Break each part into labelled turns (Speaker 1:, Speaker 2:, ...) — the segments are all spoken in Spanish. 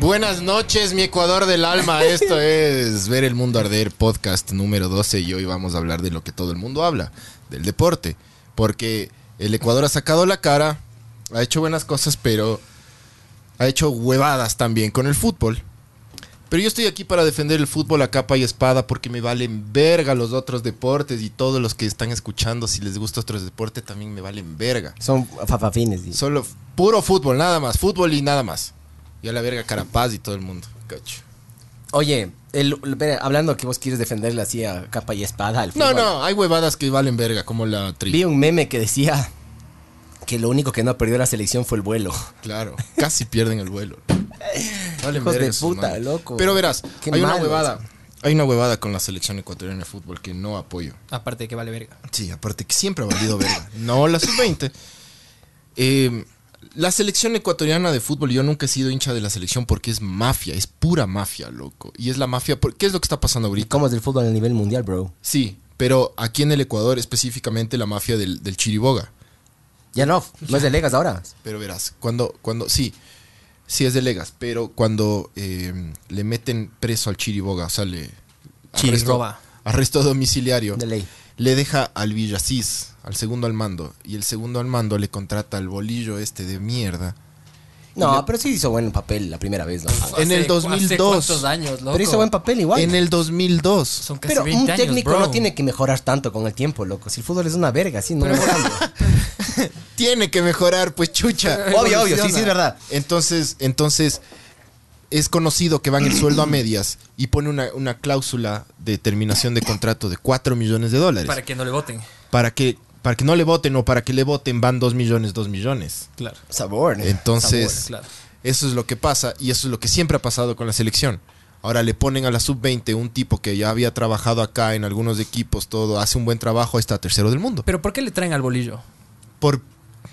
Speaker 1: Buenas noches, mi Ecuador del alma. Esto es Ver el Mundo Arder, podcast número 12 y hoy vamos a hablar de lo que todo el mundo habla, del deporte. Porque el Ecuador ha sacado la cara, ha hecho buenas cosas, pero ha hecho huevadas también con el fútbol. Pero yo estoy aquí para defender el fútbol a capa y espada porque me valen verga los otros deportes y todos los que están escuchando, si les gusta otros deportes, también me valen verga.
Speaker 2: Son fafafines. dice.
Speaker 1: Solo f- puro fútbol, nada más, fútbol y nada más. Y a la verga Carapaz y todo el mundo, cacho.
Speaker 2: Oye, el, el- espera, hablando que vos quieres defenderle así a capa y espada al
Speaker 1: No,
Speaker 2: fútbol.
Speaker 1: no, hay huevadas que valen verga, como la tri.
Speaker 2: Vi un meme que decía que lo único que no perdió la selección fue el vuelo.
Speaker 1: Claro, casi pierden el vuelo. Valen
Speaker 2: Hijos de
Speaker 1: verga esos
Speaker 2: puta,
Speaker 1: manes.
Speaker 2: loco.
Speaker 1: Pero verás,
Speaker 2: Qué
Speaker 1: hay una
Speaker 2: malos.
Speaker 1: huevada. Hay una huevada con la selección ecuatoriana de fútbol que no apoyo.
Speaker 3: Aparte de que vale verga.
Speaker 1: Sí, aparte que siempre ha valido verga. No la sub-20. Eh, la selección ecuatoriana de fútbol, yo nunca he sido hincha de la selección porque es mafia, es pura mafia, loco. Y es la mafia. por- ¿Qué es lo que está pasando
Speaker 2: ¿Y
Speaker 1: ahorita?
Speaker 2: cómo es el fútbol a nivel mundial, bro?
Speaker 1: Sí, pero aquí en el Ecuador, específicamente la mafia del, del Chiriboga.
Speaker 2: Ya no, no es de Legas ahora.
Speaker 1: Pero verás, cuando, cuando, sí, sí es de Legas, pero cuando eh, le meten preso al Chiriboga, o sea, le. Arresto,
Speaker 3: Chiriroba.
Speaker 1: arresto domiciliario.
Speaker 2: De ley.
Speaker 1: le deja al Villasís, al segundo al mando, y el segundo al mando le contrata al bolillo este de mierda.
Speaker 2: No, pero sí hizo buen papel la primera vez,
Speaker 3: Ah,
Speaker 2: ¿no?
Speaker 1: En el
Speaker 3: Hace-
Speaker 1: 2002.
Speaker 3: Hace cuántos años, loco.
Speaker 2: Pero hizo buen papel igual.
Speaker 1: En el 2002.
Speaker 3: Son casi
Speaker 2: pero
Speaker 3: 20
Speaker 2: un
Speaker 3: años,
Speaker 2: técnico
Speaker 3: bro.
Speaker 2: no tiene que mejorar tanto con el tiempo, loco. Si el fútbol es una verga, sí, no lo cambia.
Speaker 1: Tiene que mejorar, pues chucha.
Speaker 2: Obvio, obvio, sí, sí, es verdad.
Speaker 1: Entonces, entonces es conocido que van el sueldo a medias y pone una, una cláusula de terminación de contrato de 4 millones de dólares.
Speaker 3: Para que no le voten.
Speaker 1: Para que, para que no le voten o para que le voten van 2 millones, 2 millones.
Speaker 3: Claro.
Speaker 2: Sabor. ¿no?
Speaker 1: Entonces,
Speaker 3: Sabor, claro.
Speaker 1: eso es lo que pasa y eso es lo que siempre ha pasado con la selección. Ahora le ponen a la sub-20 un tipo que ya había trabajado acá en algunos equipos, todo, hace un buen trabajo, está tercero del mundo.
Speaker 3: Pero ¿por qué le traen al bolillo?
Speaker 1: Por,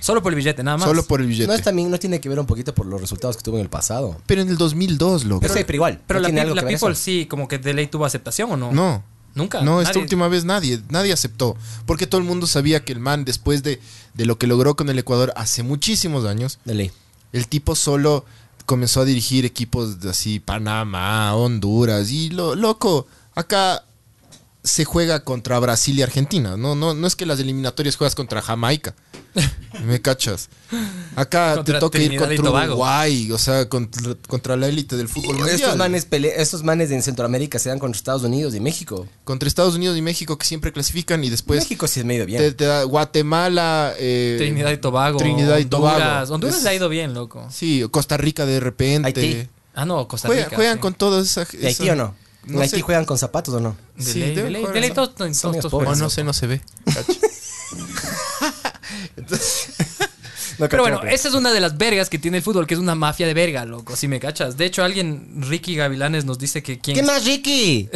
Speaker 3: Solo por el billete, nada más.
Speaker 1: solo por el billete.
Speaker 2: No, es también, no tiene que ver un poquito por los resultados que tuvo en el pasado.
Speaker 1: Pero en el 2002, loco.
Speaker 2: Pero, sí, pero igual.
Speaker 3: Pero
Speaker 2: ¿no
Speaker 3: la,
Speaker 2: tiene
Speaker 3: pi-
Speaker 2: algo
Speaker 3: la
Speaker 2: que ver
Speaker 3: People
Speaker 2: eso?
Speaker 3: sí, como que de ley tuvo aceptación o no.
Speaker 1: No.
Speaker 3: Nunca.
Speaker 1: No, esta
Speaker 3: Nadie-
Speaker 1: última vez nadie, nadie aceptó. Porque todo el mundo sabía que el man, después de, de lo que logró con el Ecuador hace muchísimos años,
Speaker 2: De ley.
Speaker 1: el tipo solo comenzó a dirigir equipos de así, Panamá, Honduras, y lo, loco, acá se juega contra Brasil y Argentina. No, no, no es que las eliminatorias juegas contra Jamaica. Me cachas. Acá te
Speaker 3: Contra
Speaker 1: toca ir
Speaker 3: Trinidad y
Speaker 1: contra
Speaker 3: Tobago.
Speaker 1: Uruguay, o sea, contra, contra la élite del fútbol
Speaker 2: Estos
Speaker 1: mundial.
Speaker 2: manes, pele- estos manes en Centroamérica se dan contra Estados Unidos y México.
Speaker 1: Contra Estados Unidos y México que siempre clasifican y después
Speaker 2: México sí es medio bien.
Speaker 1: Pues, te, te da Guatemala, eh,
Speaker 3: Trinidad y Tobago.
Speaker 1: Trinidad y Tobago.
Speaker 3: Honduras. Honduras
Speaker 1: Es-
Speaker 3: le ha ido bien, loco.
Speaker 1: Sí, Costa Rica de repente.
Speaker 2: Haití.
Speaker 3: Ah, no, Costa
Speaker 1: Juega-
Speaker 3: Rica.
Speaker 1: juegan
Speaker 3: sí.
Speaker 1: con todas esas.
Speaker 2: ¿De Haití
Speaker 1: esas-
Speaker 2: o no?
Speaker 1: no
Speaker 2: ¿En Haití
Speaker 1: sé.
Speaker 2: juegan con zapatos o no?
Speaker 3: De
Speaker 1: Sí,
Speaker 3: ley,
Speaker 1: deben
Speaker 3: de ley.
Speaker 1: jugar
Speaker 3: De ley,
Speaker 1: con-
Speaker 3: todos- todos-
Speaker 2: son
Speaker 3: todos
Speaker 2: pobres,
Speaker 1: O
Speaker 3: juegan.
Speaker 1: Oh, no sé, no se ve.
Speaker 2: No,
Speaker 3: Pero bueno,
Speaker 2: cachorro.
Speaker 3: esa es una de las vergas que tiene el fútbol, que es una mafia de verga, loco, si me cachas. De hecho, alguien, Ricky Gavilanes, nos dice que quien
Speaker 2: ¿Qué más, Ricky?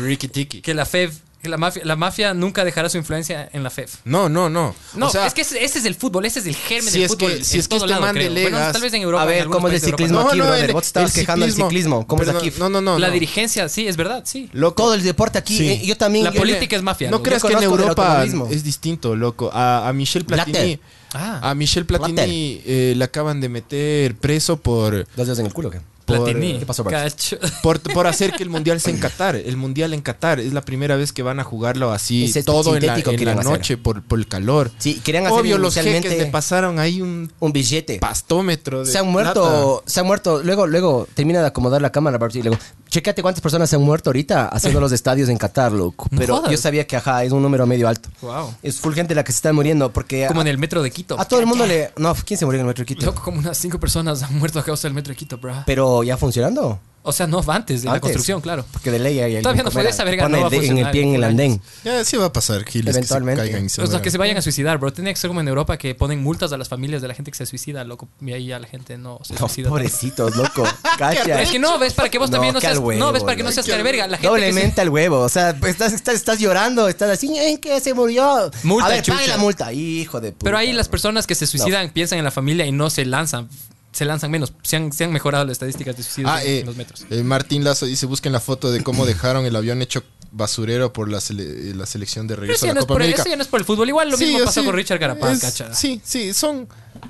Speaker 1: Ricky Tiki.
Speaker 3: que la FEB, que la mafia, la mafia nunca dejará su influencia en la E FEB.
Speaker 1: No, no, no.
Speaker 3: No,
Speaker 1: O sea,
Speaker 3: es que ese, ese es el fútbol, ese es el germen
Speaker 1: Si
Speaker 3: del
Speaker 1: es
Speaker 3: fútbol.
Speaker 1: que- si
Speaker 3: en
Speaker 1: es que
Speaker 3: todo
Speaker 1: este
Speaker 3: lado,
Speaker 1: man de
Speaker 3: creo. Bueno,
Speaker 1: Legas-
Speaker 3: tal vez en Europa.
Speaker 2: A
Speaker 3: en
Speaker 2: ver,
Speaker 3: algunos
Speaker 2: ¿cómo es el
Speaker 3: países de Europa
Speaker 2: ciclismo?
Speaker 3: no.
Speaker 2: aquí, brother, vos te estabas quejando del ciclismo, ¿cómo es
Speaker 1: Perdón,
Speaker 2: aquí?
Speaker 1: No, no, no.
Speaker 3: La
Speaker 1: no.
Speaker 3: dirigencia, sí, es verdad, sí.
Speaker 1: Loco,
Speaker 2: Todo el deporte aquí.
Speaker 1: Sí.
Speaker 2: eh, yo también.
Speaker 3: La
Speaker 2: yo-
Speaker 3: política es mafia.
Speaker 1: no
Speaker 3: loco.
Speaker 1: creas
Speaker 2: yo
Speaker 1: que en
Speaker 2: conozco del
Speaker 1: Europa
Speaker 2: automovilismo.
Speaker 1: es distinto, loco. A, a Michel Platini.
Speaker 2: Blatter.
Speaker 3: Ah.
Speaker 1: A Michel Platini eh, le acaban de meter preso por,
Speaker 2: Dos dedos en el culo, ¿qué?
Speaker 1: por-
Speaker 3: Platini.
Speaker 2: ¿Qué pasó, Bart?
Speaker 3: Cacho.
Speaker 1: por, por hacer que el mundial sea en Qatar. El mundial en Qatar es la primera vez que van a jugarlo así
Speaker 2: Ese
Speaker 1: todo en la,
Speaker 2: sintético
Speaker 1: en
Speaker 2: quieren
Speaker 1: la
Speaker 2: hacer.
Speaker 1: noche por, por el calor.
Speaker 2: Sí, querían hacer
Speaker 1: Obvio, los
Speaker 2: inicialmente
Speaker 1: jeques le pasaron ahí un
Speaker 2: un billete.
Speaker 1: pastómetro. De
Speaker 2: Se han muerto, se han muerto. Luego, luego termina de acomodar la cámara, Bart, y luego, chécate cuántas personas se han muerto ahorita haciendo los estadios en Qatar, loco.
Speaker 3: No
Speaker 2: Pero
Speaker 3: jodas.
Speaker 2: yo sabía que, ajá, es un número medio alto.
Speaker 3: Wow.
Speaker 2: Es full gente la que se está muriendo porque
Speaker 3: Como
Speaker 2: a,
Speaker 3: en el metro de Quito.
Speaker 2: a todo el mundo le... No, ¿quién se murió en el metro de Quito?
Speaker 3: Loco, como unas cinco personas han muerto a causa del metro de Quito, bro.
Speaker 2: Pero ya funcionando.
Speaker 3: O sea, no antes de la
Speaker 2: Antes.
Speaker 3: construcción, claro.
Speaker 2: Porque de ley hay alguien
Speaker 3: Todavía no
Speaker 2: que
Speaker 3: puede
Speaker 2: muera,
Speaker 3: saber que
Speaker 2: pone
Speaker 3: no va a
Speaker 2: de- en el
Speaker 3: funcionar
Speaker 2: pie en
Speaker 3: en
Speaker 2: el
Speaker 3: años.
Speaker 2: andén.
Speaker 1: Ya, sí va a pasar, Giles.
Speaker 2: Eventualmente.
Speaker 1: Que se caigan y se
Speaker 3: Los que
Speaker 1: mueran.
Speaker 3: se vayan a suicidar, bro. Tiene que ser como en Europa que ponen multas a las familias de la gente que se suicida, loco. Y ahí ya la gente no se
Speaker 2: No,
Speaker 3: suicida.
Speaker 2: pobrecitos, loco. Cacha.
Speaker 3: Pero es que no, ves para que vos
Speaker 2: No,
Speaker 3: también no
Speaker 2: qué
Speaker 3: seas.
Speaker 2: al huevo,
Speaker 1: eh,
Speaker 3: no, ves para que no
Speaker 2: loco.
Speaker 3: seas verga. La gente que se-
Speaker 2: Doblemente al huevo. O sea, pues, estás, estás, estás llorando, estás así, ¿en qué se murió?
Speaker 3: Multa,
Speaker 2: a ver, pague
Speaker 3: chucha.
Speaker 2: la multa. Hijo de puta.
Speaker 3: Pero ahí las personas que se suicidan piensan en la familia y no se lanzan. Se lanzan menos. Se han, se han mejorado las estadísticas de suicidios
Speaker 1: Ah,
Speaker 3: en,
Speaker 1: eh,
Speaker 3: en los metros.
Speaker 1: eh, Martín Lazo dice, busquen la foto de cómo dejaron el avión hecho basurero por la, sele- eh, la selección de
Speaker 3: Pero
Speaker 1: regreso
Speaker 3: eso ya,
Speaker 1: a
Speaker 3: no
Speaker 1: la
Speaker 3: es
Speaker 1: Copa
Speaker 3: por,
Speaker 1: América.
Speaker 3: eso ya no es por el fútbol. Igual lo
Speaker 1: Sí,
Speaker 3: mismo
Speaker 1: yo
Speaker 3: pasó
Speaker 1: sí.
Speaker 3: con Richard Carapaz,
Speaker 1: Es-
Speaker 3: cacha.
Speaker 1: Sí, sí, son,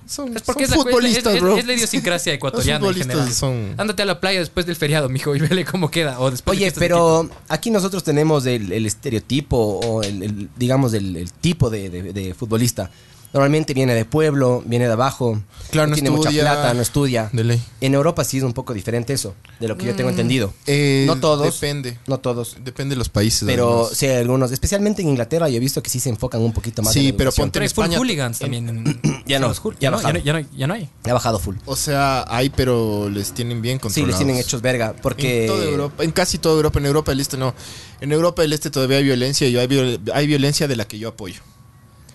Speaker 1: son,
Speaker 3: Es porque
Speaker 1: son
Speaker 3: es la,
Speaker 1: futbolistas,
Speaker 3: es- es-
Speaker 1: bro.
Speaker 3: es la idiosincrasia ecuatoriana
Speaker 1: Los
Speaker 3: en
Speaker 1: futbolistas
Speaker 3: general.
Speaker 1: son-
Speaker 3: Ándate a la playa después del feriado, mijo, y vele cómo queda. O después de
Speaker 2: Oye,
Speaker 3: fiestas de
Speaker 2: pero aquí nosotros tenemos el, el estereotipo o el, el- digamos, el, el tipo de, de- de futbolista. Normalmente viene de pueblo, viene de abajo,
Speaker 1: Claro, no
Speaker 2: tiene
Speaker 1: estudia.
Speaker 2: mucha plata, no estudia.
Speaker 1: De ley.
Speaker 2: En Europa sí es un poco diferente eso, de lo que yo tengo entendido.
Speaker 1: Eh,
Speaker 2: no todos,
Speaker 1: Depende.
Speaker 2: no todos,
Speaker 1: Depende de los países.
Speaker 2: pero
Speaker 1: además.
Speaker 2: sí hay algunos, especialmente en Inglaterra yo he visto que sí se enfocan un poquito más.
Speaker 1: Sí,
Speaker 2: en la
Speaker 1: pero
Speaker 2: educación.
Speaker 1: ponte- en
Speaker 3: Pero hay full
Speaker 1: España-
Speaker 3: hooligans también. en-
Speaker 2: Ya no,
Speaker 3: los hool-
Speaker 2: ya
Speaker 3: ya, no, ya,
Speaker 2: bajaron.
Speaker 3: no, ya no- ya no hay.
Speaker 2: Ha bajado full.
Speaker 1: O sea, hay, pero les tienen bien
Speaker 2: Sí,
Speaker 1: controlados.
Speaker 2: les tienen hechos verga, porque...
Speaker 1: En, toda Europa, en casi toda Europa, en Europa del Este no. En Europa del Este todavía hay violencia y hay, viol- hay violencia de la que yo apoyo.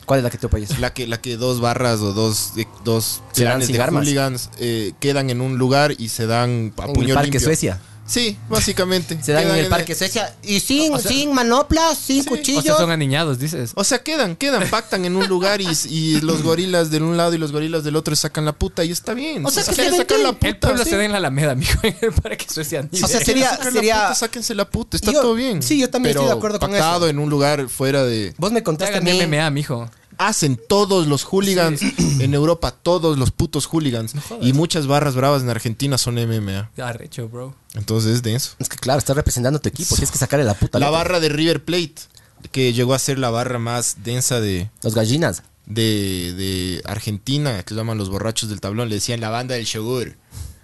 Speaker 2: ¿Cuál es la que tú apoyas?
Speaker 1: La que, la que dos barras o dos, eh, dos
Speaker 2: Se dan
Speaker 1: clanes
Speaker 2: sin
Speaker 1: de
Speaker 2: armas.
Speaker 1: hooligans eh, quedan en un lugar y se dan a
Speaker 2: En
Speaker 1: puño
Speaker 2: el Parque
Speaker 1: limpio.
Speaker 2: Suecia.
Speaker 1: Sí, básicamente.
Speaker 2: Se dan en
Speaker 1: Quedan
Speaker 2: el Parque Suecia y sin, sin manoplas, sin
Speaker 1: Sí.
Speaker 3: O
Speaker 2: cuchillos.
Speaker 3: sea, son aniñados, dices.
Speaker 1: O sea, quedan, quedan, pactan en un lugar y, y los gorilas de un lado y los gorilas del otro sacan la puta y está bien.
Speaker 2: O sea,
Speaker 1: Si
Speaker 2: que se
Speaker 1: quieren sacar
Speaker 2: veten.
Speaker 1: la
Speaker 2: El
Speaker 1: puta.
Speaker 3: El pueblo
Speaker 1: sí.
Speaker 3: se da en la Alameda, mijo, en el parque suecia.
Speaker 2: O sea,
Speaker 1: Si
Speaker 2: sería-
Speaker 1: quieren sacar
Speaker 2: sería-
Speaker 1: La puta, sáquense la puta, está
Speaker 2: Yo-
Speaker 1: todo bien.
Speaker 2: sí, yo también estoy de acuerdo con
Speaker 1: pactado
Speaker 2: eso.
Speaker 1: en un lugar fuera de...
Speaker 2: Vos me contaste a
Speaker 3: hagan
Speaker 2: mí.
Speaker 3: MMA, mijo.
Speaker 1: Hacen todos los hooligans en Europa, todos los putos hooligans. y muchas barras bravas en Argentina son MMA.
Speaker 3: Arrecho, bro.
Speaker 1: Entonces es denso.
Speaker 2: Es que claro, estás representando a tu equipo, tienes que sacarle la puta.
Speaker 1: La
Speaker 2: loco.
Speaker 1: barra de River Plate, que llegó a ser la barra más densa de,
Speaker 2: Los gallinas.
Speaker 1: de, de Argentina, que llaman los borrachos del tablón, le decían la banda del yogur.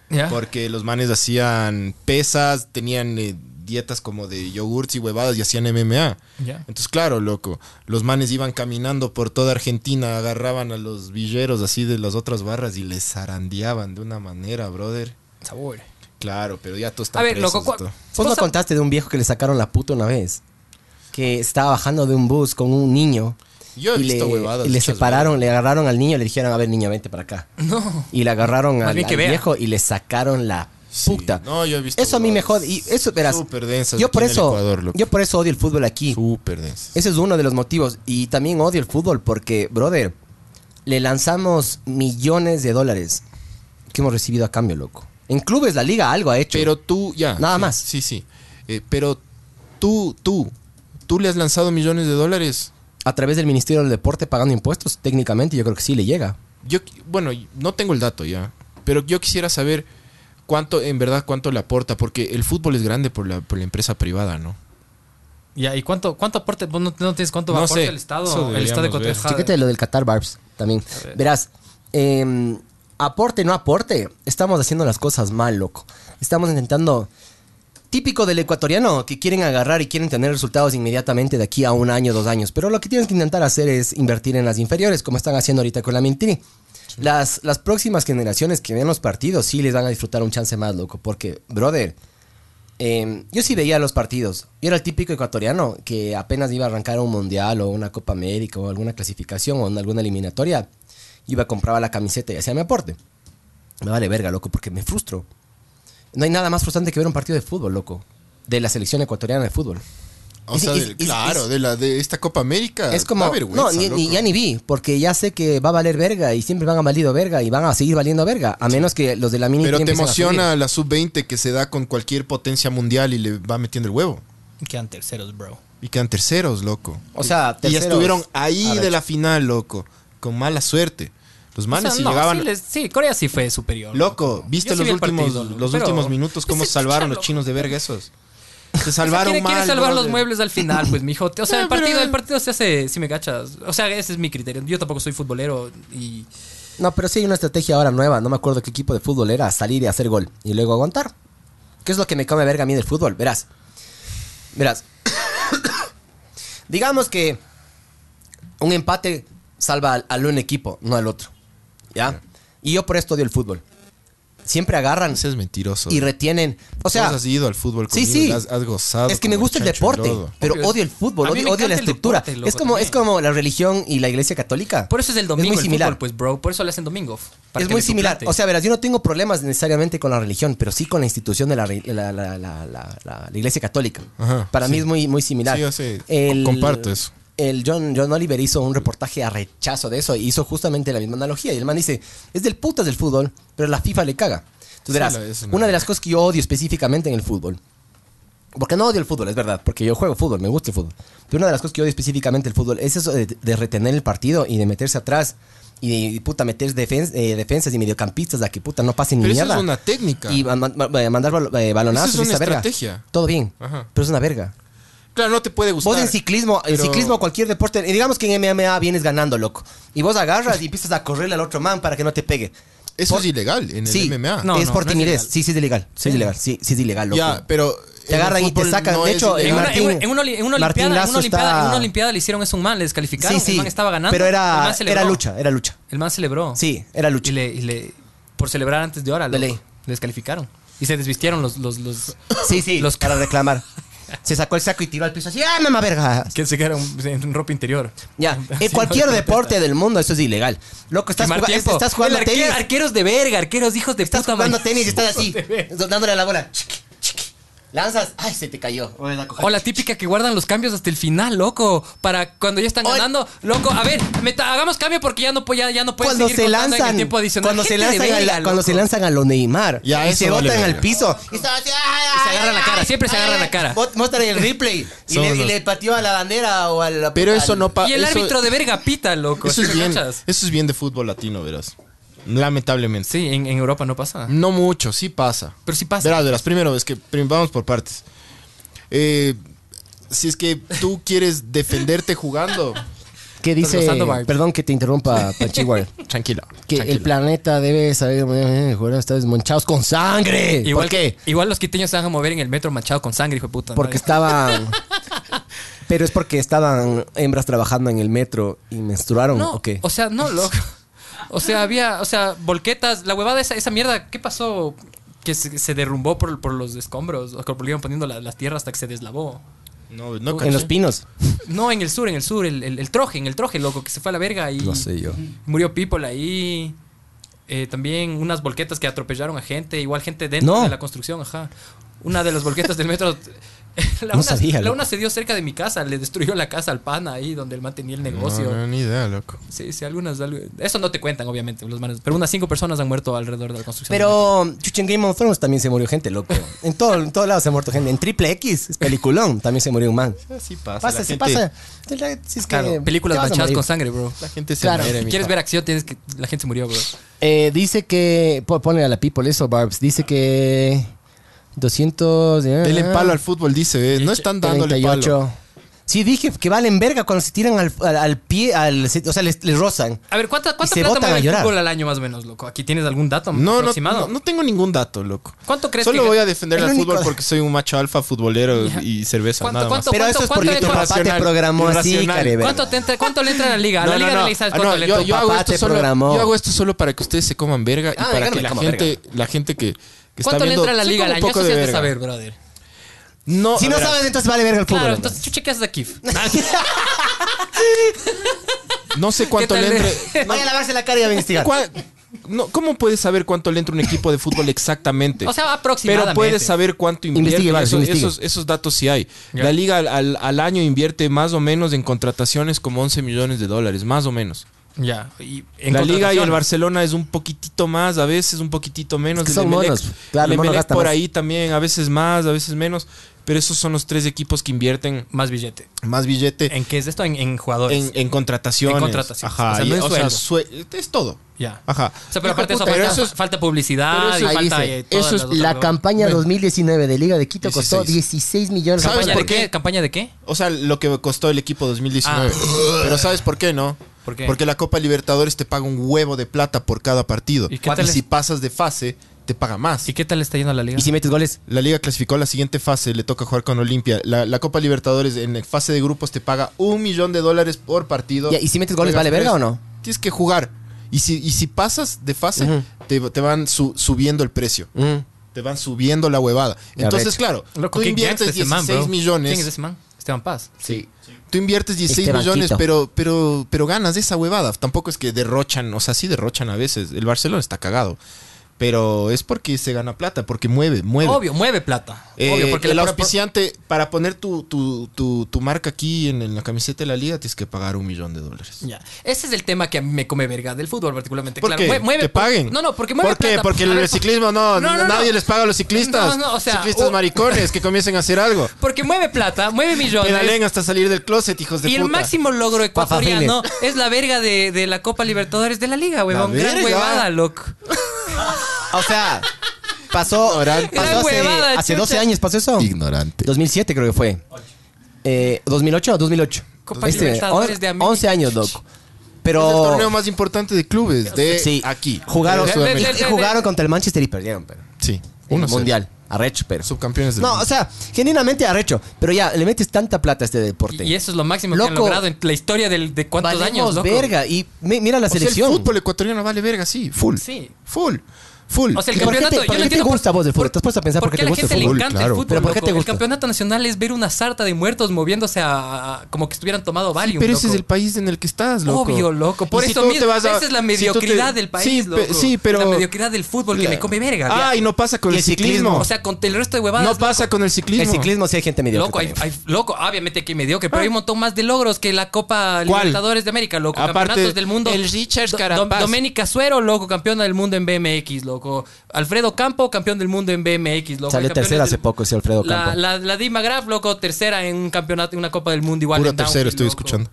Speaker 3: ¿Ya?
Speaker 1: Porque los manes hacían pesas, tenían eh, dietas como de yogurts y huevadas y hacían MMA.
Speaker 3: Ya.
Speaker 1: Entonces, claro, loco, los manes iban caminando por toda Argentina, agarraban a los villeros así de las otras barras y les zarandeaban de una manera, brother.
Speaker 3: Sabor.
Speaker 1: Claro, pero ya todos están
Speaker 3: A ver,
Speaker 1: presos
Speaker 3: loco,
Speaker 1: y
Speaker 3: ¿cuál-
Speaker 1: todo.
Speaker 2: Vos
Speaker 3: Cosa-
Speaker 2: no contaste de un viejo que le sacaron la puta una vez. Que estaba bajando de un bus con un niño.
Speaker 1: Yo he
Speaker 2: y
Speaker 1: visto
Speaker 2: le,
Speaker 1: huevadas
Speaker 2: y le
Speaker 1: hechas,
Speaker 2: separaron, le agarraron al niño y le dijeron, a ver niño, vente para acá.
Speaker 3: No.
Speaker 2: Y le agarraron al,
Speaker 3: bien que
Speaker 2: al
Speaker 3: vea.
Speaker 2: viejo y le sacaron la
Speaker 1: Sí,
Speaker 2: puta.
Speaker 1: No, yo he visto
Speaker 2: eso a mí me
Speaker 1: huevadas
Speaker 2: jode. Y eso, verás.
Speaker 1: Súper densas
Speaker 2: Yo
Speaker 1: aquí
Speaker 2: por
Speaker 1: en el
Speaker 2: eso,
Speaker 1: Ecuador, loco.
Speaker 2: yo por eso odio el fútbol aquí.
Speaker 1: Súper densas.
Speaker 2: Ese es uno de los motivos. Y también odio el fútbol porque, brother, le lanzamos millones de dólares que hemos recibido a cambio, loco. En clubes la liga algo ha hecho.
Speaker 1: Pero tú, ya.
Speaker 2: Nada
Speaker 1: sí,
Speaker 2: más.
Speaker 1: Sí, sí. Eh, pero tú, tú, tú le has lanzado millones de dólares.
Speaker 2: a través del Ministerio del Deporte pagando impuestos, técnicamente yo creo que sí le llega.
Speaker 1: Yo, qui- bueno, y- no tengo el dato ya, pero yo quisiera saber cuánto, en verdad, cuánto le aporta, porque el fútbol es grande por la, por la empresa privada, ¿no?
Speaker 3: Ya, ¿y cuánto, cuánto aporte? ¿Vos no, no tienes cuánto
Speaker 1: No
Speaker 3: aporte
Speaker 1: sé. Eso
Speaker 3: el Estado? El
Speaker 1: deberíamos
Speaker 3: Estado
Speaker 1: ver.
Speaker 3: ecuatoriano.
Speaker 2: Chécate lo del Qatar Barbs también.
Speaker 3: ver.
Speaker 2: Verás, eh, aporte, no aporte, estamos haciendo las cosas mal, loco. Estamos intentando... Típico del ecuatoriano, que quieren agarrar y quieren tener resultados inmediatamente de aquí a un año, dos años. Pero lo que tienes que intentar hacer es invertir en las inferiores, como están haciendo ahorita con la Mintiri. Las, las próximas generaciones que ven los partidos sí les van a disfrutar un chance más, loco. Porque, brother, Eh, yo sí veía los partidos. Yo era el típico ecuatoriano que apenas iba a arrancar un mundial o una Copa América o alguna clasificación o en alguna eliminatoria. Iba, compraba la camiseta y hacía mi aporte. Me vale verga, loco, porque me frustro. No hay nada más frustrante que ver un partido de fútbol, loco. De la selección ecuatoriana de fútbol.
Speaker 1: O
Speaker 2: Es-
Speaker 1: sea,
Speaker 2: es-
Speaker 1: del-
Speaker 2: es-
Speaker 1: claro,
Speaker 2: es-
Speaker 1: de, la, de esta Copa América.
Speaker 2: Es como,
Speaker 1: Ah, da vergüenza,
Speaker 2: no, ni, ni-
Speaker 1: loco.
Speaker 2: ya ni vi, porque ya sé que va a valer verga y siempre van a valido verga y van a seguir valiendo verga, a menos que los de la mini.
Speaker 1: Pero
Speaker 2: tienen
Speaker 1: te
Speaker 2: que empezar a subir.
Speaker 1: emociona la sub-20 que se da con cualquier potencia mundial y le va metiendo el huevo.
Speaker 3: Quedan terceros, bro.
Speaker 1: Y quedan terceros, loco.
Speaker 2: O sea,
Speaker 1: y
Speaker 2: terceros.
Speaker 1: estuvieron ahí
Speaker 2: A ver.
Speaker 1: de la final, loco. Con mala suerte. Los
Speaker 3: O sea,
Speaker 1: manes si
Speaker 3: no,
Speaker 1: llegaban.
Speaker 3: sí, les- sí, Corea sí fue superior.
Speaker 1: Loco, ¿viste
Speaker 3: Yo sí
Speaker 1: los
Speaker 3: vi el
Speaker 1: últimos,
Speaker 3: partido, loco,
Speaker 1: los
Speaker 3: pero-
Speaker 1: últimos minutos cómo
Speaker 3: Ese
Speaker 1: salvaron
Speaker 3: pucha,
Speaker 1: los
Speaker 3: loco.
Speaker 1: chinos de verga esos? Se
Speaker 3: O sea,
Speaker 1: salvaron
Speaker 3: quiere,
Speaker 1: mal.
Speaker 3: quiere salvar los
Speaker 1: brother.
Speaker 3: muebles al final, pues, mijo. O sea, el
Speaker 1: No, pero-
Speaker 3: partido, el partido se hace, si me cachas. O sea, ese es mi criterio. Yo tampoco soy futbolero y...
Speaker 2: No, pero sí hay una estrategia ahora nueva. No me acuerdo qué equipo de fútbol era. Salir y hacer gol y luego aguantar. ¿Qué es lo que me come verga a mí del fútbol? Verás. Verás. Digamos que un empate salva al, al un equipo, no al otro. ¿Ya? Y yo por esto odio el fútbol. siempre agarran
Speaker 1: Ese es mentiroso.
Speaker 2: y retienen. O sea,
Speaker 1: Vos has ido al fútbol
Speaker 2: sí,
Speaker 1: conmigo,
Speaker 2: sí.
Speaker 1: Has, has gozado.
Speaker 2: Es que me
Speaker 1: como
Speaker 2: gusta el
Speaker 1: chancho en
Speaker 2: deporte,
Speaker 1: lodo.
Speaker 2: pero
Speaker 3: Obvio, es-
Speaker 2: odio el fútbol,
Speaker 3: a mí
Speaker 2: odio,
Speaker 3: me
Speaker 2: odio la
Speaker 3: encanta el
Speaker 2: estructura.
Speaker 3: deporte,
Speaker 2: es
Speaker 3: loco,
Speaker 2: como es
Speaker 3: también.
Speaker 2: como la religión y la iglesia católica.
Speaker 3: Por eso es el domingo
Speaker 2: Es muy
Speaker 3: el
Speaker 2: similar.
Speaker 3: fútbol, pues, bro. Por eso le hacen domingos. para
Speaker 2: es
Speaker 3: que
Speaker 2: muy
Speaker 3: le
Speaker 2: similar.
Speaker 3: suplante.
Speaker 2: O sea, verás, yo no tengo problemas necesariamente con la religión, pero sí con la institución de la, re- la- la- la- la- la- la iglesia católica.
Speaker 1: Ajá,
Speaker 2: Para mí
Speaker 1: sí.
Speaker 2: es muy, muy similar.
Speaker 1: Sí, yo sé. Comparto eso.
Speaker 2: El John, John Oliver hizo un reportaje a rechazo de eso y hizo justamente la misma analogía. Y el man dice, es del putas del fútbol, pero la FIFA le caga. Tú
Speaker 1: Sí,
Speaker 2: verás,
Speaker 1: la- es una-
Speaker 2: una de las cosas que yo odio específicamente en el fútbol porque no odio el fútbol, es verdad, porque yo juego fútbol, me gusta el fútbol. Pero una de las cosas que yo odio específicamente el fútbol es eso de, de retener el partido y de meterse atrás y de y, puta meter defen- eh, defensas y mediocampistas a que puta no pasen ni
Speaker 1: Pero eso
Speaker 2: mierda.
Speaker 1: es una técnica.
Speaker 2: Y ma- ma- ma- mandar bal- eh, balonazos
Speaker 1: Eso es
Speaker 2: y esa
Speaker 1: una
Speaker 2: verga.
Speaker 1: estrategia.
Speaker 2: Todo bien,
Speaker 1: Ajá.
Speaker 2: pero es una verga.
Speaker 1: Claro, no te puede gustar.
Speaker 2: Vos en ciclismo, en
Speaker 1: pero-
Speaker 2: ciclismo o cualquier deporte, y digamos que en MMA vienes ganando, loco. Y vos agarras y empiezas a correrle al otro man para que no te pegue.
Speaker 1: Eso
Speaker 2: Por-
Speaker 1: es ilegal en
Speaker 2: sí,
Speaker 1: el MMA.
Speaker 3: No,
Speaker 2: es
Speaker 3: no,
Speaker 2: por
Speaker 3: no es
Speaker 2: timidez.
Speaker 3: ilegal.
Speaker 2: sí, sí es ilegal. Sí, es ilegal. Sí, sí es ilegal, loco.
Speaker 1: Ya, pero.
Speaker 2: Te agarran y te sacan. De hecho,
Speaker 3: En
Speaker 2: el
Speaker 3: una,
Speaker 2: Eh,
Speaker 3: en
Speaker 2: Martín-
Speaker 3: una- en una oli- en una
Speaker 2: Martín
Speaker 3: olimpiada, en
Speaker 2: Lazo
Speaker 3: una olimpiada,
Speaker 2: está-
Speaker 3: en una olimpiada le hicieron eso a un man, le descalificaron,
Speaker 2: sí, sí.
Speaker 3: el man estaba ganando.
Speaker 2: Pero
Speaker 3: el
Speaker 2: era,
Speaker 3: man celebró.
Speaker 2: era lucha, era lucha.
Speaker 3: El man celebró.
Speaker 2: Sí, era lucha.
Speaker 3: Y le, y le- por celebrar antes de hora,
Speaker 2: De
Speaker 3: loco,
Speaker 2: ley.
Speaker 3: le descalificaron. Y se desvistieron los, los, los
Speaker 2: Sí, sí,
Speaker 3: Los-
Speaker 2: para reclamar. Se sacó el saco y tiró al piso así, ¡ah, mamá verga!
Speaker 3: que se quedaron en ropa interior.
Speaker 2: Ya,
Speaker 3: Sí,
Speaker 2: en cualquier deporte del mundo eso es ilegal. Loco, estás,
Speaker 3: Quemar
Speaker 2: jugando-
Speaker 3: tiempo.
Speaker 2: estás jugando
Speaker 3: El arque-
Speaker 2: tenis,
Speaker 3: Arqueros de verga, arqueros de hijos de
Speaker 2: estás
Speaker 3: puta
Speaker 2: jugando
Speaker 3: madre.
Speaker 2: tenis y estás así,
Speaker 3: Hijos de verga.
Speaker 2: dándole a la bola. Chiqui, chiqui. Lanzas, ¡ay, se te cayó! Voy a la coger.
Speaker 3: O la típica que guardan los cambios hasta el final, loco. Para cuando ya están
Speaker 2: Oye.
Speaker 3: ganando, loco. A ver, meta- hagamos cambio porque ya no, po- ya, ya no pueden
Speaker 2: cuando
Speaker 3: seguir
Speaker 2: se
Speaker 3: contando en
Speaker 2: lanzan,
Speaker 3: el tiempo adicional.
Speaker 2: cuando se
Speaker 3: Gente de
Speaker 2: lanzan, a la-
Speaker 3: verga,
Speaker 2: cuando
Speaker 3: loco.
Speaker 2: se lanzan a lo Neymar
Speaker 1: Ya,
Speaker 2: y
Speaker 1: eso
Speaker 2: se
Speaker 1: vale
Speaker 2: botan
Speaker 1: verga.
Speaker 2: al piso y, están así, ¡ay, ay,
Speaker 3: se agarran la
Speaker 2: ay,
Speaker 3: cara,
Speaker 2: ay,
Speaker 3: siempre se
Speaker 2: ay,
Speaker 3: agarran
Speaker 2: ay!
Speaker 3: la cara.
Speaker 2: Mot- Muestran el replay y
Speaker 1: Somos
Speaker 2: le, y
Speaker 1: los-
Speaker 2: le pateó a la bandera o al
Speaker 1: Pero eso
Speaker 2: al-
Speaker 1: no pasa.
Speaker 3: Y el árbitro de verga pita, loco.
Speaker 1: Eso
Speaker 3: ¿sí
Speaker 1: es,
Speaker 3: me
Speaker 1: bien,
Speaker 3: cachas?
Speaker 1: eso es bien de fútbol latino, verás. Lamentablemente.
Speaker 3: Sí, en, en Europa no pasa.
Speaker 1: No mucho, sí pasa.
Speaker 3: Pero sí pasa.
Speaker 1: Verás, verás. Primero, es que prim- vamos por partes. Eh, si es que tú quieres defenderte jugando,
Speaker 2: ¿Qué dice?
Speaker 3: Los Sandoval.
Speaker 2: Perdón que te interrumpa, Panchiguar.
Speaker 1: tranquilo.
Speaker 2: Que el planeta debe saber eh, jugar hasta desmonchados con sangre.
Speaker 3: Igual,
Speaker 2: ¿Por qué?
Speaker 3: Igual los quiteños se van a mover en el metro manchado con sangre, hijo de puta. ¿no?
Speaker 2: Porque estaban. Pero es porque estaban hembras trabajando en el metro y menstruaron
Speaker 3: no,
Speaker 2: o qué.
Speaker 3: o sea, no, loco. O sea, había, o sea, volquetas, la huevada esa, esa mierda, ¿qué pasó? Que se, se derrumbó por, por los escombros, o que volvieron poniendo la- las tierras hasta que se deslavó.
Speaker 1: No, no
Speaker 2: en los
Speaker 1: caché.
Speaker 2: pinos.
Speaker 3: No, en el sur, en el sur, el, el, el troje, en el troje, loco, que se fue a la verga y
Speaker 2: No sé yo.
Speaker 3: murió People ahí. Eh, también unas volquetas que atropellaron a gente, igual gente dentro
Speaker 2: No.
Speaker 3: de la construcción, ajá. Una de las volquetas del metro. La,
Speaker 2: No
Speaker 3: una,
Speaker 2: sabía,
Speaker 3: la
Speaker 2: loco.
Speaker 3: una se dio cerca de mi casa, le destruyó la casa al pana ahí donde él mantenía el negocio.
Speaker 1: No, no, ni idea, loco.
Speaker 3: Sí, sí, algunas. algo- Eso no te cuentan, obviamente, los manes. Pero unas cinco personas han muerto alrededor de la construcción.
Speaker 2: Pero chuchen Game of Thrones también se murió gente, loco. En todo, en todo lado se ha muerto gente. En Triple X, es peliculón, también se murió un man.
Speaker 1: Sí pasa.
Speaker 2: Pasa,
Speaker 1: la
Speaker 2: se
Speaker 1: gente-
Speaker 2: pasa. Si es que
Speaker 3: claro,
Speaker 2: eh,
Speaker 3: películas
Speaker 2: te vas a
Speaker 3: manchadas
Speaker 2: morir.
Speaker 3: con sangre, bro.
Speaker 1: La gente se
Speaker 2: Claro.
Speaker 1: muere,
Speaker 3: Si
Speaker 1: mi
Speaker 3: quieres
Speaker 1: pa-
Speaker 3: ver acción, tienes que. La gente se murió, bro.
Speaker 2: Eh, dice que. po- Ponle a la people eso, Barbs. Dice que. 200. eh,
Speaker 1: Denle palo al fútbol, dice. eh. No están dándole
Speaker 2: 38.
Speaker 1: palo.
Speaker 2: Sí, dije que valen verga cuando se tiran al, al- al pie. Al, o sea, les, les rozan.
Speaker 3: A ver, ¿cuánta, cuánta
Speaker 2: se
Speaker 3: plata
Speaker 2: botan a
Speaker 3: mueve el
Speaker 2: llorar.
Speaker 3: fútbol al año más o menos, loco? ¿Aquí tienes algún dato
Speaker 1: No, no,
Speaker 3: aproximado?
Speaker 1: no, no tengo ningún dato, loco.
Speaker 3: ¿Cuánto crees
Speaker 1: Solo
Speaker 3: que-
Speaker 1: voy a defender
Speaker 2: El
Speaker 1: al
Speaker 2: único-
Speaker 1: fútbol porque soy un macho alfa futbolero
Speaker 3: Ya.
Speaker 1: y cerveza,
Speaker 3: ¿Cuánto-
Speaker 1: nada
Speaker 3: cuánto-
Speaker 1: más.
Speaker 2: Pero eso es
Speaker 3: ¿Cuánto
Speaker 2: porque
Speaker 3: le
Speaker 2: tu
Speaker 3: cuesta?
Speaker 2: papá te programó así,
Speaker 1: Irracional.
Speaker 2: care, verga.
Speaker 3: ¿Cuánto, te entra- cuánto le entra a la liga? A la
Speaker 1: No, no,
Speaker 3: liga
Speaker 1: no.
Speaker 3: de la sabes
Speaker 1: Ah,
Speaker 3: cuánto
Speaker 1: no,
Speaker 3: le
Speaker 1: yo,
Speaker 3: entra.
Speaker 1: yo hago
Speaker 2: Papá
Speaker 1: esto
Speaker 2: te
Speaker 1: solo,
Speaker 2: programó.
Speaker 1: yo hago esto solo para que ustedes se coman verga y
Speaker 2: Ah,
Speaker 1: para
Speaker 2: yo no
Speaker 1: que
Speaker 2: me
Speaker 1: la
Speaker 2: como
Speaker 1: gente,
Speaker 2: verga.
Speaker 1: la gente que, que está
Speaker 3: ¿Cuánto le
Speaker 1: viendo
Speaker 3: entra a la
Speaker 1: sí
Speaker 3: liga al
Speaker 1: come un
Speaker 3: año?
Speaker 1: poco
Speaker 3: Eso sí
Speaker 1: de
Speaker 3: has de
Speaker 1: verga.
Speaker 3: saber, brother.
Speaker 1: No,
Speaker 2: Si
Speaker 1: a
Speaker 2: no
Speaker 1: ver,
Speaker 2: sabes, entonces vale verga el fútbol.
Speaker 3: Claro,
Speaker 2: hermano.
Speaker 3: entonces, chucha, ¿qué haces aquí?
Speaker 1: no sé cuánto
Speaker 3: ¿Qué
Speaker 1: le
Speaker 3: tal
Speaker 1: entre.
Speaker 3: le-
Speaker 2: Vaya a lavarse la cara y a investigar.
Speaker 1: cua- no, ¿Cómo puedes saber cuánto le entra un equipo de fútbol exactamente?
Speaker 3: O sea, aproximadamente.
Speaker 1: Pero puedes saber cuánto invierte.
Speaker 2: Investigue, Vargas,
Speaker 1: Eso-
Speaker 2: investigue.
Speaker 1: esos, esos datos sí hay.
Speaker 3: Ya.
Speaker 1: La liga al, al- al año invierte más o menos en contrataciones como 11 millones de dólares, más o menos.
Speaker 3: Ya. y en
Speaker 1: la liga y el
Speaker 3: contratación.
Speaker 1: Barcelona es un poquitito más, a veces un poquitito menos.
Speaker 2: Es que
Speaker 1: el
Speaker 2: son
Speaker 1: Emelec.
Speaker 2: monos, claro,
Speaker 1: El
Speaker 2: el mono
Speaker 1: Emelec
Speaker 2: gasta
Speaker 1: por
Speaker 2: más.
Speaker 1: ahí también, a veces más, a veces menos. Pero esos son los tres equipos que invierten
Speaker 3: Más billete.
Speaker 1: más billete en,
Speaker 3: ¿En qué es esto? En, en jugadores.
Speaker 1: en contrataciones.
Speaker 3: En contrataciones.
Speaker 1: Ajá,
Speaker 3: O sea,
Speaker 1: y-
Speaker 3: no en
Speaker 1: sue- es todo.
Speaker 3: ya.
Speaker 1: Ajá.
Speaker 3: O sea, pero aparte de eso,
Speaker 1: Pero
Speaker 3: falta,
Speaker 1: eso es-
Speaker 3: falta publicidad
Speaker 1: pero eso
Speaker 3: y
Speaker 1: es-
Speaker 2: Ahí
Speaker 3: falta...
Speaker 2: dice,
Speaker 3: eh, todas
Speaker 1: eso es
Speaker 3: las otras
Speaker 2: La
Speaker 3: huevadas.
Speaker 2: campaña 2019 de Liga de Quito costó
Speaker 1: 16.
Speaker 2: 16 millones. de
Speaker 1: ¿Sabes
Speaker 3: ¿Campaña
Speaker 2: dólares.
Speaker 1: por
Speaker 3: de
Speaker 1: qué?
Speaker 3: qué? ¿Campaña de qué?
Speaker 1: O sea, lo que costó el equipo 2019. Pero ¿sabes por qué no?
Speaker 3: Ah. ¿Por qué?
Speaker 1: Porque la Copa Libertadores te paga un huevo de plata por cada partido.
Speaker 3: ¿Y qué tal es?
Speaker 1: si pasas de fase, te paga más.
Speaker 3: ¿Y qué tal está yendo a la liga?
Speaker 2: ¿Y si metes goles?
Speaker 1: La liga clasificó a la siguiente fase, le toca jugar con Olimpia. La, la Copa Libertadores en la fase de grupos te paga un millón de dólares por partido.
Speaker 2: Ya, ¿Y si metes goles,
Speaker 1: Juegas
Speaker 2: vale verga
Speaker 1: tres.
Speaker 2: o no?
Speaker 1: Tienes que jugar. Y si, y si pasas de fase,
Speaker 2: Ujú.
Speaker 1: te, te van su- subiendo el precio.
Speaker 2: Mm.
Speaker 1: Te van subiendo la huevada.
Speaker 2: Ya
Speaker 1: Entonces,
Speaker 2: ves.
Speaker 1: claro,
Speaker 3: Loco,
Speaker 1: tú
Speaker 3: qué
Speaker 1: inviertes
Speaker 3: gangsta ese man,
Speaker 1: 16
Speaker 3: bro. ¿Quién es
Speaker 1: millones.
Speaker 3: ese man? Esteban Paz.
Speaker 1: Sí. Tú inviertes 16
Speaker 2: Esteban
Speaker 1: millones,
Speaker 2: Quito.
Speaker 1: pero, pero, pero ganas de esa huevada. Tampoco es que derrochan, o sea, sí derrochan a veces. El Barcelona está cagado. Pero es porque se gana plata, porque mueve, mueve.
Speaker 3: Obvio, mueve plata.
Speaker 1: Eh,
Speaker 3: Obvio, porque
Speaker 1: el
Speaker 3: la-
Speaker 1: auspiciante, para poner tu, tu, tu, tu marca aquí en, en la camiseta de la liga, tienes que pagar un millón de dólares.
Speaker 3: Ya. Ese es el tema que a mí me come verga del fútbol, particularmente.
Speaker 1: ¿Por
Speaker 3: claro,
Speaker 1: qué?
Speaker 3: mue- mueve
Speaker 1: ¿Que
Speaker 3: por-
Speaker 1: paguen?
Speaker 3: No, no, porque mueve
Speaker 1: ¿Por qué?
Speaker 3: plata.
Speaker 1: Porque
Speaker 3: A ver,
Speaker 1: el ciclismo, no,
Speaker 3: No, no,
Speaker 1: nadie
Speaker 3: no.
Speaker 1: les paga a los ciclistas.
Speaker 3: No, no, o sea,
Speaker 1: ciclistas
Speaker 3: o-
Speaker 1: maricones que comiencen a hacer algo.
Speaker 3: Porque mueve plata, mueve millones.
Speaker 1: Penalen hasta salir del closet, hijos de
Speaker 3: y el
Speaker 1: puta.
Speaker 3: máximo logro ecuatoriano es la verga de, de la Copa Libertadores de la Liga, huevón.
Speaker 1: La
Speaker 3: Gran
Speaker 1: verga.
Speaker 3: huevada, loco.
Speaker 2: O sea, pasó, pasó hace,
Speaker 3: huevada,
Speaker 2: hace
Speaker 3: chucha.
Speaker 2: 12 años, pasó eso.
Speaker 1: Ignorante.
Speaker 2: 2007 creo que fue. Eh, ¿2008 o 2008?
Speaker 3: Copa Libertadores
Speaker 2: on-
Speaker 3: de América.
Speaker 2: 11 Este, años, loco.
Speaker 1: Es el torneo
Speaker 2: Pero...
Speaker 1: más importante de clubes de
Speaker 2: Sí,
Speaker 1: aquí. Eh,
Speaker 2: Jugaron,
Speaker 1: de Sudamérica.
Speaker 2: y- y jugaron contra el Manchester y perdieron, pero...
Speaker 1: Sí,
Speaker 2: En
Speaker 1: uno
Speaker 2: el mundial. Arrecho, pero...
Speaker 1: Subcampeones del
Speaker 2: No,
Speaker 1: mundo.
Speaker 2: o sea, genuinamente arrecho. Pero ya, le metes tanta plata a este deporte.
Speaker 3: Y eso es lo máximo que han
Speaker 2: Loco.
Speaker 3: logrado en la historia del- de cuántos
Speaker 2: Valemos
Speaker 3: años, loco.
Speaker 2: verga. Y mi- mira la
Speaker 1: O sea,
Speaker 2: selección.
Speaker 1: el fútbol ecuatoriano vale verga, sí, full.
Speaker 3: Sí.
Speaker 1: Full. Full.
Speaker 3: O sea, el
Speaker 2: ¿Y por qué
Speaker 3: campeonato.
Speaker 2: te- por
Speaker 3: yo
Speaker 2: qué
Speaker 3: no
Speaker 2: te
Speaker 3: entiendo
Speaker 2: gusta a vos el fútbol? ¿Te has puesto a pensar por qué te
Speaker 3: a la
Speaker 2: gusta el
Speaker 3: gente le
Speaker 1: fútbol?
Speaker 3: encanta
Speaker 1: Claro.
Speaker 3: el fútbol?
Speaker 2: ¿Pero por qué
Speaker 3: loco.
Speaker 2: te
Speaker 3: El
Speaker 2: gusta?
Speaker 3: campeonato nacional es ver una sarta de muertos moviéndose a, a- como que estuvieran tomado Valium.
Speaker 1: pero ese es
Speaker 3: loco.
Speaker 1: el país en el que estás, loco.
Speaker 3: Obvio, loco. Por
Speaker 1: Y si
Speaker 3: eso
Speaker 1: tú
Speaker 3: mismo,
Speaker 1: te vas a-
Speaker 3: esa es
Speaker 1: si tú te-
Speaker 3: la mediocridad del
Speaker 1: sí,
Speaker 3: país, loco.
Speaker 1: pe- sí, pero...
Speaker 3: La mediocridad del fútbol que
Speaker 1: La-
Speaker 3: me come verga.
Speaker 1: Ah,
Speaker 3: ya.
Speaker 1: y no pasa con el
Speaker 2: Y el ciclismo.
Speaker 1: ciclismo.
Speaker 3: O sea, con el resto de huevadas.
Speaker 1: no pasa con el
Speaker 2: El
Speaker 1: ciclismo.
Speaker 2: ciclismo sí hay gente mediocre.
Speaker 3: Loco, hay,
Speaker 2: también.
Speaker 3: hay- loco, obviamente que mediocre, pero hay un montón más de logros que la Copa
Speaker 1: Ah. ¿Cuál?
Speaker 3: Libertadores de América, loco.
Speaker 1: Aparte,
Speaker 3: campeonatos del mundo.
Speaker 1: el Richard
Speaker 3: Do-
Speaker 1: Carapaz.
Speaker 3: Dom- Doménica Suero, loco, campeona del mundo en BMX, loco. Alfredo Campo, campeón del mundo en BMX, loco.
Speaker 2: Salió
Speaker 3: Hay campeones
Speaker 2: tercera hace
Speaker 3: del-
Speaker 2: poco ese Alfredo
Speaker 3: La,
Speaker 2: Campo.
Speaker 3: la, la Dima Graf, loco, tercera en un campeonato, en una Copa del Mundo igual.
Speaker 1: Pura
Speaker 3: en
Speaker 1: tercera,
Speaker 3: downhill,
Speaker 1: estoy
Speaker 3: loco.
Speaker 1: escuchando.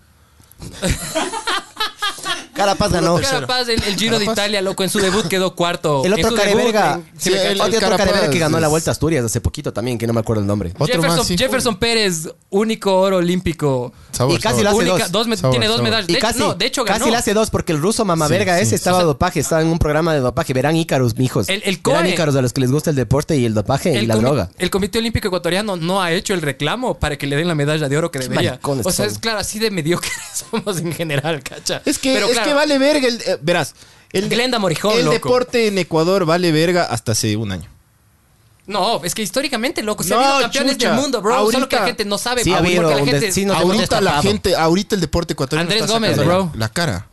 Speaker 2: Carapaz ganó.
Speaker 3: Carapaz, el, el Giro de Italia, loco, en su debut quedó cuarto.
Speaker 2: El
Speaker 3: En
Speaker 2: otro
Speaker 3: su debut,
Speaker 2: careverga.
Speaker 3: en-
Speaker 1: Sí, el-
Speaker 2: El otro
Speaker 1: Carapaz
Speaker 2: careverga que ganó
Speaker 1: es-
Speaker 2: la Vuelta a Asturias hace poquito también, que no me acuerdo el nombre.
Speaker 1: Otro
Speaker 3: Jefferson,
Speaker 1: más, sí.
Speaker 3: Jefferson Pérez, único oro olímpico.
Speaker 1: Sabor,
Speaker 2: Y casi
Speaker 1: sabor.
Speaker 2: la hace
Speaker 3: Única-
Speaker 2: dos.
Speaker 3: dos me-
Speaker 1: Sabor,
Speaker 3: tiene dos
Speaker 1: sabor.
Speaker 3: medallas.
Speaker 2: Y
Speaker 3: De,
Speaker 2: casi,
Speaker 3: no, de hecho ganó.
Speaker 2: casi le hace dos porque el ruso mamaverga
Speaker 1: Sí, sí,
Speaker 2: ese estaba dopaje, estaba en un programa de dopaje. Verán ícaros, mijos.
Speaker 3: El- el
Speaker 2: Verán
Speaker 3: Coe.
Speaker 2: ícaros a los que les gusta el deporte y el dopaje y la
Speaker 3: comi-
Speaker 2: droga.
Speaker 3: el Comité Olímpico Ecuatoriano no ha hecho el reclamo para que le den la medalla de oro que debería.
Speaker 2: maricones
Speaker 3: O sea,
Speaker 2: son.
Speaker 3: es claro, así de mediocre somos en general, cacha.
Speaker 1: Es que,
Speaker 3: Pero
Speaker 1: es
Speaker 3: claro,
Speaker 1: que vale verga. el- eh, verás. El,
Speaker 3: Glenda Morijón,
Speaker 1: El
Speaker 3: loco.
Speaker 1: deporte en Ecuador vale verga hasta hace un año.
Speaker 3: No, es que históricamente, loco, se
Speaker 1: No,
Speaker 3: han habido campeones
Speaker 1: chucha.
Speaker 3: del mundo, bro. Solo que
Speaker 1: Ahorita-
Speaker 3: la gente no sabe.
Speaker 2: Sí, ha
Speaker 3: porque
Speaker 2: habido
Speaker 3: la
Speaker 2: un
Speaker 3: gente-
Speaker 2: des- sí, no- te
Speaker 1: ahorita
Speaker 2: hemos
Speaker 1: la
Speaker 2: destapado.
Speaker 1: gente, ahorita el deporte ecuatoriano
Speaker 3: Andrés
Speaker 1: está
Speaker 3: Gómez,
Speaker 1: sacando
Speaker 3: bro.
Speaker 1: la cara.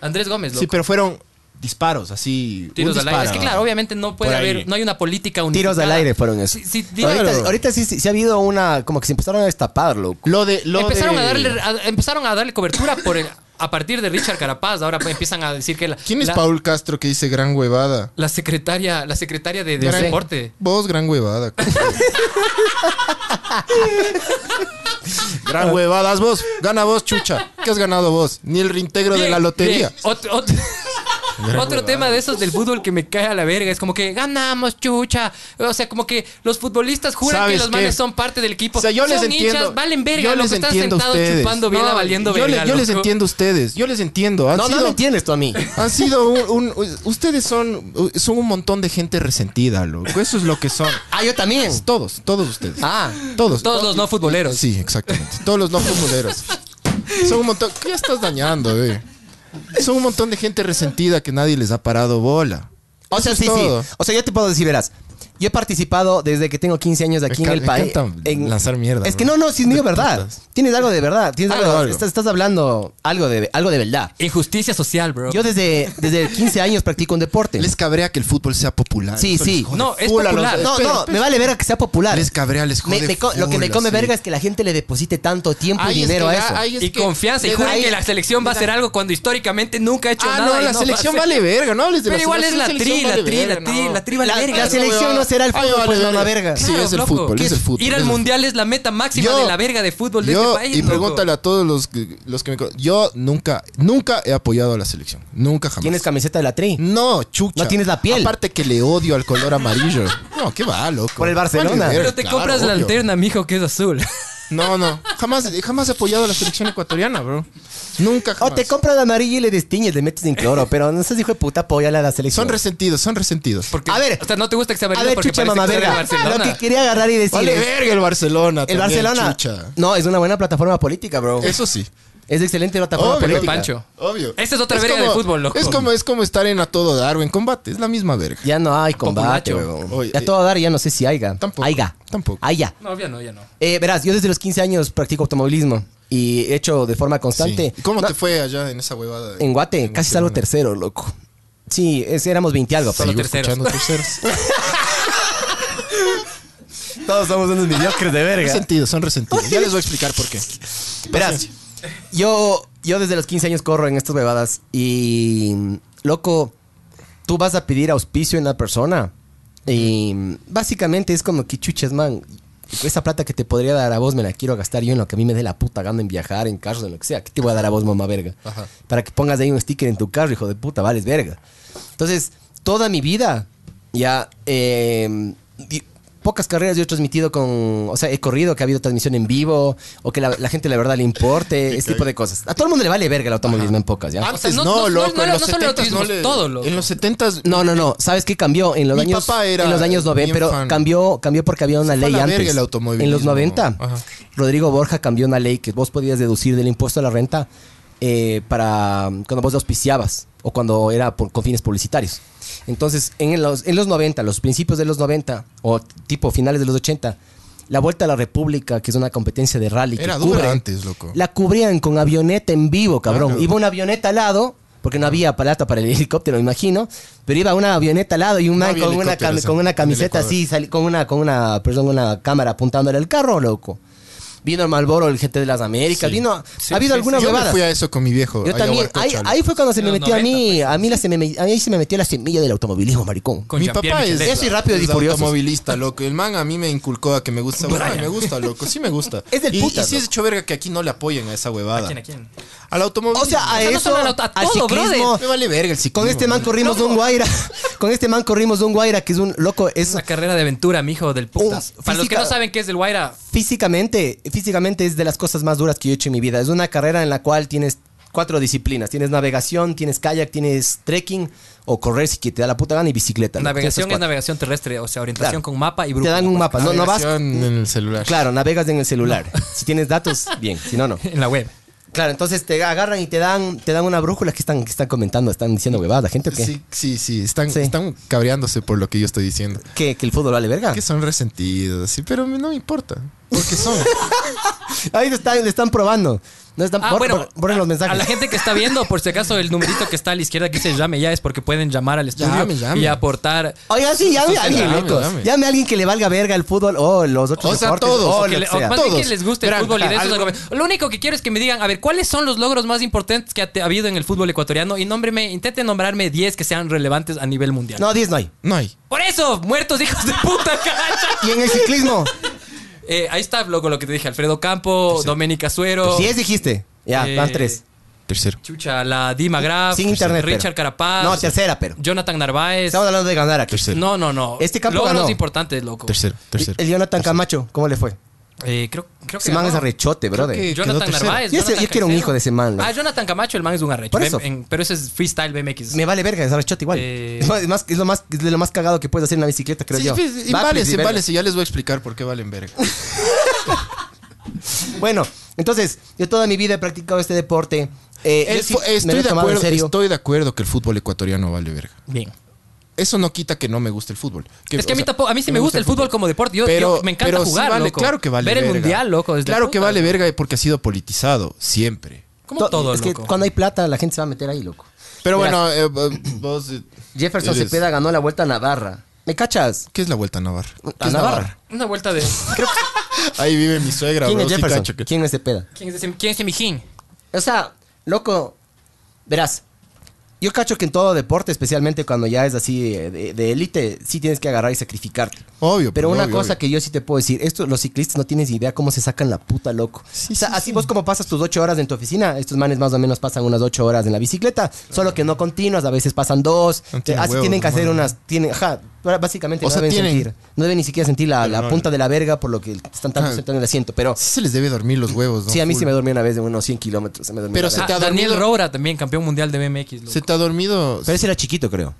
Speaker 3: Andrés Gómez, loco.
Speaker 1: Sí, pero fueron disparos, así. un
Speaker 3: Tiros al aire. Es que
Speaker 1: disparo.
Speaker 3: claro, obviamente no puede
Speaker 1: Por ahí.
Speaker 3: haber, no hay una política unificada.
Speaker 2: Tiros al aire fueron eso.
Speaker 3: Sí, sí, digo,
Speaker 2: Ahorita, ahorita sí, sí, sí ha habido una. Como que se empezaron a destapar, loco.
Speaker 1: Lo de. Lo
Speaker 3: empezaron,
Speaker 1: de-
Speaker 3: a darle, a- empezaron a darle cobertura por el- a partir de Richard Carapaz. Ahora pues, empiezan a decir que la,
Speaker 1: ¿Quién es
Speaker 3: la-
Speaker 1: Paul Castro que dice gran huevada?
Speaker 3: la secretaria, la secretaria de, de
Speaker 1: Gran-
Speaker 3: deporte.
Speaker 1: Vos, gran huevada. gran huevadas, vos. Gana vos, chucha. ¿Qué has ganado vos? Ni el reintegro de
Speaker 3: Bien,
Speaker 1: la lotería.
Speaker 3: bien. Otro, otro- otro tema de esos del fútbol que me cae a la verga es como que ganamos, chucha. O sea, como que los futbolistas juran que
Speaker 1: ¿Sabes
Speaker 3: los
Speaker 1: qué?
Speaker 3: manes son parte del equipo.
Speaker 1: O sea, yo les
Speaker 3: son
Speaker 1: entiendo.
Speaker 3: hinchas, valen verga,
Speaker 1: yo
Speaker 3: los
Speaker 1: les
Speaker 3: están
Speaker 1: entiendo a
Speaker 3: sentados
Speaker 1: ustedes.
Speaker 3: chupando vela,
Speaker 1: No,
Speaker 3: valiendo
Speaker 1: yo,
Speaker 3: verga.
Speaker 1: le- yo les
Speaker 3: loco.
Speaker 1: entiendo a ustedes. Yo les entiendo. Han
Speaker 2: No, no
Speaker 1: sido-
Speaker 2: me entiendes tú a mí.
Speaker 1: Han sido un, un- ustedes son son un montón de gente resentida, loco. Eso es lo que son.
Speaker 2: Ah, yo también.
Speaker 1: Todos, todos ustedes.
Speaker 2: Ah.
Speaker 1: todos.
Speaker 3: Todos los no futboleros.
Speaker 1: Sí, exactamente. Todos los no futboleros. Son un montón. ¿Qué estás dañando, eh? Son un montón de gente resentida que nadie les ha parado bola.
Speaker 2: O sea,
Speaker 1: Eso
Speaker 2: sí,
Speaker 1: es todo.
Speaker 2: sí. O sea, yo te puedo decir, verás. Yo he participado desde que tengo 15 años aquí
Speaker 1: Me
Speaker 2: en el
Speaker 1: ca- me
Speaker 2: país.
Speaker 1: encanta
Speaker 2: en-
Speaker 1: lanzar mierda,
Speaker 2: Es que
Speaker 1: bro.
Speaker 2: no, no, sí es mío, verdad.
Speaker 1: putas.
Speaker 2: Tienes algo de verdad. Tienes
Speaker 1: Algo,
Speaker 2: algo,
Speaker 1: algo.
Speaker 2: Estás, estás hablando algo de, algo de verdad.
Speaker 3: Injusticia social, bro.
Speaker 2: Yo desde, desde 15 años practico un deporte.
Speaker 1: Les cabrea que el fútbol sea popular.
Speaker 2: Sí,
Speaker 1: Eso
Speaker 2: sí.
Speaker 1: les jode
Speaker 3: No, es
Speaker 1: full a los-
Speaker 3: popular.
Speaker 2: no,
Speaker 1: Espera,
Speaker 2: no,
Speaker 1: espera.
Speaker 2: me vale verga que sea popular.
Speaker 1: Les cabrea, les
Speaker 2: Me-
Speaker 1: jode.
Speaker 2: me co- lo que me
Speaker 1: full,
Speaker 2: come
Speaker 1: así.
Speaker 2: verga es que la gente le deposite tanto tiempo
Speaker 1: Ay,
Speaker 2: y
Speaker 1: es
Speaker 2: dinero
Speaker 1: que
Speaker 2: a
Speaker 1: ya,
Speaker 2: eso.
Speaker 1: ay, es
Speaker 3: y
Speaker 1: que
Speaker 3: confianza, y
Speaker 1: le
Speaker 3: juran
Speaker 1: da-
Speaker 3: que la selección va a
Speaker 1: le
Speaker 3: hacer
Speaker 1: da-
Speaker 3: algo cuando históricamente nunca ha hecho
Speaker 1: Ah,
Speaker 3: nada.
Speaker 1: no,
Speaker 3: y
Speaker 1: la
Speaker 3: va a
Speaker 1: selección
Speaker 3: hacer.
Speaker 1: vale verga, no hables de la
Speaker 3: Pero igual es
Speaker 1: selección,
Speaker 3: la tri,
Speaker 1: selección
Speaker 3: la
Speaker 1: vale
Speaker 3: tri, la
Speaker 1: verga,
Speaker 3: tri,
Speaker 1: no.
Speaker 3: la tri vale
Speaker 2: La-
Speaker 3: verga.
Speaker 2: la
Speaker 3: bro.
Speaker 2: selección- no será el
Speaker 1: Ay,
Speaker 2: fútbol, pues, no, la
Speaker 1: verga.
Speaker 2: verga.
Speaker 1: Sí,
Speaker 3: Claro,
Speaker 1: es el
Speaker 3: loco.
Speaker 1: fútbol, es el fútbol.
Speaker 3: Ir
Speaker 1: es
Speaker 3: al
Speaker 1: el
Speaker 3: mundial es la meta máxima de la verga de fútbol de
Speaker 1: yo-
Speaker 3: este país.
Speaker 1: Y
Speaker 3: loco.
Speaker 1: pregúntale a todos los que, los que me conocen. Yo nunca, nunca he apoyado a la selección. Nunca jamás.
Speaker 2: ¿Tienes camiseta de la tri?
Speaker 1: No, chucha.
Speaker 2: No tienes la piel.
Speaker 1: Aparte que le odio al color amarillo. No, qué va, loco.
Speaker 2: Por el Barcelona.
Speaker 1: Vale,
Speaker 3: Pero te
Speaker 1: claro,
Speaker 3: compras la
Speaker 1: obvio.
Speaker 3: alterna, mijo, que es azul.
Speaker 1: No, no. Jamás, jamás he apoyado a la selección ecuatoriana, bro. Nunca jamás.
Speaker 2: O Oh, te compras de amarillo y le destiñes, le metes en cloro, pero no seas hijo de puta, apóyala a la selección.
Speaker 1: son resentidos, son resentidos.
Speaker 3: Porque,
Speaker 2: A ver,
Speaker 3: o sea, no te gusta que sea
Speaker 2: a
Speaker 3: amarillo
Speaker 2: ver,
Speaker 3: porque
Speaker 2: chucha
Speaker 3: parece
Speaker 2: mamá
Speaker 3: que sea de
Speaker 2: verga. Lo
Speaker 3: Barcelona.
Speaker 2: que quería agarrar y decir
Speaker 1: Vale
Speaker 2: es,
Speaker 1: verga el Barcelona.
Speaker 2: el
Speaker 1: también,
Speaker 2: Barcelona
Speaker 1: chucha.
Speaker 2: no es una buena plataforma política, bro.
Speaker 1: Eso sí.
Speaker 2: Es excelente plataforma
Speaker 1: Obvio,
Speaker 2: política.
Speaker 3: Pancho.
Speaker 1: Obvio.
Speaker 3: Esta es otra verga de fútbol, loco.
Speaker 1: Es como, es como estar en a todo dar o en combate. Es la misma verga.
Speaker 2: Ya no hay combate,
Speaker 3: Populacho.
Speaker 2: weón.
Speaker 1: Oye,
Speaker 2: a
Speaker 1: eh,
Speaker 2: todo dar ya no sé si haya.
Speaker 1: tampoco,
Speaker 2: Haya.
Speaker 1: tampoco.
Speaker 2: Haya.
Speaker 3: No, ya no, ya no.
Speaker 2: Eh, verás, yo desde los 15 años practico automovilismo y he hecho de forma constante.
Speaker 1: Sí. ¿Y ¿Cómo
Speaker 2: No,
Speaker 1: te fue allá en esa huevada?
Speaker 2: En Guate, casi salgo
Speaker 1: Barcelona?
Speaker 2: tercero, loco. Sí, es- éramos 20 algo.
Speaker 3: Solo
Speaker 1: Sigo
Speaker 3: terceros.
Speaker 1: escuchando terceros.
Speaker 2: pero- Todos somos unos mediocres de verga.
Speaker 1: resentidos, son resentidos. Ya les voy a explicar por qué.
Speaker 2: Verás, yo, yo desde los 15 años corro en estas bebadas y, loco, tú vas a pedir auspicio en la persona y básicamente es como que chuches, man. Esa plata que te podría dar a vos me la quiero gastar yo en lo que a mí me dé la puta gana en viajar, en carros, en lo que sea. ¿Qué te voy a dar a vos, mamá verga?
Speaker 1: Ajá.
Speaker 2: Para que pongas ahí un sticker en tu carro, hijo de puta, vales verga. Entonces, toda mi vida, ya, eh, y- pocas carreras yo he transmitido con, o sea, he corrido, que ha habido transmisión en vivo, o que la, la gente la verdad le importe, ese tipo de cosas. A todo el mundo le vale verga el automovilismo en pocas, ¿ya?
Speaker 1: Antes
Speaker 3: O sea,
Speaker 1: no,
Speaker 3: no- no- no-
Speaker 1: loco.
Speaker 3: no
Speaker 1: en
Speaker 3: era-
Speaker 1: los
Speaker 3: no solo
Speaker 1: 70s no
Speaker 3: autismo,
Speaker 1: le-
Speaker 3: todo, loco.
Speaker 1: En los 70s
Speaker 2: No, no, no. ¿Sabes qué cambió? En los
Speaker 1: Mi
Speaker 2: años.
Speaker 1: papá era
Speaker 2: en los años 90,
Speaker 1: bien
Speaker 2: pero
Speaker 1: fan.
Speaker 2: cambió, cambió porque había una
Speaker 1: Se fue a
Speaker 2: ley
Speaker 1: la
Speaker 2: antes.
Speaker 1: verga el automovilismo.
Speaker 2: en los 90,
Speaker 1: Ajá.
Speaker 2: Rodrigo Borja cambió una ley que vos podías deducir del impuesto a la renta eh, para um, cuando vos auspiciabas o cuando era por- con fines publicitarios. Entonces, en los, en los 90, los principios de los 90 o tipo finales de los 80, la Vuelta a la República, que es una competencia de rally
Speaker 1: Era
Speaker 2: que
Speaker 1: dura
Speaker 2: cubre,
Speaker 1: antes, loco.
Speaker 2: la cubrían con avioneta en
Speaker 1: Ah,
Speaker 2: vivo, cabrón.
Speaker 1: Claro.
Speaker 2: Iba una avioneta al lado, porque no había palata para el helicóptero, me imagino, pero iba una avioneta al lado y un
Speaker 1: No
Speaker 2: man
Speaker 1: había
Speaker 2: con, una cam-
Speaker 1: helicópteros en-
Speaker 2: con
Speaker 1: en
Speaker 2: una
Speaker 1: el
Speaker 2: camiseta
Speaker 1: Ecuador.
Speaker 2: así, sali- con una, con una, perdón, una cámara apuntándole al carro, loco. Vino el Malboro, el gente de las Américas, vino, ha habido algunas
Speaker 1: Yo me
Speaker 2: huevadas.
Speaker 1: fui a eso con mi viejo.
Speaker 2: Yo
Speaker 1: allá a
Speaker 2: también, ahí,
Speaker 1: Huarcocha,
Speaker 2: ahí
Speaker 1: loco.
Speaker 2: fue cuando se me
Speaker 3: En los
Speaker 2: metió a mí,
Speaker 3: 90,
Speaker 2: a mí, la se me, a mí se me metió la semilla del automovilismo, maricón.
Speaker 3: Con
Speaker 1: mi
Speaker 3: Jean-Pierre
Speaker 1: papá es
Speaker 3: Michelet.
Speaker 2: Eso y rápido y
Speaker 1: es
Speaker 2: furioso.
Speaker 1: automovilista, loco. El man a mí me inculcó a que me gusta.
Speaker 2: Brian.
Speaker 1: Ay, me gusta, loco. Sí me gusta.
Speaker 2: Es del
Speaker 1: y,
Speaker 2: putas,
Speaker 1: Y sí es hecho verga que aquí no le apoyen a esa huevada.
Speaker 3: ¿A quién, a quién?
Speaker 1: Al automovilismo.
Speaker 2: O sea, a
Speaker 3: sea, no
Speaker 2: eso,
Speaker 3: solo a la- a
Speaker 2: al
Speaker 3: todo,
Speaker 2: ciclismo,
Speaker 3: brother.
Speaker 1: me vale verga el ciclismo.
Speaker 2: con este man
Speaker 1: loco.
Speaker 2: corrimos de un guaira, con este man corrimos de un guaira que es un loco, es
Speaker 3: Una carrera de aventura, mijo, del putas.
Speaker 2: Oh,
Speaker 3: Para los que
Speaker 2: física-
Speaker 3: no saben qué es del Guaira,
Speaker 2: Físicamente, físicamente es de las cosas más duras que yo he hecho en mi vida. Es una carrera en la cual tienes cuatro disciplinas. Tienes navegación, tienes kayak, tienes trekking o correr si que te da la puta gana y bicicleta. loco.
Speaker 3: navegación
Speaker 2: Tienes
Speaker 3: es
Speaker 2: esas
Speaker 3: navegación terrestre, o sea,
Speaker 2: Claro.
Speaker 3: orientación con mapa y
Speaker 2: cuatro. Te
Speaker 3: brújula.
Speaker 2: dan un mapa. No, no vas.
Speaker 1: Navegación en el celular.
Speaker 2: Claro, navegas en el celular. Si tienes datos, bien. Si no, no.
Speaker 3: En la web.
Speaker 2: Claro, entonces te agarran y te dan, te dan una brújula que están, que están comentando, están diciendo huevadas, gente o qué?
Speaker 1: Sí, sí, sí. Están,
Speaker 2: Sí.
Speaker 1: están cabreándose por lo que yo estoy diciendo.
Speaker 2: ¿Que, que el fútbol vale verga.
Speaker 1: Que son resentidos, sí, pero no me importa. Porque son.
Speaker 2: Ahí lo están, le están probando. No están
Speaker 3: Ah,
Speaker 2: por-
Speaker 3: bueno,
Speaker 2: por- ponen los mensajes.
Speaker 3: A la gente que está viendo, por si acaso, el numerito que está a la izquierda que dice llame ya es porque pueden llamar al estudio
Speaker 1: Llame, llame.
Speaker 3: y aportar.
Speaker 2: Oiga, sí, llame a alguien,
Speaker 1: Llame,
Speaker 2: loco.
Speaker 1: llame.
Speaker 2: Llame a alguien que le valga verga el fútbol o los otros
Speaker 1: O sea,
Speaker 2: deportes,
Speaker 1: todos,
Speaker 2: o
Speaker 1: o
Speaker 3: O
Speaker 2: lo
Speaker 3: que
Speaker 2: que
Speaker 3: le- o
Speaker 2: sea.
Speaker 3: más bien que
Speaker 1: Todos.
Speaker 3: les guste el
Speaker 1: Verán,
Speaker 3: fútbol y de eso
Speaker 1: algo-
Speaker 3: es lo que- Lo único que quiero es que me digan, a ver, ¿cuáles son los logros más importantes que ha te- ha habido en el fútbol ecuatoriano? Y nómbreme, intenten nombrarme 10 que sean relevantes a nivel mundial.
Speaker 2: No, 10 no hay.
Speaker 1: No hay.
Speaker 3: Por eso, muertos hijos de puta, cacha.
Speaker 2: Y en el ciclismo,
Speaker 3: Eh, ahí está, loco, lo que te dije. Alfredo Campo, Doménica Suero.
Speaker 2: 10 pues dijiste. Ya,
Speaker 3: Eh,
Speaker 2: van 3.
Speaker 1: Tercero.
Speaker 3: Chucha, la Dima Graf.
Speaker 2: Sin internet,
Speaker 3: Richard
Speaker 2: pero.
Speaker 3: Carapaz.
Speaker 2: No, tercera, pero.
Speaker 3: Jonathan Narváez.
Speaker 2: Estamos hablando de ganar aquí.
Speaker 1: Tercero.
Speaker 3: No, no, no.
Speaker 2: Este campo
Speaker 3: Logros
Speaker 2: ganó.
Speaker 3: importantes, loco.
Speaker 1: Tercero. Tercero.
Speaker 2: El Jonathan Camacho, ¿cómo le fue?
Speaker 3: Eh, creo, creo que.
Speaker 2: Ese man
Speaker 3: ganó.
Speaker 2: es Eh, arrechote,
Speaker 1: que-
Speaker 2: brother.
Speaker 1: quedó
Speaker 3: Jonathan
Speaker 1: tercero.
Speaker 3: Narváez.
Speaker 2: Yo sé-
Speaker 3: Jonathan
Speaker 2: yo quiero un
Speaker 3: Caicedo.
Speaker 2: hijo de ese man, loco.
Speaker 3: Ah, Jonathan Camacho, el man es un arrecho.
Speaker 2: Por
Speaker 3: Ve-
Speaker 2: eso.
Speaker 3: en- pero ese es freestyle BMX.
Speaker 2: Me vale verga, es arrechote igual.
Speaker 3: Eh.
Speaker 2: Es, más- es más- es lo más, es de lo más cagado que puedes hacer en una bicicleta, creo
Speaker 1: Sí,
Speaker 2: yo.
Speaker 1: sí,
Speaker 2: Va, Eh,
Speaker 1: sí,
Speaker 2: pues,
Speaker 1: vale,
Speaker 2: y
Speaker 1: sí,
Speaker 2: verga.
Speaker 1: vale, sí, ya les voy a explicar por qué valen verga.
Speaker 2: Bueno, entonces, yo toda mi vida he practicado este deporte. Eh,
Speaker 1: El
Speaker 2: yo sí
Speaker 1: fu-
Speaker 2: me lo he
Speaker 1: estoy, de
Speaker 2: tomado en
Speaker 1: acuerdo,
Speaker 2: serio.
Speaker 1: estoy de acuerdo que el fútbol ecuatoriano vale verga.
Speaker 3: Bien.
Speaker 1: Eso no quita que no me guste el fútbol.
Speaker 3: Es que a mí
Speaker 1: o sea,
Speaker 3: tampoco- a mí sí
Speaker 1: que
Speaker 3: me gusta el fútbol como deporte. Yo- yo- me encanta
Speaker 1: sí
Speaker 3: jugar,
Speaker 1: vale-
Speaker 3: loco.
Speaker 1: Claro que vale
Speaker 3: Ver el
Speaker 1: verga.
Speaker 3: mundial, loco, es la
Speaker 1: Claro que
Speaker 3: puta,
Speaker 1: vale verga porque ha sido politizado, siempre.
Speaker 3: Como
Speaker 2: To-
Speaker 3: todo,
Speaker 2: Es que
Speaker 3: loco.
Speaker 2: cuando hay plata, la gente se va a meter ahí, loco.
Speaker 1: Pero
Speaker 2: Verás,
Speaker 1: bueno, eh, eh, vos... eh,
Speaker 2: Jefferson
Speaker 1: eres-
Speaker 2: Cepeda ganó la vuelta a Navarra. ¿Me cachas?
Speaker 1: ¿Qué es la Vuelta a Navarra? ¿Qué
Speaker 2: A
Speaker 1: es
Speaker 2: Navarra.
Speaker 3: Una vuelta de.
Speaker 1: Ahí vive mi suegra,
Speaker 2: ¿Quién
Speaker 1: bro,
Speaker 2: es
Speaker 1: sí
Speaker 2: Jefferson?
Speaker 1: cacho que-
Speaker 2: ¿Quién es Cepeda?
Speaker 3: ¿Quién es ese, quién es ese mijín?
Speaker 2: O sea, loco, verás, yo cacho que en todo deporte, especialmente cuando ya es así eh, de de élite, sí tienes que agarrar y sacrificarte.
Speaker 1: Obvio,
Speaker 2: Pero
Speaker 1: pues,
Speaker 2: una
Speaker 1: obvio,
Speaker 2: cosa
Speaker 1: obvio.
Speaker 2: que yo sí te puedo decir, esto, los ciclistas no tienes idea cómo se sacan la puta, loco.
Speaker 1: Sí,
Speaker 2: o sea,
Speaker 1: sí,
Speaker 2: así
Speaker 1: sí.
Speaker 2: vos como pasas tus ocho horas en tu oficina, estos manes más o menos pasan unas ocho horas en la bicicleta, solo que no continuas, a veces pasan dos,
Speaker 1: No
Speaker 2: te-
Speaker 1: tienen
Speaker 2: así
Speaker 1: huevos,
Speaker 2: tienen que
Speaker 1: los
Speaker 2: hacer
Speaker 1: manes.
Speaker 2: unas, tienen, ajá, básicamente
Speaker 1: O
Speaker 2: no
Speaker 1: sea,
Speaker 2: deben
Speaker 1: tienen-
Speaker 2: sentir, no deben ni siquiera sentir la,
Speaker 1: Pero
Speaker 2: la
Speaker 1: no-
Speaker 2: punta de la verga por lo que están tan
Speaker 1: Ajá.
Speaker 2: sentados en el asiento, pero...
Speaker 1: Sí se les debe dormir los huevos, ¿no?
Speaker 2: Sí, a mí
Speaker 1: Full.
Speaker 2: se me dormía una vez de unos 100 kilómetros. Se me dormía
Speaker 1: Pero
Speaker 2: la
Speaker 1: se
Speaker 2: verga.
Speaker 1: te ha
Speaker 3: Ah, Daniel
Speaker 1: dormido-
Speaker 3: Roura también, campeón mundial de BMX. loco.
Speaker 1: Se te ha dormido...
Speaker 2: Pero ese era chiquito, creo.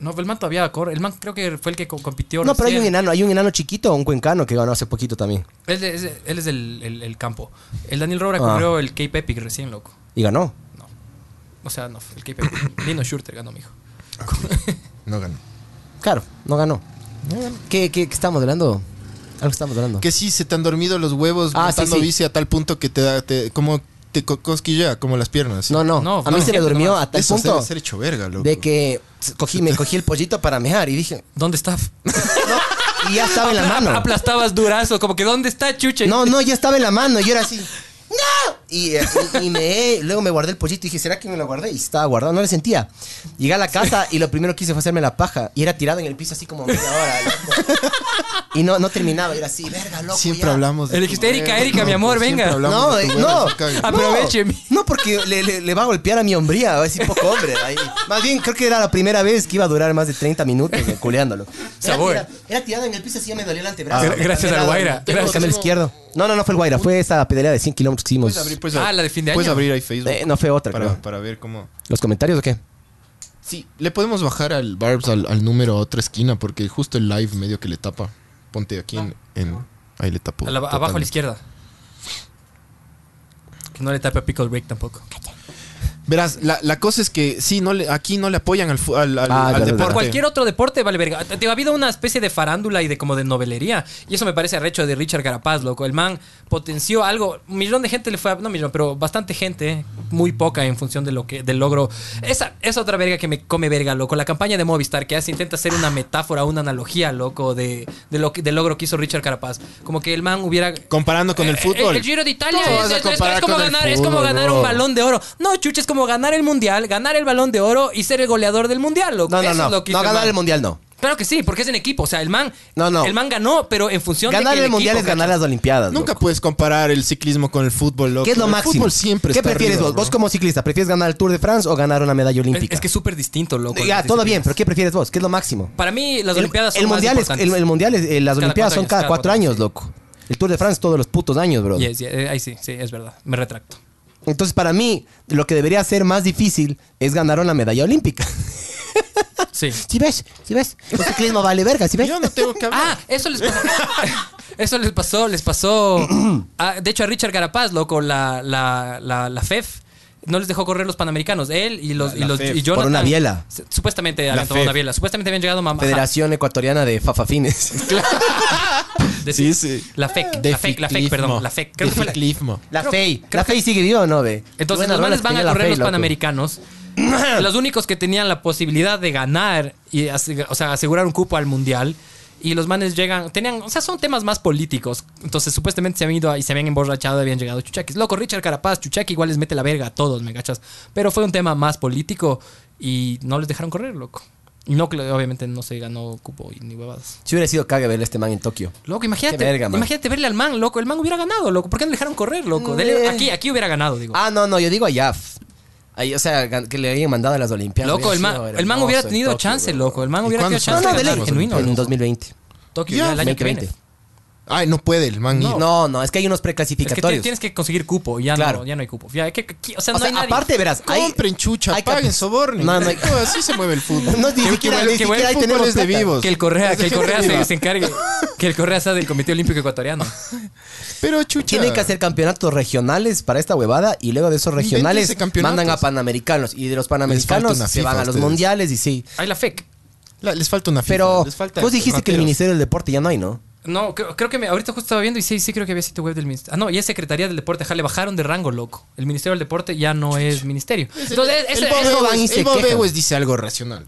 Speaker 3: No, el man todavía corre. El man creo que fue el que co- compitió.
Speaker 2: No, pero hay un
Speaker 3: recién.
Speaker 2: enano, hay un enano chiquito, un cuencano que ganó hace poquito también.
Speaker 3: Él es, él es el, el- el campo. El Daniel Robra
Speaker 2: Ah.
Speaker 3: corrió el Cape Epic recién, loco.
Speaker 2: Y ganó.
Speaker 3: No. O sea, no, el Cape Epic. Lino Schurter ganó, mijo.
Speaker 1: No ganó.
Speaker 2: Claro, no ganó. ¿Qué, qué, qué estamos hablando? Algo estamos hablando.
Speaker 1: Que sí, se te han dormido los huevos
Speaker 2: Ah, sí,
Speaker 1: montando
Speaker 2: sí.
Speaker 1: bici a tal punto que te da, te, como te co- cosquillea, como las piernas.
Speaker 2: No, no,
Speaker 3: No,
Speaker 2: A mí
Speaker 3: no.
Speaker 2: se me durmió
Speaker 3: Eso
Speaker 2: a tal
Speaker 1: Eso
Speaker 2: punto
Speaker 1: debe ser hecho verga, loco.
Speaker 2: de que cogí, me cogí el pollito para mejar y dije,
Speaker 3: ¿Dónde está?
Speaker 2: no, y ya estaba en la
Speaker 3: Apla-
Speaker 2: mano.
Speaker 3: Aplastabas durazo, como que ¿dónde está Chuche?
Speaker 2: No, no, ya estaba en la mano. Yo era así. ¡No! Y, eh, y- y me, luego me guardé el pollito y dije, ¿será que me lo guardé? Y estaba guardado, no le sentía. Llegué a la casa y lo primero que hice fue hacerme la paja. Y era tirado en el piso así como media hora. loco. Y no, no terminaba, era así, verga, loco.
Speaker 1: Siempre
Speaker 2: ya".
Speaker 1: hablamos
Speaker 3: Le
Speaker 1: tu
Speaker 3: dijiste, "Erika,
Speaker 1: huevo,
Speaker 3: Erika, mi
Speaker 1: loco,
Speaker 3: amor,
Speaker 1: siempre
Speaker 3: venga".
Speaker 1: hablamos
Speaker 2: No,
Speaker 1: de
Speaker 2: eh,
Speaker 1: tu huevo,
Speaker 2: no,
Speaker 1: se caga.
Speaker 3: Ah, Aproveche,
Speaker 2: no,
Speaker 3: mi-
Speaker 2: no, porque le, le- le va a golpear a mi hombría, va a decir poco hombre. ahí. Más bien, creo que era la primera vez que iba a durar más de 30 minutos eh, culeándolo. Era
Speaker 3: Sabor.
Speaker 2: tira- Era, tirado en el piso así, ya me dolió el antebrazo.
Speaker 3: Gra- gracias al Guaira.
Speaker 2: Tengo
Speaker 3: Gracias.
Speaker 2: el izquierdo. No, no, no fue el Guaira, fue esa pedalea de 100 kilómetros que hicimos.
Speaker 1: Puedes abrir, puedes
Speaker 3: Ah,
Speaker 1: abrir-
Speaker 3: la de fin de
Speaker 1: Puedes
Speaker 3: año.
Speaker 1: abrir ahí Facebook
Speaker 2: Eh, no fue otra, creo.
Speaker 1: para, para ver cómo.
Speaker 2: ¿Los comentarios o qué?
Speaker 1: Sí, le podemos bajar al Barbs al, al número a otra esquina porque justo el live medio que le tapa. Ponte aquí en. en- ahí le tapo.
Speaker 3: A la- abajo a la
Speaker 1: totalmente.
Speaker 3: izquierda. Que no le tape a Pickle Rick tampoco.
Speaker 1: Verás, la, la cosa es que sí, no le, aquí no le apoyan al, fu- al, al-
Speaker 2: Ah,
Speaker 1: al
Speaker 2: ya, ya, ya.
Speaker 1: deporte.
Speaker 2: Parte.
Speaker 3: Cualquier otro deporte vale verga. Te- te- ha habido una especie de farándula y de como de novelería. Y eso me parece arrecho de Richard Garapaz, loco. El man potenció algo. Un millón de gente le fue a. No, un millón, pero bastante gente. Muy poca en función de lo que, del logro. Esa es otra verga que me come verga, loco. La campaña de Movistar que hace intenta hacer una metáfora, una analogía, loco, de, de lo que- del logro que hizo Richard Garapaz. Como que el man hubiera.
Speaker 1: Comparando con el fútbol.
Speaker 3: Eh, El, Giro de Italia
Speaker 1: ¿Cómo
Speaker 3: es,
Speaker 1: vas a
Speaker 3: es- es- es
Speaker 1: comparar
Speaker 3: como
Speaker 1: con el
Speaker 3: ganar, es como
Speaker 1: fútbol,
Speaker 3: ganar
Speaker 1: bro?
Speaker 3: un balón de oro. No, chucha, es como ganar el mundial, ganar el balón de oro y ser el goleador del mundial, loco.
Speaker 2: No, no,
Speaker 3: Eso
Speaker 2: no.
Speaker 3: es lo que
Speaker 2: No,
Speaker 3: hizo el
Speaker 2: ganar
Speaker 3: man.
Speaker 2: el mundial no.
Speaker 3: Claro que sí, porque es en equipo. O sea, el man.
Speaker 2: No, no.
Speaker 3: El man ganó, pero en función de.
Speaker 2: Ganar
Speaker 3: que
Speaker 2: el mundial
Speaker 3: equipo
Speaker 2: es ganar
Speaker 3: ganó.
Speaker 2: las Olimpiadas.
Speaker 1: Nunca
Speaker 2: loco.
Speaker 1: puedes comparar el ciclismo con el fútbol, loco.
Speaker 2: ¿Qué es lo
Speaker 1: el
Speaker 2: máximo?
Speaker 1: fútbol siempre
Speaker 2: ¿Qué
Speaker 1: está
Speaker 2: prefieres
Speaker 1: arriba,
Speaker 2: vos? Vos
Speaker 1: bro.
Speaker 2: como ciclista, ¿prefieres ganar el Tour de France o ganar una medalla
Speaker 3: Es,
Speaker 2: olímpica?
Speaker 3: es que es súper distinto, loco.
Speaker 2: ya,
Speaker 3: las
Speaker 2: todo bien, pero
Speaker 3: disciplinas.
Speaker 2: ¿qué prefieres vos? ¿Qué es lo máximo?
Speaker 3: Para mí, las
Speaker 2: El-
Speaker 3: Olimpiadas son
Speaker 2: el
Speaker 3: más
Speaker 2: mundial es,
Speaker 3: importantes.
Speaker 2: el, el mundial es, eh, las
Speaker 3: Cada
Speaker 2: Olimpiadas
Speaker 3: cuatro
Speaker 2: son
Speaker 3: años,
Speaker 2: cada
Speaker 3: cada
Speaker 2: cuatro
Speaker 3: cuatro
Speaker 2: años, loco. El Tour de France todos los putos años, bro.
Speaker 3: Yes, yes, eh, ahí sí, sí, es verdad. Me retracto.
Speaker 2: Entonces, para mí, lo que debería ser más difícil es ganar una medalla olímpica.
Speaker 3: Sí.
Speaker 2: ¿Sí ves? ¿Sí ves? El ciclismo vale verga, ¿sí ves?
Speaker 1: Yo no tengo que hablar.
Speaker 3: Ah, eso les pasó. Eso les pasó, les pasó. a- de hecho, a Richard Garapaz, loco, la, la, la, la FEF. No les dejó correr los panamericanos. Él y los.
Speaker 1: la
Speaker 3: y los
Speaker 1: FEF.
Speaker 3: y Jonathan,
Speaker 2: Por una biela.
Speaker 3: s- Supuestamente habían
Speaker 1: La E
Speaker 3: tomado una
Speaker 1: FEF.
Speaker 3: biela. Supuestamente habían llegado mamá.
Speaker 2: Federación Ecuatoriana de Fafafines.
Speaker 1: Sí, sí.
Speaker 3: E La FEC.
Speaker 1: De
Speaker 3: La FEC, la FEC,
Speaker 1: ciclismo.
Speaker 3: perdón. La FEC. Creo
Speaker 1: De
Speaker 3: que fue la-
Speaker 1: ciclismo.
Speaker 2: La
Speaker 3: Creo-
Speaker 2: FEI.
Speaker 3: creo
Speaker 2: La FEI sigue viva, o ¿no, ve?
Speaker 3: Entonces
Speaker 2: Buenas
Speaker 3: los manes
Speaker 2: rolas
Speaker 3: van
Speaker 2: tenía
Speaker 3: a
Speaker 2: la
Speaker 3: correr
Speaker 2: FEI,
Speaker 3: los
Speaker 2: loco.
Speaker 3: panamericanos. los únicos que tenían la posibilidad de ganar y ase- o sea, asegurar un cupo al mundial. Y los manes llegan, tenían, o sea, son temas más políticos. Entonces, supuestamente se habían ido y se habían emborrachado y habían llegado chuchaquis. Loco, Richard Carapaz, chuchaqui, igual les mete la verga a todos, ¿me cachas? Pero fue un tema más político y no les dejaron correr, loco. Y no, cl- obviamente no se ganó cupo y ni huevadas.
Speaker 2: Si hubiera sido cague ver a este man en Tokio.
Speaker 3: Loco, imagínate,
Speaker 2: Qué verga, man.
Speaker 3: imagínate verle al man, loco. El man hubiera ganado, loco. ¿Por qué no le dejaron correr, loco? Dele-
Speaker 2: Eh.
Speaker 3: aquí, aquí hubiera ganado, digo.
Speaker 2: Ah, no, no, yo digo a Yaf. Ahí, o sea, gan- que le habían mandado a las Olimpiadas.
Speaker 3: Loco, el
Speaker 2: Hubiera sido
Speaker 3: man, el man
Speaker 2: hermoso
Speaker 3: hubiera
Speaker 2: en
Speaker 3: tenido
Speaker 2: Tokio,
Speaker 3: chance,
Speaker 2: bro.
Speaker 3: loco. El man hubiera
Speaker 1: cuándo
Speaker 3: tenido chance
Speaker 1: son?
Speaker 3: de
Speaker 1: No,
Speaker 3: ganar
Speaker 1: dele.
Speaker 3: genuino.
Speaker 2: En
Speaker 3: loco.
Speaker 2: 2020.
Speaker 3: Tokio,
Speaker 1: Ya,
Speaker 3: ya, el año que
Speaker 2: 2020.
Speaker 3: viene.
Speaker 1: Ay, no puede el man.
Speaker 2: No.
Speaker 1: No.
Speaker 2: no, es que hay unos
Speaker 3: Es que ti-
Speaker 2: preclasificatorios.
Speaker 3: tienes que conseguir cupo. Ya,
Speaker 2: Claro.
Speaker 3: no, ya no hay cupo. Ya, que- que- que- o sea,
Speaker 2: o
Speaker 3: no
Speaker 2: sea,
Speaker 3: hay nadie.
Speaker 2: aparte, verás, hay-
Speaker 1: Compren chucha,
Speaker 2: hay
Speaker 1: paguen
Speaker 2: capi-
Speaker 1: sobornen.
Speaker 2: No, no hay-
Speaker 1: Así se mueve el fútbol.
Speaker 2: No, ni
Speaker 1: Que- que
Speaker 2: siquiera-
Speaker 1: bueno,
Speaker 2: ni
Speaker 1: que bueno,
Speaker 2: siquiera
Speaker 1: el
Speaker 2: ahí
Speaker 1: fútbol
Speaker 2: tenemos
Speaker 1: es de
Speaker 2: plata.
Speaker 1: vivos.
Speaker 3: Que el Correa, que el Correa
Speaker 1: Viva.
Speaker 3: se, se encargue. Que el Correa sea del Comité Olímpico Ecuatoriano.
Speaker 1: Pero chucha.
Speaker 2: Tienen que hacer campeonatos regionales para esta huevada y luego de esos
Speaker 1: Invéntense
Speaker 2: regionales
Speaker 1: campeonatos.
Speaker 2: mandan a panamericanos y de los
Speaker 1: falta
Speaker 2: panamericanos
Speaker 1: una
Speaker 2: se
Speaker 1: FIFA
Speaker 2: van a
Speaker 1: a
Speaker 2: los
Speaker 1: ustedes.
Speaker 2: mundiales y sí.
Speaker 3: Hay la E FEC.
Speaker 1: La- les falta una FIFA.
Speaker 2: Pero
Speaker 1: les falta
Speaker 2: vos dijiste que el
Speaker 1: rateros.
Speaker 2: Ministerio del Deporte ya no hay, ¿no?
Speaker 3: No, creo, creo que me, ahorita justo estaba viendo y sí, sí creo que había sitio web del ministerio. Ah, no, y es Secretaría del Deporte. Ajá, le bajaron de rango, loco. El Ministerio del Deporte ya no es ministerio. Entonces,
Speaker 1: El
Speaker 3: ese-
Speaker 1: Bob
Speaker 3: ese-
Speaker 2: eso van y
Speaker 1: Ewes-
Speaker 2: se
Speaker 1: el Bob
Speaker 2: quejan.
Speaker 1: Ewes dice algo racional.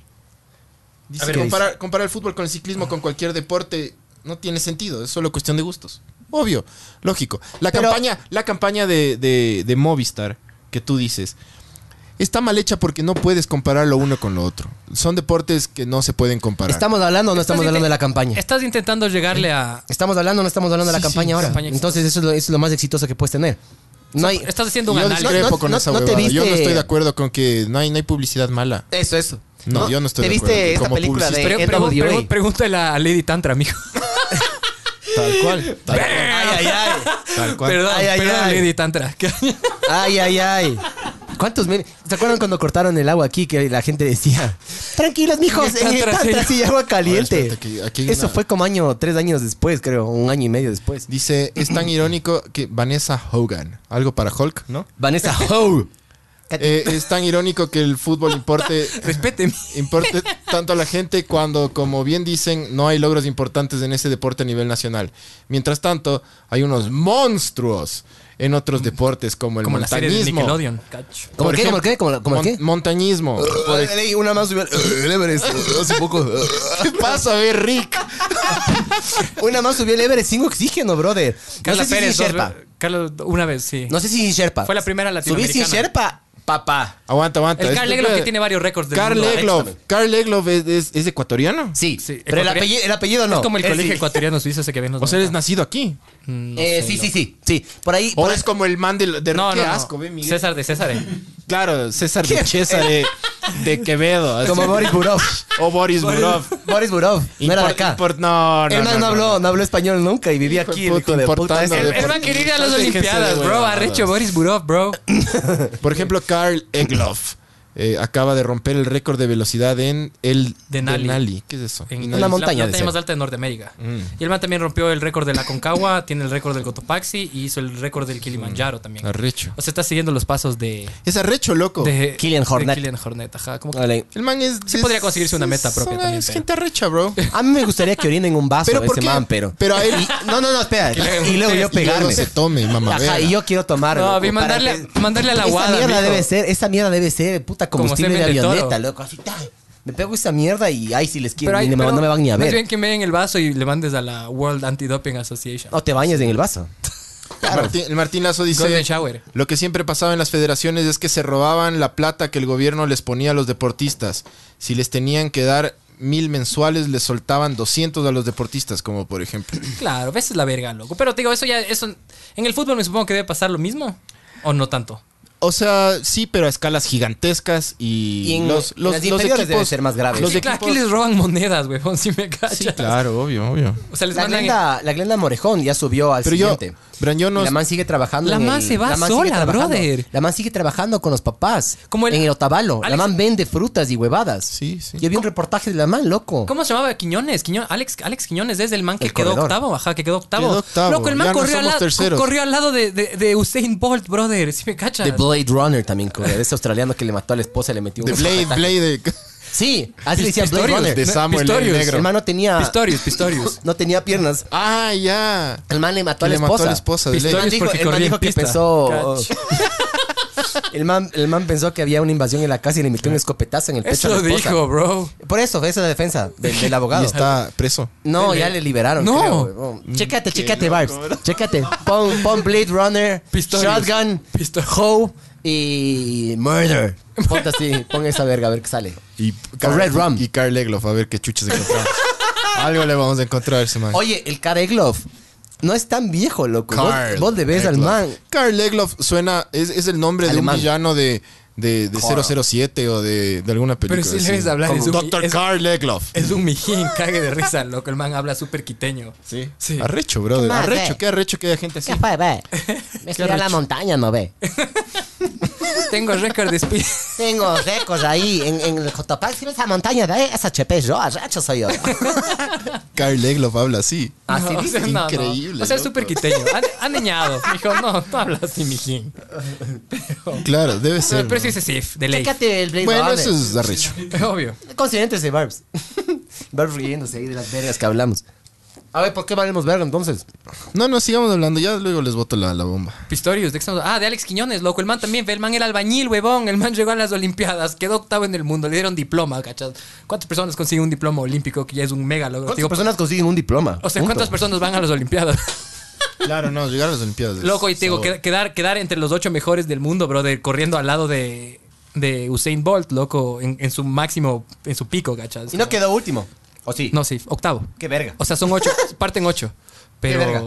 Speaker 1: Dice,
Speaker 2: A ver, ¿qué
Speaker 1: comparar, comparar el fútbol con el ciclismo, con cualquier deporte, no tiene sentido. Es solo cuestión de gustos. Obvio, lógico. La
Speaker 2: Pero-
Speaker 1: campaña, la campaña de, de- de Movistar que tú dices está mal hecha porque no puedes comparar lo uno con lo otro. Son deportes que no se pueden comparar.
Speaker 2: ¿Estamos hablando o no estamos
Speaker 3: Estás
Speaker 2: hablando de la
Speaker 3: inten-
Speaker 2: campaña?
Speaker 3: Estás intentando llegarle a,
Speaker 2: ¿Estamos hablando o no estamos hablando de la
Speaker 1: Sí, sí,
Speaker 2: campaña ahora?
Speaker 3: campaña exitosa.
Speaker 2: Entonces eso es, lo, eso es lo más exitoso que puedes tener. No hay...
Speaker 3: Estás haciendo
Speaker 1: yo
Speaker 3: un análisis.
Speaker 1: discrepo
Speaker 2: No,
Speaker 1: con
Speaker 2: no,
Speaker 1: esa
Speaker 2: no te
Speaker 1: huevada. Yo no
Speaker 2: viste-
Speaker 1: estoy de acuerdo con que no hay, no hay publicidad mala.
Speaker 2: Eso, eso.
Speaker 1: No, yo no estoy
Speaker 2: ¿Te
Speaker 1: de
Speaker 2: viste
Speaker 1: acuerdo.
Speaker 2: esta
Speaker 1: Como
Speaker 2: película de NWA?
Speaker 3: Pre- pregun- pregun- pregúntale a Lady Tantra, mijo.
Speaker 1: Tal cual. Tal cual.
Speaker 2: Ay, ay, ay.
Speaker 1: Tal cual.
Speaker 3: Perdón,
Speaker 2: Ay, ay,
Speaker 3: perdón,
Speaker 2: ay.
Speaker 3: Lady Tantra.
Speaker 2: Ay, ay, ay. ¿Cuántos memes? ¿Se acuerdan cuando cortaron el agua aquí que la gente decía, tranquilos, mijos, en el Tantras y agua
Speaker 1: A ver,
Speaker 2: caliente?
Speaker 1: espérate, aquí- aquí hay
Speaker 2: Eso
Speaker 1: una-
Speaker 2: fue como año, tres años después, creo, un año y medio después.
Speaker 1: Dice, es tan irónico que Vanessa Hogan, algo para Hulk, ¿no?
Speaker 2: Vanessa Howe.
Speaker 1: Eh, es tan irónico que el fútbol importe,
Speaker 3: Respéteme.
Speaker 1: importe tanto a la gente cuando, como bien dicen, no hay logros importantes en ese deporte a nivel nacional. Mientras tanto, hay unos monstruos en otros deportes como el
Speaker 3: Como la serie de
Speaker 1: montañismo.
Speaker 3: Nickelodeon. Cacho.
Speaker 2: ¿Cómo
Speaker 1: Por
Speaker 2: qué? ¿Cómo
Speaker 1: ejemplo,
Speaker 2: qué? ¿Cómo, cómo
Speaker 1: mon-
Speaker 2: qué?
Speaker 1: Montañismo.
Speaker 2: Leí una más subió el Everest hace poco.
Speaker 1: ¿Qué pasa, a ver, Rick?
Speaker 2: Una más subió el Everest sin oxígeno, brother. No sé
Speaker 3: Carla
Speaker 2: si sin
Speaker 3: Pérez. dos
Speaker 2: Sherpa.
Speaker 3: ve- Carla, una vez, sí.
Speaker 2: No sé si sin Sherpa.
Speaker 3: Fue la primera
Speaker 2: Subí sin
Speaker 3: latinoamericana.
Speaker 2: Sherpa, papá.
Speaker 1: Aguanta, aguanta.
Speaker 3: el
Speaker 1: Es-
Speaker 3: Carl Egloff que tiene varios récords del
Speaker 1: Carl
Speaker 3: mundo.
Speaker 1: Egloff. Carl Egloff es, es- es ecuatoriano.
Speaker 2: Sí,
Speaker 3: Sí,
Speaker 2: pero el
Speaker 3: ecuatoriano.
Speaker 2: apellido, el apellido no.
Speaker 3: Es como el
Speaker 2: Es-
Speaker 3: colegio ecuatoriano suizo ese que ven los
Speaker 1: O sea, eres
Speaker 3: 90.
Speaker 1: nacido aquí.
Speaker 3: Mm, no
Speaker 2: Eh,
Speaker 3: sé,
Speaker 2: sí,
Speaker 3: no.
Speaker 2: sí, sí, sí. Por ahí.
Speaker 1: O
Speaker 2: por-
Speaker 1: es como el man del... de-
Speaker 3: No,
Speaker 1: qué
Speaker 3: no, no.
Speaker 1: asco, ve, Miguel.
Speaker 3: César de César. eh.
Speaker 1: Claro, César
Speaker 2: ¿Qué?
Speaker 1: de Chesa de, de Quevedo. así.
Speaker 2: como Boris Burov.
Speaker 1: O Boris Burov.
Speaker 2: Boris Burov. No era de
Speaker 1: Import-
Speaker 2: acá.
Speaker 1: import- no, no,
Speaker 2: el man no,
Speaker 1: no,
Speaker 2: habló, no.
Speaker 1: no.
Speaker 2: habló español nunca y vivía
Speaker 1: Hijo de
Speaker 2: aquí. el
Speaker 1: puta,
Speaker 2: hijo de puta
Speaker 1: importando
Speaker 2: ese.
Speaker 1: de-
Speaker 3: El man quería ir a las
Speaker 1: Déjense de
Speaker 3: Olimpiadas, bro.
Speaker 1: huevadas.
Speaker 3: Arrecho Boris Burov, bro.
Speaker 1: Por ejemplo, Carl Egloff eh, acaba de romper el récord de velocidad en el
Speaker 3: Denali.
Speaker 1: ¿Qué es eso?
Speaker 3: En
Speaker 1: Denali.
Speaker 2: Una montaña
Speaker 3: la
Speaker 2: Mm.
Speaker 3: montaña,
Speaker 2: de ser.
Speaker 3: más alta de Norteamérica. Y el man también rompió el récord de la Concagua, tiene el récord del Cotopaxi y hizo el récord del
Speaker 2: Mm.
Speaker 3: Kilimanjaro también.
Speaker 1: Arrecho.
Speaker 3: O sea, está siguiendo los pasos de...
Speaker 1: Es arrecho, loco.
Speaker 3: de
Speaker 2: Oh, Killian Hornet.
Speaker 3: de Killian Hornet, ajá. Como que-
Speaker 2: Vale.
Speaker 1: El man es...
Speaker 3: Sí
Speaker 1: es-
Speaker 3: podría conseguirse una meta
Speaker 1: es-
Speaker 3: propia
Speaker 1: es-
Speaker 3: también,
Speaker 1: Es
Speaker 3: pero-
Speaker 1: gente arrecha, bro.
Speaker 2: A mí me gustaría que orinen un vaso
Speaker 1: Pero
Speaker 2: de
Speaker 1: ¿por
Speaker 2: ese
Speaker 1: qué?
Speaker 2: man, pero.
Speaker 1: Pero a él-
Speaker 2: Y- no, no, no, espera.
Speaker 3: luego-
Speaker 2: Y luego
Speaker 1: Y
Speaker 2: yo
Speaker 1: luego
Speaker 2: pegarme.
Speaker 1: se tome, mamá.
Speaker 2: Ajá, y yo quiero tomar.
Speaker 3: No,
Speaker 2: loco,
Speaker 3: vi
Speaker 2: para
Speaker 3: mandarle,
Speaker 2: que-
Speaker 3: mandarle a la
Speaker 2: esa
Speaker 3: guada,
Speaker 2: mierda
Speaker 3: mijo.
Speaker 2: debe ser, esa mierda debe ser puta
Speaker 3: Como
Speaker 2: combustible de
Speaker 3: semen de toro.
Speaker 2: avioneta, loco. Así ta. Me pego esa mierda y ay si les quiero,
Speaker 3: Pero hay-
Speaker 2: ni me-
Speaker 3: pero
Speaker 2: no me van ni a
Speaker 3: más
Speaker 2: ver.
Speaker 3: bien que me den el vaso y le mandes a la World Anti-Doping Association.
Speaker 2: O te bañes en el vaso.
Speaker 1: El Martín, el Martín Lazo
Speaker 3: Golden
Speaker 1: dice:
Speaker 3: Shower.
Speaker 1: Lo que siempre pasaba en las federaciones es que se robaban la plata que el gobierno les ponía a los deportistas. Si les tenían que dar mil mensuales, les soltaban 200 a los deportistas, como por ejemplo.
Speaker 3: Claro, ves la verga, loco. Pero te digo, eso ya, eso. En el fútbol me supongo que debe pasar lo mismo. ¿O no tanto?
Speaker 1: O sea, sí, pero a escalas gigantescas y,
Speaker 2: Y en-
Speaker 1: los, los,
Speaker 2: en las
Speaker 1: los
Speaker 2: inferiores
Speaker 1: equipos
Speaker 2: debe ser más grave.
Speaker 1: Los
Speaker 3: sí, claro,
Speaker 1: equipos,
Speaker 3: aquí les roban monedas, weón, si me cachas.
Speaker 1: sí, claro, obvio, obvio.
Speaker 3: O sea, les
Speaker 2: La
Speaker 3: mandan.
Speaker 2: glenda, la glenda Morejón ya subió al
Speaker 1: Pero yo,
Speaker 2: siguiente.
Speaker 1: Bran, yo no-
Speaker 2: Y la man sigue trabajando.
Speaker 3: La
Speaker 2: en
Speaker 3: man
Speaker 2: el-
Speaker 3: se va
Speaker 2: la man sigue
Speaker 3: sola,
Speaker 2: trabajando.
Speaker 3: brother.
Speaker 2: La man sigue trabajando con los papás.
Speaker 3: Como el-
Speaker 2: en el Otavalo. La
Speaker 3: Alex-
Speaker 2: man vende frutas y huevadas.
Speaker 1: Sí, sí.
Speaker 2: Yo vi un reportaje de la man, loco.
Speaker 3: ¿Cómo se llamaba Quiñones? Quiño- Alex, Alex Quiñones es el man que
Speaker 2: El
Speaker 3: quedó
Speaker 2: corredor.
Speaker 3: octavo, ajá, que quedó octavo.
Speaker 1: Quedó octavo,
Speaker 3: Loco, el man
Speaker 1: ya no
Speaker 3: corrió, al
Speaker 1: somos
Speaker 3: lado,
Speaker 1: terceros.
Speaker 3: corrió al lado de, de, de Usain Bolt, brother, si me cachas.
Speaker 2: The Blade Runner también, como de ese australiano que le mató a la esposa y le metió un
Speaker 1: De Blade, Blade.
Speaker 2: Sí, así le decía Blade
Speaker 3: Pistorius,
Speaker 2: Runner.
Speaker 1: de Samuel el
Speaker 2: Pistorius.
Speaker 1: Negro.
Speaker 2: El man no tenía,
Speaker 3: Pistorius, Pistorius.
Speaker 2: no tenía piernas.
Speaker 1: Ah, ya.
Speaker 2: El man le mató
Speaker 1: Que
Speaker 2: a la
Speaker 1: le
Speaker 2: esposa.
Speaker 1: mató a la esposa de
Speaker 2: El
Speaker 1: Blade.
Speaker 2: man
Speaker 3: Pistorius
Speaker 2: dijo,
Speaker 3: porque
Speaker 2: el man
Speaker 3: corría en
Speaker 2: dijo que
Speaker 3: pista.
Speaker 2: pensó...
Speaker 3: Cacho.
Speaker 2: El man, el man pensó que había una invasión en la casa y le metió un escopetazo en el pecho
Speaker 3: Eso
Speaker 2: a
Speaker 3: lo
Speaker 2: la esposa.
Speaker 3: dijo, bro.
Speaker 2: Por eso, esa es la defensa del, del
Speaker 1: Y
Speaker 2: abogado.
Speaker 1: está preso.
Speaker 2: No, ya le liberaron.
Speaker 3: No.
Speaker 2: creo, weón. Chécate, chécate, Vibes. Chécate. Pon, pon Blade Runner,
Speaker 3: Pistorius.
Speaker 2: Shotgun,
Speaker 3: Pistorius.
Speaker 2: Hoe y Murder. Ponte así, pon esa verga a ver qué sale.
Speaker 1: Y
Speaker 2: O Red Rum.
Speaker 1: Y Carl Egloff, a ver qué chuches encontramos. Algo le vamos a encontrar a ese man.
Speaker 2: Oye, el cara Egloff no es tan viejo, loco. Vos-
Speaker 1: Karl
Speaker 2: vos, le ves al
Speaker 1: Egloff.
Speaker 2: man.
Speaker 1: Karl Egloff suena, es, es el nombre
Speaker 2: Alemán.
Speaker 1: de un villano de, de, de
Speaker 2: Karl.
Speaker 1: 007 o de, de alguna película.
Speaker 3: si le
Speaker 1: así.
Speaker 3: ves hablar,
Speaker 1: Como
Speaker 3: es un-
Speaker 1: Dr.
Speaker 3: es-
Speaker 1: Karl Egloff.
Speaker 3: Es un mijín, cague de risa, loco. El man habla súper quiteño.
Speaker 1: Sí.
Speaker 3: Sí.
Speaker 1: Arrecho, brother.
Speaker 2: más,
Speaker 1: Arrecho,
Speaker 2: eh?
Speaker 1: qué arrecho que haya gente así.
Speaker 2: ¿Qué fue, ve? Me estoy a la
Speaker 1: arrecho.
Speaker 2: montaña, ¿no ve?
Speaker 3: Tengo récord de speed.
Speaker 2: Tengo récords ahí en, en el Cotopaxi. ¿sí ves esa montaña de ahí? Esa chepe yo, arracho soy yo.
Speaker 1: Karl Egloff habla así.
Speaker 2: Así
Speaker 3: Ah, No, o
Speaker 2: dice.
Speaker 3: sea, no, no.
Speaker 1: Ah, Increíble,
Speaker 3: O sea, es
Speaker 1: loco.
Speaker 3: súper quiteño. Ha niñado. Dijo, no, no hablas así, mijín.
Speaker 1: Claro, debe ser.
Speaker 3: Pero
Speaker 1: ¿no?
Speaker 3: sí dice Sif, de ley.
Speaker 2: Chécate el Blade
Speaker 1: Bueno,
Speaker 2: Runner.
Speaker 1: eso es arrecho.
Speaker 3: Obvio.
Speaker 2: Considéntese, Barbs. Barbs riéndose ahí de las vergas que hablamos. A ver, ¿por qué valemos verga entonces?
Speaker 1: No, no, sigamos hablando. Ya luego les boto la, la bomba.
Speaker 3: Pistorius, ¿de qué estamos- Ah, de Alex Quiñones, loco. El man también, ve, el man era albañil, huevón. El man llegó a las Olimpiadas, quedó octavo en el mundo, le dieron diploma, ¿cachas? ¿Cuántas personas consiguen un diploma olímpico que ya es un mega logro?
Speaker 2: ¿Cuántas
Speaker 3: Digo,
Speaker 2: personas consiguen un diploma?
Speaker 3: o sea,
Speaker 2: Punto.
Speaker 3: ¿cuántas personas van a las Olimpiadas?
Speaker 1: Claro, no, llegar a las Olimpiadas. es
Speaker 3: Loco, y te digo,
Speaker 1: sabor.
Speaker 3: qued- quedar, quedar entre los ocho mejores del mundo, brother, corriendo al lado de, de Usain Bolt, loco, en, en su máximo, en su pico, ¿cachas?
Speaker 2: Y no quedó último. ¿O sí?
Speaker 3: No, sí, octavo.
Speaker 2: Qué verga.
Speaker 3: O sea, son ocho, parten ocho. Pero.
Speaker 2: verga.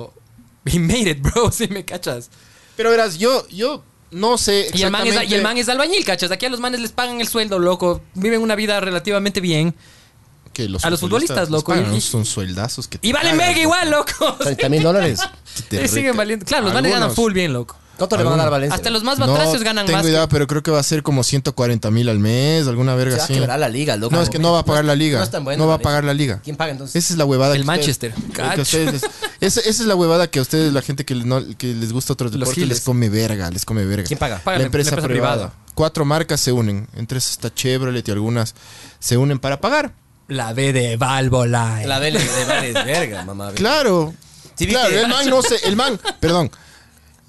Speaker 3: He made it, bro, si me cachas.
Speaker 1: Pero verás, yo, yo no sé.
Speaker 3: Y el, man es, y el man
Speaker 1: exactamente-
Speaker 3: es albañil, cachas. Aquí a los manes les pagan el sueldo, loco. Viven una vida relativamente bien.
Speaker 1: Que los
Speaker 3: a los futbolistas,
Speaker 1: les
Speaker 3: loco,
Speaker 1: pagan,
Speaker 3: y-
Speaker 1: ¿no? son sueldazos que te
Speaker 3: Y valen
Speaker 1: cagas,
Speaker 3: verga igual, loco.
Speaker 2: ¿30 mil dólares?
Speaker 1: que te
Speaker 3: Y siguen
Speaker 1: reca-
Speaker 3: valiendo. Claro, los manes ganan
Speaker 1: Algunos.
Speaker 3: full bien, loco.
Speaker 2: ¿Cuánto le van a dar a Valencia?
Speaker 3: Hasta los más
Speaker 1: No
Speaker 3: batracios ganan
Speaker 1: tengo
Speaker 3: más. que-
Speaker 1: idea, pero creo que va a ser como 140 mil al mes, alguna verga
Speaker 2: Se va a
Speaker 1: así.
Speaker 2: quebrar la liga, loco.
Speaker 1: No, es que no va a pagar la liga.
Speaker 2: No es tan bueno,
Speaker 1: No va a
Speaker 2: Valencia.
Speaker 1: pagar la liga.
Speaker 2: ¿Quién paga entonces?
Speaker 1: Esa es la huevada.
Speaker 3: El
Speaker 1: que
Speaker 3: Manchester.
Speaker 1: ustedes- que
Speaker 3: Cacho.
Speaker 1: ustedes- esa, esa es la huevada que a ustedes, la gente que, no- que les gusta otros
Speaker 3: Los
Speaker 1: deportes,
Speaker 3: giles.
Speaker 1: les come verga, les come verga.
Speaker 2: ¿Quién paga?
Speaker 1: La
Speaker 3: Paga la
Speaker 1: empresa,
Speaker 3: empresa
Speaker 1: privada.
Speaker 3: privada.
Speaker 1: Cuatro marcas se unen. Entre esas está Chevrolet y algunas se unen para pagar.
Speaker 3: La B de Valvoline.
Speaker 2: La de, de Vale es verga,
Speaker 1: Eh,
Speaker 2: mamá.
Speaker 1: Claro.
Speaker 2: Sí, viste.
Speaker 1: claro, el man no se. El man, perdón.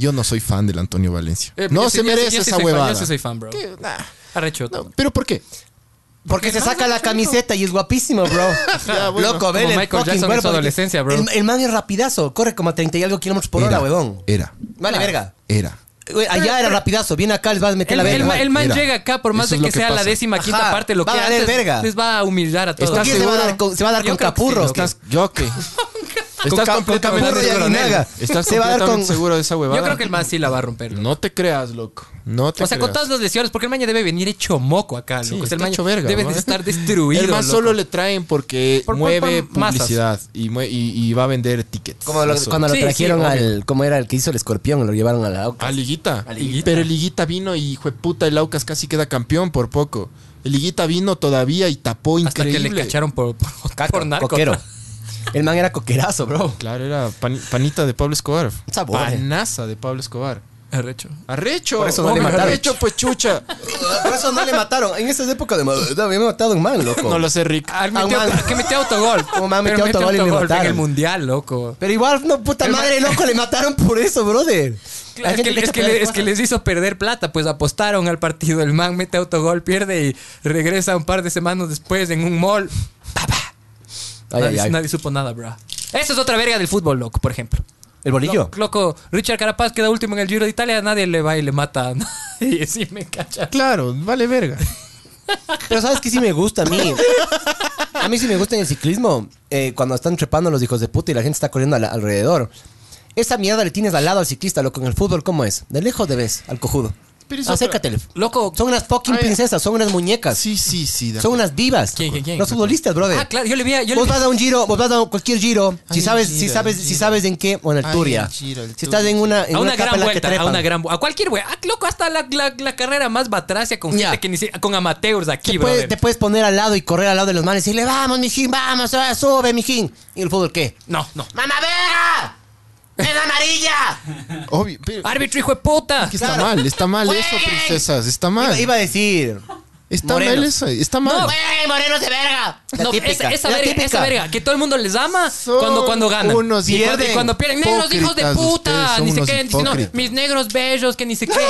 Speaker 1: Yo no soy fan del Antonio Valencia.
Speaker 3: Eh,
Speaker 1: no se
Speaker 3: yo sí- yo sí-
Speaker 1: merece
Speaker 3: yo
Speaker 1: esa
Speaker 3: sí soy fan,
Speaker 1: huevada.
Speaker 3: Yo sí soy fan, bro.
Speaker 1: ¿Qué? Nah,
Speaker 3: Arrecho.
Speaker 1: no, ¿Pero por qué?
Speaker 2: Porque se saca la camiseta y es guapísimo, bro.
Speaker 1: Ya, bueno.
Speaker 2: Loco,
Speaker 3: Como
Speaker 2: vele.
Speaker 3: Michael Jackson en su adolescencia, bro.
Speaker 2: El, el man es rapidazo, corre como a 30 y algo kilómetros por hora, huevón.
Speaker 3: eh,
Speaker 1: Era.
Speaker 2: Vale, verga.
Speaker 1: Era.
Speaker 2: Güey, Allá era rapidazo, viene acá, les vas a meter
Speaker 3: El,
Speaker 2: la
Speaker 3: el
Speaker 2: verga.
Speaker 3: ma- el man
Speaker 1: Mira,
Speaker 3: llega acá, por más
Speaker 1: eso
Speaker 3: de
Speaker 1: es lo que
Speaker 3: que, sea la
Speaker 1: pasa.
Speaker 3: décima
Speaker 2: Ajá,
Speaker 3: quinta parte, lo
Speaker 2: va
Speaker 3: que
Speaker 2: a valer
Speaker 3: antes
Speaker 2: verga.
Speaker 3: les va a humillar a todos.
Speaker 2: ¿Por qué se va a dar,
Speaker 1: seguro?
Speaker 2: con- se va a dar
Speaker 3: Yo
Speaker 2: con
Speaker 3: creo que sí,
Speaker 2: capurros?
Speaker 3: loco.
Speaker 2: que-
Speaker 1: Estás yo qué? Estás completamente
Speaker 2: Capurro y
Speaker 1: seguro,
Speaker 2: Aguinaga.
Speaker 1: Nel. Estás
Speaker 2: Se va a dar
Speaker 1: completamente
Speaker 2: con-
Speaker 1: seguro de esa huevada.
Speaker 3: Yo creo que el man sí la va a romper. loco.
Speaker 1: No te creas, loco. No te
Speaker 3: O sea, con
Speaker 1: creas.
Speaker 3: todas las lesiones, porque el man ya debe venir hecho moco acá, loco. O sea,
Speaker 1: está
Speaker 3: el man
Speaker 1: hecho verga,
Speaker 3: este debe
Speaker 1: ¿no?
Speaker 3: de estar destruido.
Speaker 1: El man
Speaker 3: loco.
Speaker 1: solo le traen porque
Speaker 3: Por- por-
Speaker 1: mueve
Speaker 3: por masas.
Speaker 1: publicidad y, mue- y- y va a vender tickets.
Speaker 2: Como lo-
Speaker 1: Eso.
Speaker 2: cuando lo
Speaker 3: Sí, sí,
Speaker 2: trajeron
Speaker 3: obvio.
Speaker 2: al. ¿Cómo era el que hizo el escorpión? Lo llevaron a la Aucas.
Speaker 1: A Ah, Liguita.
Speaker 3: A Liguita.
Speaker 1: Y- Pero el Liguita vino y jueputa, el Aucas casi queda campeón por poco. El Liguita vino todavía y tapó
Speaker 3: Hasta
Speaker 1: increíble.
Speaker 3: que le cacharon por, por,
Speaker 2: Caca,
Speaker 3: por narco.
Speaker 2: coquero. El man era coquerazo, bro.
Speaker 1: Claro, era pani- panita de Pablo Escobar.
Speaker 2: Sabor, eh.
Speaker 1: Panaza de Pablo Escobar.
Speaker 3: Arrecho.
Speaker 1: Arrecho.
Speaker 2: Por eso no le
Speaker 1: Hombre,
Speaker 2: mataron.
Speaker 1: Arrecho, pues chucha.
Speaker 2: Por eso no le mataron. En esas épocas de me había matado un man, loco.
Speaker 1: No lo sé, Rick.
Speaker 3: Ah, él
Speaker 2: Ah,
Speaker 3: metió-
Speaker 2: man.
Speaker 3: que metió autogol.
Speaker 2: Como man,
Speaker 3: Pero
Speaker 2: metió autogol y le
Speaker 3: en el
Speaker 2: mataron.
Speaker 3: mundial, loco.
Speaker 2: Pero igual, no, puta madre, loco, le mataron por eso, brother. La
Speaker 3: Claro, es,
Speaker 2: gente
Speaker 3: que,
Speaker 2: le
Speaker 3: es
Speaker 2: echa
Speaker 3: que
Speaker 2: por
Speaker 3: le-
Speaker 2: las
Speaker 3: es que
Speaker 2: cosas.
Speaker 3: les hizo perder plata, pues apostaron al partido. El man mete autogol, pierde y regresa un par de semanas después en un mall. Pa, pa.
Speaker 2: Ay,
Speaker 3: nadie,
Speaker 2: ay, ay.
Speaker 3: nadie supo nada, bro. Eso es otra verga del fútbol, loco, por ejemplo.
Speaker 2: El bolillo.
Speaker 3: Loco, Richard Carapaz queda último en el Giro de Italia, nadie le va y le mata. Y sí me cacha.
Speaker 1: Claro, vale verga.
Speaker 2: Pero sabes que sí me gusta a mí. A mí sí me gusta en el ciclismo. eh, cuando están trepando los hijos de puta y la gente está corriendo al- alrededor. Esa mierda le tienes al lado al ciclista, loco. En el fútbol, ¿cómo es? De lejos de ves al cojudo.
Speaker 1: Pero eso-
Speaker 2: Acércatele.
Speaker 3: Loco,
Speaker 2: Son unas fucking
Speaker 1: Ay,
Speaker 2: princesas, son unas muñecas.
Speaker 1: Sí, sí, sí. de
Speaker 2: Son unas divas.
Speaker 3: ¿Quién, quién, quién?
Speaker 2: Los futbolistas, brother.
Speaker 3: Ah, claro, yo le vi a. Yo le
Speaker 2: vos
Speaker 3: vi-
Speaker 2: vas a un giro, vos vas a cualquier giro, si
Speaker 1: Ay,
Speaker 2: sabes,
Speaker 1: el
Speaker 2: si
Speaker 1: giro,
Speaker 2: sabes,
Speaker 1: el
Speaker 2: si
Speaker 1: giro.
Speaker 2: sabes en qué, o en
Speaker 1: Ay,
Speaker 2: Alturia.
Speaker 1: el giro, el
Speaker 2: si estás en una, en una,
Speaker 3: a una,
Speaker 2: capa
Speaker 3: gran
Speaker 2: en la que
Speaker 3: vuelta, a
Speaker 2: trepan.
Speaker 3: una gran vu- A cualquier wea. Ah, loco, hasta la, la- la carrera más batracia con gente
Speaker 2: Ya.
Speaker 3: que ni si- Con amateurs aquí,
Speaker 2: te,
Speaker 3: bro.
Speaker 2: puedes, te puedes poner al lado y correr al lado de los manes y decirle, vamos, mijín, vamos, ahora sube, mijín. ¿Y el fútbol qué?
Speaker 3: No, no.
Speaker 2: ¡Mamá verga! ¡Es amarilla!
Speaker 1: Obvio, pero
Speaker 3: Árbitro, hijo de puta.
Speaker 1: que está mal, está mal eso, princesas. Está mal.
Speaker 2: Iba, iba a decir.
Speaker 1: está mal
Speaker 2: Morelos.
Speaker 1: eso, está mal.
Speaker 2: ¡Güey, morenos de verga! La
Speaker 3: No,
Speaker 2: típica,
Speaker 3: esa, esa
Speaker 2: la
Speaker 3: verga,
Speaker 2: típica.
Speaker 3: esa verga, que todo el mundo les ama
Speaker 1: Son
Speaker 3: cuando, cuando ganan.
Speaker 1: unos
Speaker 3: y, cuando,
Speaker 1: pierden.
Speaker 3: y cuando pierden, negros hijos de
Speaker 1: Hipócritas ustedes,
Speaker 3: puta,
Speaker 1: son
Speaker 3: ni se
Speaker 1: unos
Speaker 3: creen, dicen, no,
Speaker 1: hipócritas.
Speaker 3: mis negros bellos, que ni se creen.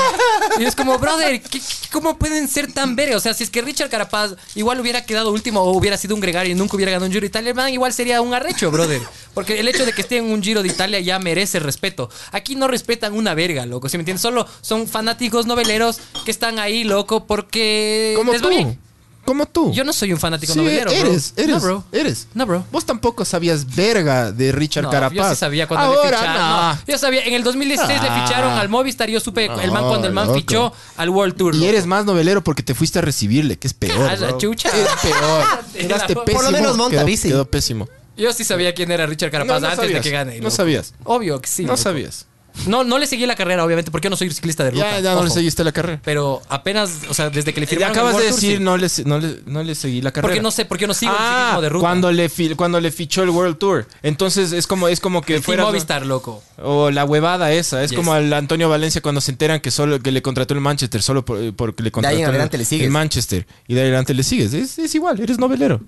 Speaker 3: Y es como, brother, ¿qué- qué- ¿cómo pueden ser tan verga? O sea, si es que Richard Carapaz igual hubiera quedado último o hubiera sido un gregario y nunca hubiera ganado un Giro de Italia, el man igual sería un arrecho, brother. Porque el hecho de que esté en un Giro de Italia ya merece respeto. Aquí no respetan una verga, loco, ¿sí me entiendes? Solo son fanáticos noveleros que están ahí, loco, porque
Speaker 1: Como
Speaker 3: les va
Speaker 1: tú.
Speaker 3: bien.
Speaker 1: Como tú.
Speaker 3: Yo no soy un fanático
Speaker 1: Sí,
Speaker 3: novelero, bro.
Speaker 1: eres, eres,
Speaker 3: No, bro.
Speaker 1: eres.
Speaker 3: No, bro.
Speaker 1: Vos tampoco sabías verga de Richard
Speaker 3: No,
Speaker 1: Carapaz.
Speaker 3: Yo sí sabía cuando le
Speaker 1: Ahora,
Speaker 3: ficharon.
Speaker 1: nah.
Speaker 3: no, yo sabía, en el 2016 le
Speaker 1: Ah.
Speaker 3: ficharon al Movistar. Yo supe el man
Speaker 1: No,
Speaker 3: cuando el man
Speaker 1: loco.
Speaker 3: fichó al World Tour.
Speaker 1: Y
Speaker 3: loco.
Speaker 1: eres más novelero porque te fuiste a recibirle, que es peor.
Speaker 3: Ah, la
Speaker 1: bro.
Speaker 3: chucha.
Speaker 1: Es peor. Eraste
Speaker 3: Por lo
Speaker 1: pésimo.
Speaker 2: menos monta
Speaker 1: quedó,
Speaker 2: bici.
Speaker 1: Quedó pésimo.
Speaker 3: Yo sí sabía quién era Richard
Speaker 1: No,
Speaker 3: Carapaz
Speaker 1: no
Speaker 3: antes de
Speaker 1: sabías.
Speaker 3: que gane.
Speaker 1: No
Speaker 3: loco.
Speaker 1: sabías.
Speaker 3: Obvio que sí.
Speaker 1: no
Speaker 3: loco.
Speaker 1: sabías.
Speaker 3: No, no le seguí la carrera, obviamente, porque yo no soy ciclista de ruta.
Speaker 1: Ya, ya no le
Speaker 3: ojo.
Speaker 1: seguiste la carrera.
Speaker 3: Pero apenas, o sea, desde que le
Speaker 1: Ya
Speaker 3: firmaron.
Speaker 1: acabas
Speaker 3: el
Speaker 1: de
Speaker 3: World Tour,
Speaker 1: decir
Speaker 3: sí.
Speaker 1: no, le, se- no, le, no le seguí la carrera.
Speaker 3: Porque no sé, porque yo no sigo el
Speaker 1: Ah,
Speaker 3: ciclismo de ruta.
Speaker 1: Cuando le, fi- cuando le fichó el World Tour. Entonces es como, es como que
Speaker 3: el
Speaker 1: fuera.
Speaker 3: Team Movistar, loco.
Speaker 1: O la huevada esa. Es
Speaker 3: Yes.
Speaker 1: como al Antonio Valencia cuando se enteran que solo que le contrató el Manchester, solo por- eh, porque le contrató
Speaker 2: adelante
Speaker 1: el,
Speaker 2: le sigues.
Speaker 1: el Manchester. Y de ahí adelante le sigues. Es, es igual, eres novelero.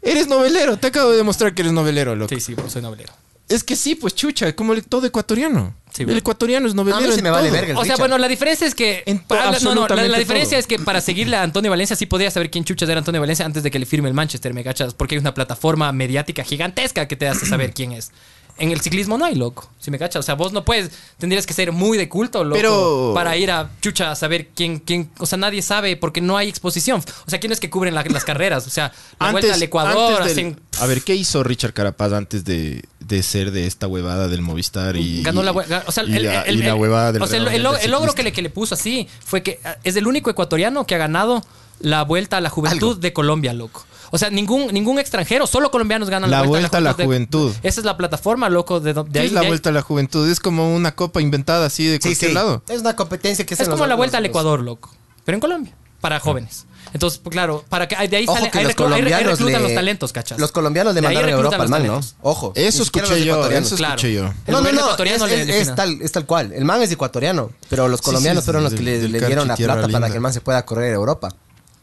Speaker 1: Eres novelero, te acabo de demostrar que eres novelero, loco.
Speaker 3: Sí, sí, bro, soy novelero.
Speaker 1: Es que sí, pues chucha, como el, todo ecuatoriano.
Speaker 3: Sí,
Speaker 1: el
Speaker 3: bro.
Speaker 1: ecuatoriano es
Speaker 2: A
Speaker 1: novelero.
Speaker 2: mí se
Speaker 1: en
Speaker 2: me vale
Speaker 1: todo.
Speaker 2: verga. el
Speaker 3: O sea,
Speaker 2: Richard.
Speaker 3: bueno, la diferencia es que.
Speaker 1: En to-
Speaker 3: Ah, la- no, no, la- la,
Speaker 1: absolutamente
Speaker 3: diferencia
Speaker 1: todo.
Speaker 3: es que para seguirle a Antonio Valencia sí podía saber quién chuchas era Antonio Valencia antes de que le firme el Manchester, ¿me cachas? Porque hay una plataforma mediática gigantesca que te hace saber quién es. En el ciclismo no hay, loco. Si me cachas. O sea, vos no puedes. Tendrías que ser muy de culto, loco.
Speaker 1: Pero-
Speaker 3: Para ir a chucha a saber quién, quién. O sea, nadie sabe porque no hay exposición. O sea, quiénes que cubren la- las carreras. O sea, la vuelta al Ecuador,
Speaker 1: antes del-
Speaker 3: hacen-
Speaker 1: A ver, ¿qué hizo Richard Carapaz antes de, de ser de esta huevada del Movistar y,
Speaker 3: ganó la
Speaker 1: y-
Speaker 3: hue- ga- o sea,
Speaker 1: y
Speaker 3: el-
Speaker 1: la,
Speaker 3: el-
Speaker 1: y la
Speaker 3: el-
Speaker 1: huevada del
Speaker 3: o sea, el,
Speaker 1: Real
Speaker 3: el lo-
Speaker 1: Madrid
Speaker 3: el logro
Speaker 1: ciclista?
Speaker 3: que le, que le puso así fue que ah, es el único ecuatoriano que ha ganado la vuelta a la juventud de Colombia, loco. O sea, ningún, ningún extranjero, solo colombianos ganan
Speaker 1: La vuelta a la juventud.
Speaker 3: de- esa es la plataforma, loco, de, do- de
Speaker 1: ¿Qué
Speaker 3: ahí.
Speaker 1: es la
Speaker 3: de ahí-
Speaker 1: vuelta a la juventud? Es como una copa inventada así de cualquier lado.
Speaker 2: Es una competencia que
Speaker 3: es como la vuelta al Ecuador, loco. Pero en Colombia,
Speaker 1: Ah.
Speaker 3: para jóvenes. Entonces, pues, claro, para que de ahí,
Speaker 2: Ojo
Speaker 3: salen-
Speaker 2: que
Speaker 3: ahí
Speaker 2: los
Speaker 3: reclu- ahí- ahí
Speaker 2: colombianos
Speaker 3: reclutan
Speaker 2: le-
Speaker 3: los talentos, ¿cachas?
Speaker 2: Los colombianos le
Speaker 3: De ahí
Speaker 2: mandaron a
Speaker 3: reclutan
Speaker 2: Europa al
Speaker 3: los
Speaker 2: mal, ¿no?
Speaker 3: talentos.
Speaker 2: Ojo. ni
Speaker 1: Eso
Speaker 2: siquiera los
Speaker 1: escuché yo,
Speaker 2: ecuatorianos.
Speaker 1: eso
Speaker 3: Claro.
Speaker 1: escuché yo.
Speaker 3: El
Speaker 2: No, no,
Speaker 3: gobierno
Speaker 2: no, es,
Speaker 3: ecuatoriano le
Speaker 2: es-
Speaker 3: defina.
Speaker 2: es tal, es tal cual. El man es ecuatoriano, pero los
Speaker 1: Sí,
Speaker 2: colombianos
Speaker 1: sí,
Speaker 2: fueron los
Speaker 1: del-
Speaker 2: que le,
Speaker 1: del
Speaker 2: le dieron la
Speaker 1: Carchi, tierra
Speaker 2: plata para
Speaker 1: linda.
Speaker 2: que el man se pueda correr a Europa.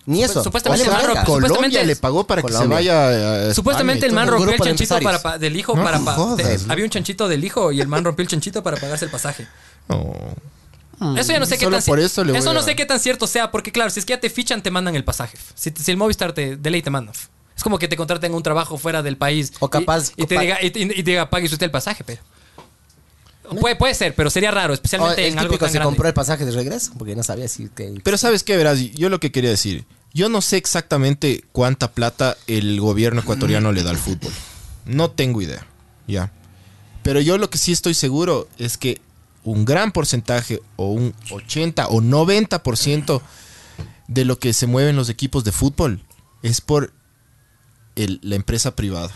Speaker 2: Ni eso.
Speaker 3: Pues,
Speaker 2: Vale,
Speaker 3: supuestamente el man
Speaker 2: verga.
Speaker 3: rompió-
Speaker 1: Colombia
Speaker 3: Supuestamente-
Speaker 1: le pagó para que se
Speaker 2: Colombia.
Speaker 1: vaya a- a
Speaker 3: Supuestamente el
Speaker 1: España
Speaker 3: man
Speaker 1: y todo.
Speaker 3: rompió el
Speaker 2: grupo de
Speaker 3: chanchito para,
Speaker 2: empresarios.
Speaker 3: pa- del hijo
Speaker 1: No
Speaker 3: para pa-
Speaker 1: jodas,
Speaker 3: de-
Speaker 1: loco.
Speaker 3: había un chanchito del hijo y el man rompió el chanchito para pagarse el pasaje.
Speaker 1: No.
Speaker 3: Eso ya no sé qué
Speaker 1: Solo
Speaker 3: tan
Speaker 1: por eso le voy
Speaker 3: no
Speaker 1: a-
Speaker 3: sé qué tan cierto sea, porque claro, si es que ya te fichan te mandan el pasaje. Si, te- si el Movistar te de ley te mandan. Es como que te contraten un trabajo fuera del país
Speaker 2: O capaz-
Speaker 3: y, y te
Speaker 2: pa-
Speaker 3: diga y, te- y te diga pague usted el pasaje, pero
Speaker 1: ¿Eh?
Speaker 3: puede, puede ser, pero sería raro,
Speaker 2: O
Speaker 1: Oh,
Speaker 3: especialmente
Speaker 2: el
Speaker 3: en algo
Speaker 2: típico
Speaker 3: tan
Speaker 2: se
Speaker 3: grande.
Speaker 2: compró el pasaje de regreso porque no sabía si que
Speaker 1: Pero sabes qué, verás, yo lo que quería decir, yo no sé exactamente cuánta plata el gobierno ecuatoriano le da al fútbol. No tengo idea, ya. Pero yo lo que sí estoy seguro es que un gran porcentaje o un 80 o 90% de lo que se mueven los equipos de fútbol es por el- la empresa privada.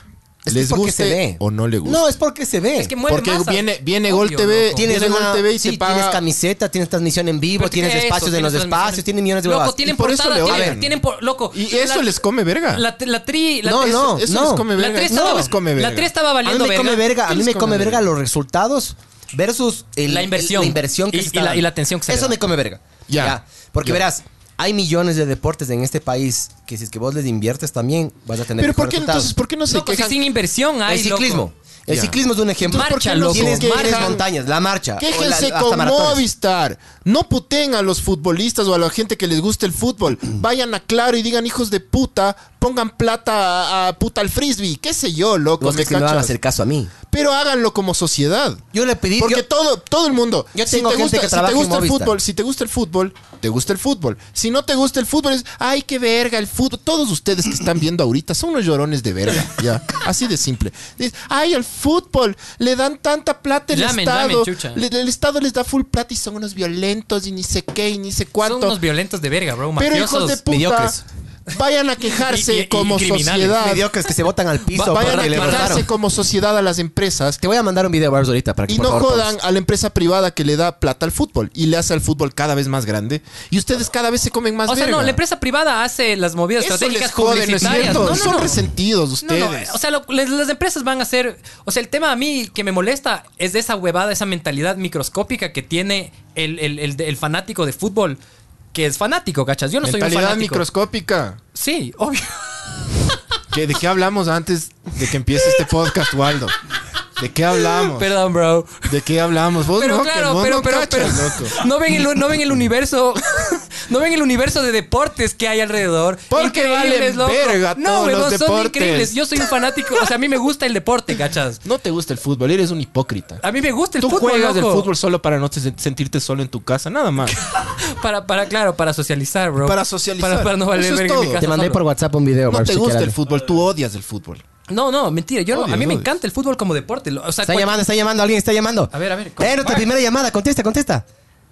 Speaker 2: Es que
Speaker 1: les
Speaker 2: es porque se
Speaker 1: guste
Speaker 2: ve.
Speaker 1: o no le guste.
Speaker 2: No, es porque se ve.
Speaker 3: Es que mueve
Speaker 1: porque
Speaker 3: masas.
Speaker 1: viene viene
Speaker 3: Obvio,
Speaker 1: Gol TV,
Speaker 3: loco.
Speaker 1: viene
Speaker 2: tienes
Speaker 1: Gol
Speaker 2: una-
Speaker 1: TV y
Speaker 2: sí,
Speaker 1: te paga
Speaker 2: tienes camiseta, tienes transmisión en vivo,
Speaker 3: Pero
Speaker 2: tienes
Speaker 3: eso,
Speaker 2: espacios en
Speaker 3: tienes
Speaker 2: los
Speaker 3: transmisiones.
Speaker 2: espacios, tienen millones de
Speaker 3: Loco,
Speaker 2: huevadas.
Speaker 3: tienen
Speaker 1: Y por eso
Speaker 3: portada,
Speaker 1: le
Speaker 3: tienen,
Speaker 1: odian.
Speaker 3: tienen por- loco.
Speaker 1: y eso
Speaker 3: la-
Speaker 1: les come verga.
Speaker 3: la, la tri la
Speaker 2: No,
Speaker 3: tri-
Speaker 2: no,
Speaker 1: eso
Speaker 2: no.
Speaker 1: les come verga.
Speaker 3: La tres
Speaker 1: Eso
Speaker 3: estaba-
Speaker 1: les come
Speaker 3: la
Speaker 1: verga.
Speaker 3: tres estaba
Speaker 2: a mí
Speaker 3: valiendo
Speaker 2: me come verga, a
Speaker 1: ¿Qué
Speaker 2: mí
Speaker 1: les
Speaker 2: me
Speaker 1: come
Speaker 2: come
Speaker 1: verga?
Speaker 2: verga los resultados versus el-
Speaker 3: La inversión.
Speaker 2: el- la inversión que
Speaker 3: Y-
Speaker 2: se
Speaker 3: y
Speaker 2: está
Speaker 3: la-
Speaker 2: dando.
Speaker 3: y la atención que se le
Speaker 2: Eso
Speaker 3: da.
Speaker 2: me come verga.
Speaker 1: Ya.
Speaker 2: Porque
Speaker 1: Ya.
Speaker 2: verás, hay millones de deportes en este país que si es que vos les inviertes también vas a tener
Speaker 1: Pero ¿por
Speaker 2: mejores
Speaker 1: qué
Speaker 2: resultados. pues
Speaker 1: entonces por qué no se
Speaker 3: Loco, si
Speaker 1: quejan?
Speaker 3: sin inversión hay
Speaker 2: el ciclismo.
Speaker 3: loco.
Speaker 2: El
Speaker 1: Ya.
Speaker 2: ciclismo es un ejemplo.
Speaker 3: Entonces, ¿por qué
Speaker 2: marcha,
Speaker 3: no
Speaker 2: loco.
Speaker 3: se
Speaker 2: Tienes,
Speaker 1: quejan?
Speaker 2: tienes montañas, la marcha. o la-
Speaker 1: Quéjense
Speaker 2: Ah, hasta
Speaker 1: con
Speaker 2: maratones.
Speaker 1: Movistar. No puten a los futbolistas o a la gente que les gusta el fútbol. Vayan a Claro y digan, hijos de puta, pongan plata a, a puta al frisbee. ¿Qué sé yo, loco?
Speaker 2: Vos
Speaker 1: ¿me
Speaker 2: crees que me van a
Speaker 1: cachas?
Speaker 2: hacer caso a mí.
Speaker 1: Pero háganlo como sociedad.
Speaker 2: Yo le pedí.
Speaker 1: Porque
Speaker 2: yo-
Speaker 1: todo, todo el mundo.
Speaker 2: Yo tengo
Speaker 1: si te
Speaker 2: gente
Speaker 1: gusta,
Speaker 2: que
Speaker 1: si
Speaker 2: trabaja
Speaker 1: te
Speaker 2: en
Speaker 1: gusta el
Speaker 2: Movistar.
Speaker 1: fútbol, si te gusta el fútbol, te gusta el fútbol. Si no te gusta el fútbol, es ay qué verga el fútbol. Todos ustedes que están viendo ahorita son unos llorones de verga, ya. Así de simple. Dices, ay al fútbol le dan tanta plata el
Speaker 3: Llamen,
Speaker 1: estado.
Speaker 3: llamen, chucha.
Speaker 1: Le- el estado les da full plata y son unos violentos y ni sé qué y ni sé cuánto.
Speaker 3: Son unos violentos de verga, bro.
Speaker 1: Pero
Speaker 3: mafiosos.
Speaker 1: hijos de puta,
Speaker 2: mediocres.
Speaker 1: vayan a quejarse
Speaker 3: Y- y- y
Speaker 1: como
Speaker 3: criminales.
Speaker 1: sociedad.
Speaker 2: mediocres que se botan al piso.
Speaker 1: Ah. Va- vayan
Speaker 2: porque
Speaker 1: a
Speaker 2: le
Speaker 1: quejarse
Speaker 2: robaron.
Speaker 1: como sociedad a las empresas
Speaker 2: Te voy a mandar un video, Barbs, ahorita para que
Speaker 1: y
Speaker 2: por
Speaker 1: no
Speaker 2: favor,
Speaker 1: jodan a la empresa privada que le da plata al fútbol y le hace al fútbol cada vez más grande y ustedes cada vez se comen más
Speaker 3: O sea,
Speaker 1: verga.
Speaker 3: no, la empresa privada hace las movidas
Speaker 1: Eso les
Speaker 3: estratégicas
Speaker 1: jode, ¿no es
Speaker 3: publicitarias.
Speaker 1: cierto?
Speaker 3: No, no,
Speaker 1: Son
Speaker 3: no.
Speaker 1: resentidos
Speaker 3: No,
Speaker 1: ustedes.
Speaker 3: no, o sea, lo- les- las empresas van a hacer. O sea, el tema a mí que me molesta es de esa huevada, esa mentalidad microscópica que tiene el, el- el- el fanático de fútbol, que es fanático, ¿cachas? Yo no soy un
Speaker 1: Mentalidad
Speaker 3: fanático.
Speaker 1: microscópica.
Speaker 3: sí, obvio.
Speaker 1: ¿Qué- ¿De qué hablamos antes de que empiece este podcast, Waldo? ¿De qué hablamos?
Speaker 3: Perdón, bro.
Speaker 1: ¿De qué hablamos? Vos
Speaker 3: Pero
Speaker 1: Pues no, que
Speaker 3: claro,
Speaker 1: vos
Speaker 3: pero,
Speaker 1: no
Speaker 3: pero, pero-
Speaker 1: cachas, loco.
Speaker 3: no ven el, no ven el universo, no ven el universo de deportes que hay alrededor.
Speaker 1: Porque valen verga
Speaker 3: no,
Speaker 1: todos los
Speaker 3: huevón, son
Speaker 1: deportes.
Speaker 3: increíbles. Yo soy un fanático, o sea, a mí me gusta el deporte, cachas.
Speaker 1: No te gusta el fútbol, eres un hipócrita.
Speaker 3: A mí me gusta el
Speaker 1: Tú
Speaker 3: fútbol,
Speaker 1: juegas
Speaker 3: loco.
Speaker 1: el fútbol solo para no te- sentirte solo en tu casa, nada más.
Speaker 3: Para, para, claro, para socializar, bro.
Speaker 1: Para socializar.
Speaker 3: Para, para no
Speaker 1: Eso
Speaker 3: valer
Speaker 1: es
Speaker 3: verga en mi
Speaker 1: todo.
Speaker 3: casa
Speaker 2: Te mandé
Speaker 3: solo.
Speaker 2: por WhatsApp un video,
Speaker 1: No
Speaker 2: Barbs,
Speaker 1: te
Speaker 2: si
Speaker 1: gusta
Speaker 2: quieres.
Speaker 1: el fútbol, tú odias el fútbol.
Speaker 3: No, no, mentira. Yo no-
Speaker 1: Obvio,
Speaker 3: a mí me
Speaker 1: obvio.
Speaker 3: encanta el fútbol como deporte. lo- O sea,
Speaker 2: Está
Speaker 3: cual-
Speaker 2: llamando, está llamando, alguien está llamando.
Speaker 3: A ver, a ver,
Speaker 2: Eh, nuestra
Speaker 3: Barbs.
Speaker 2: primera llamada, contesta, contesta.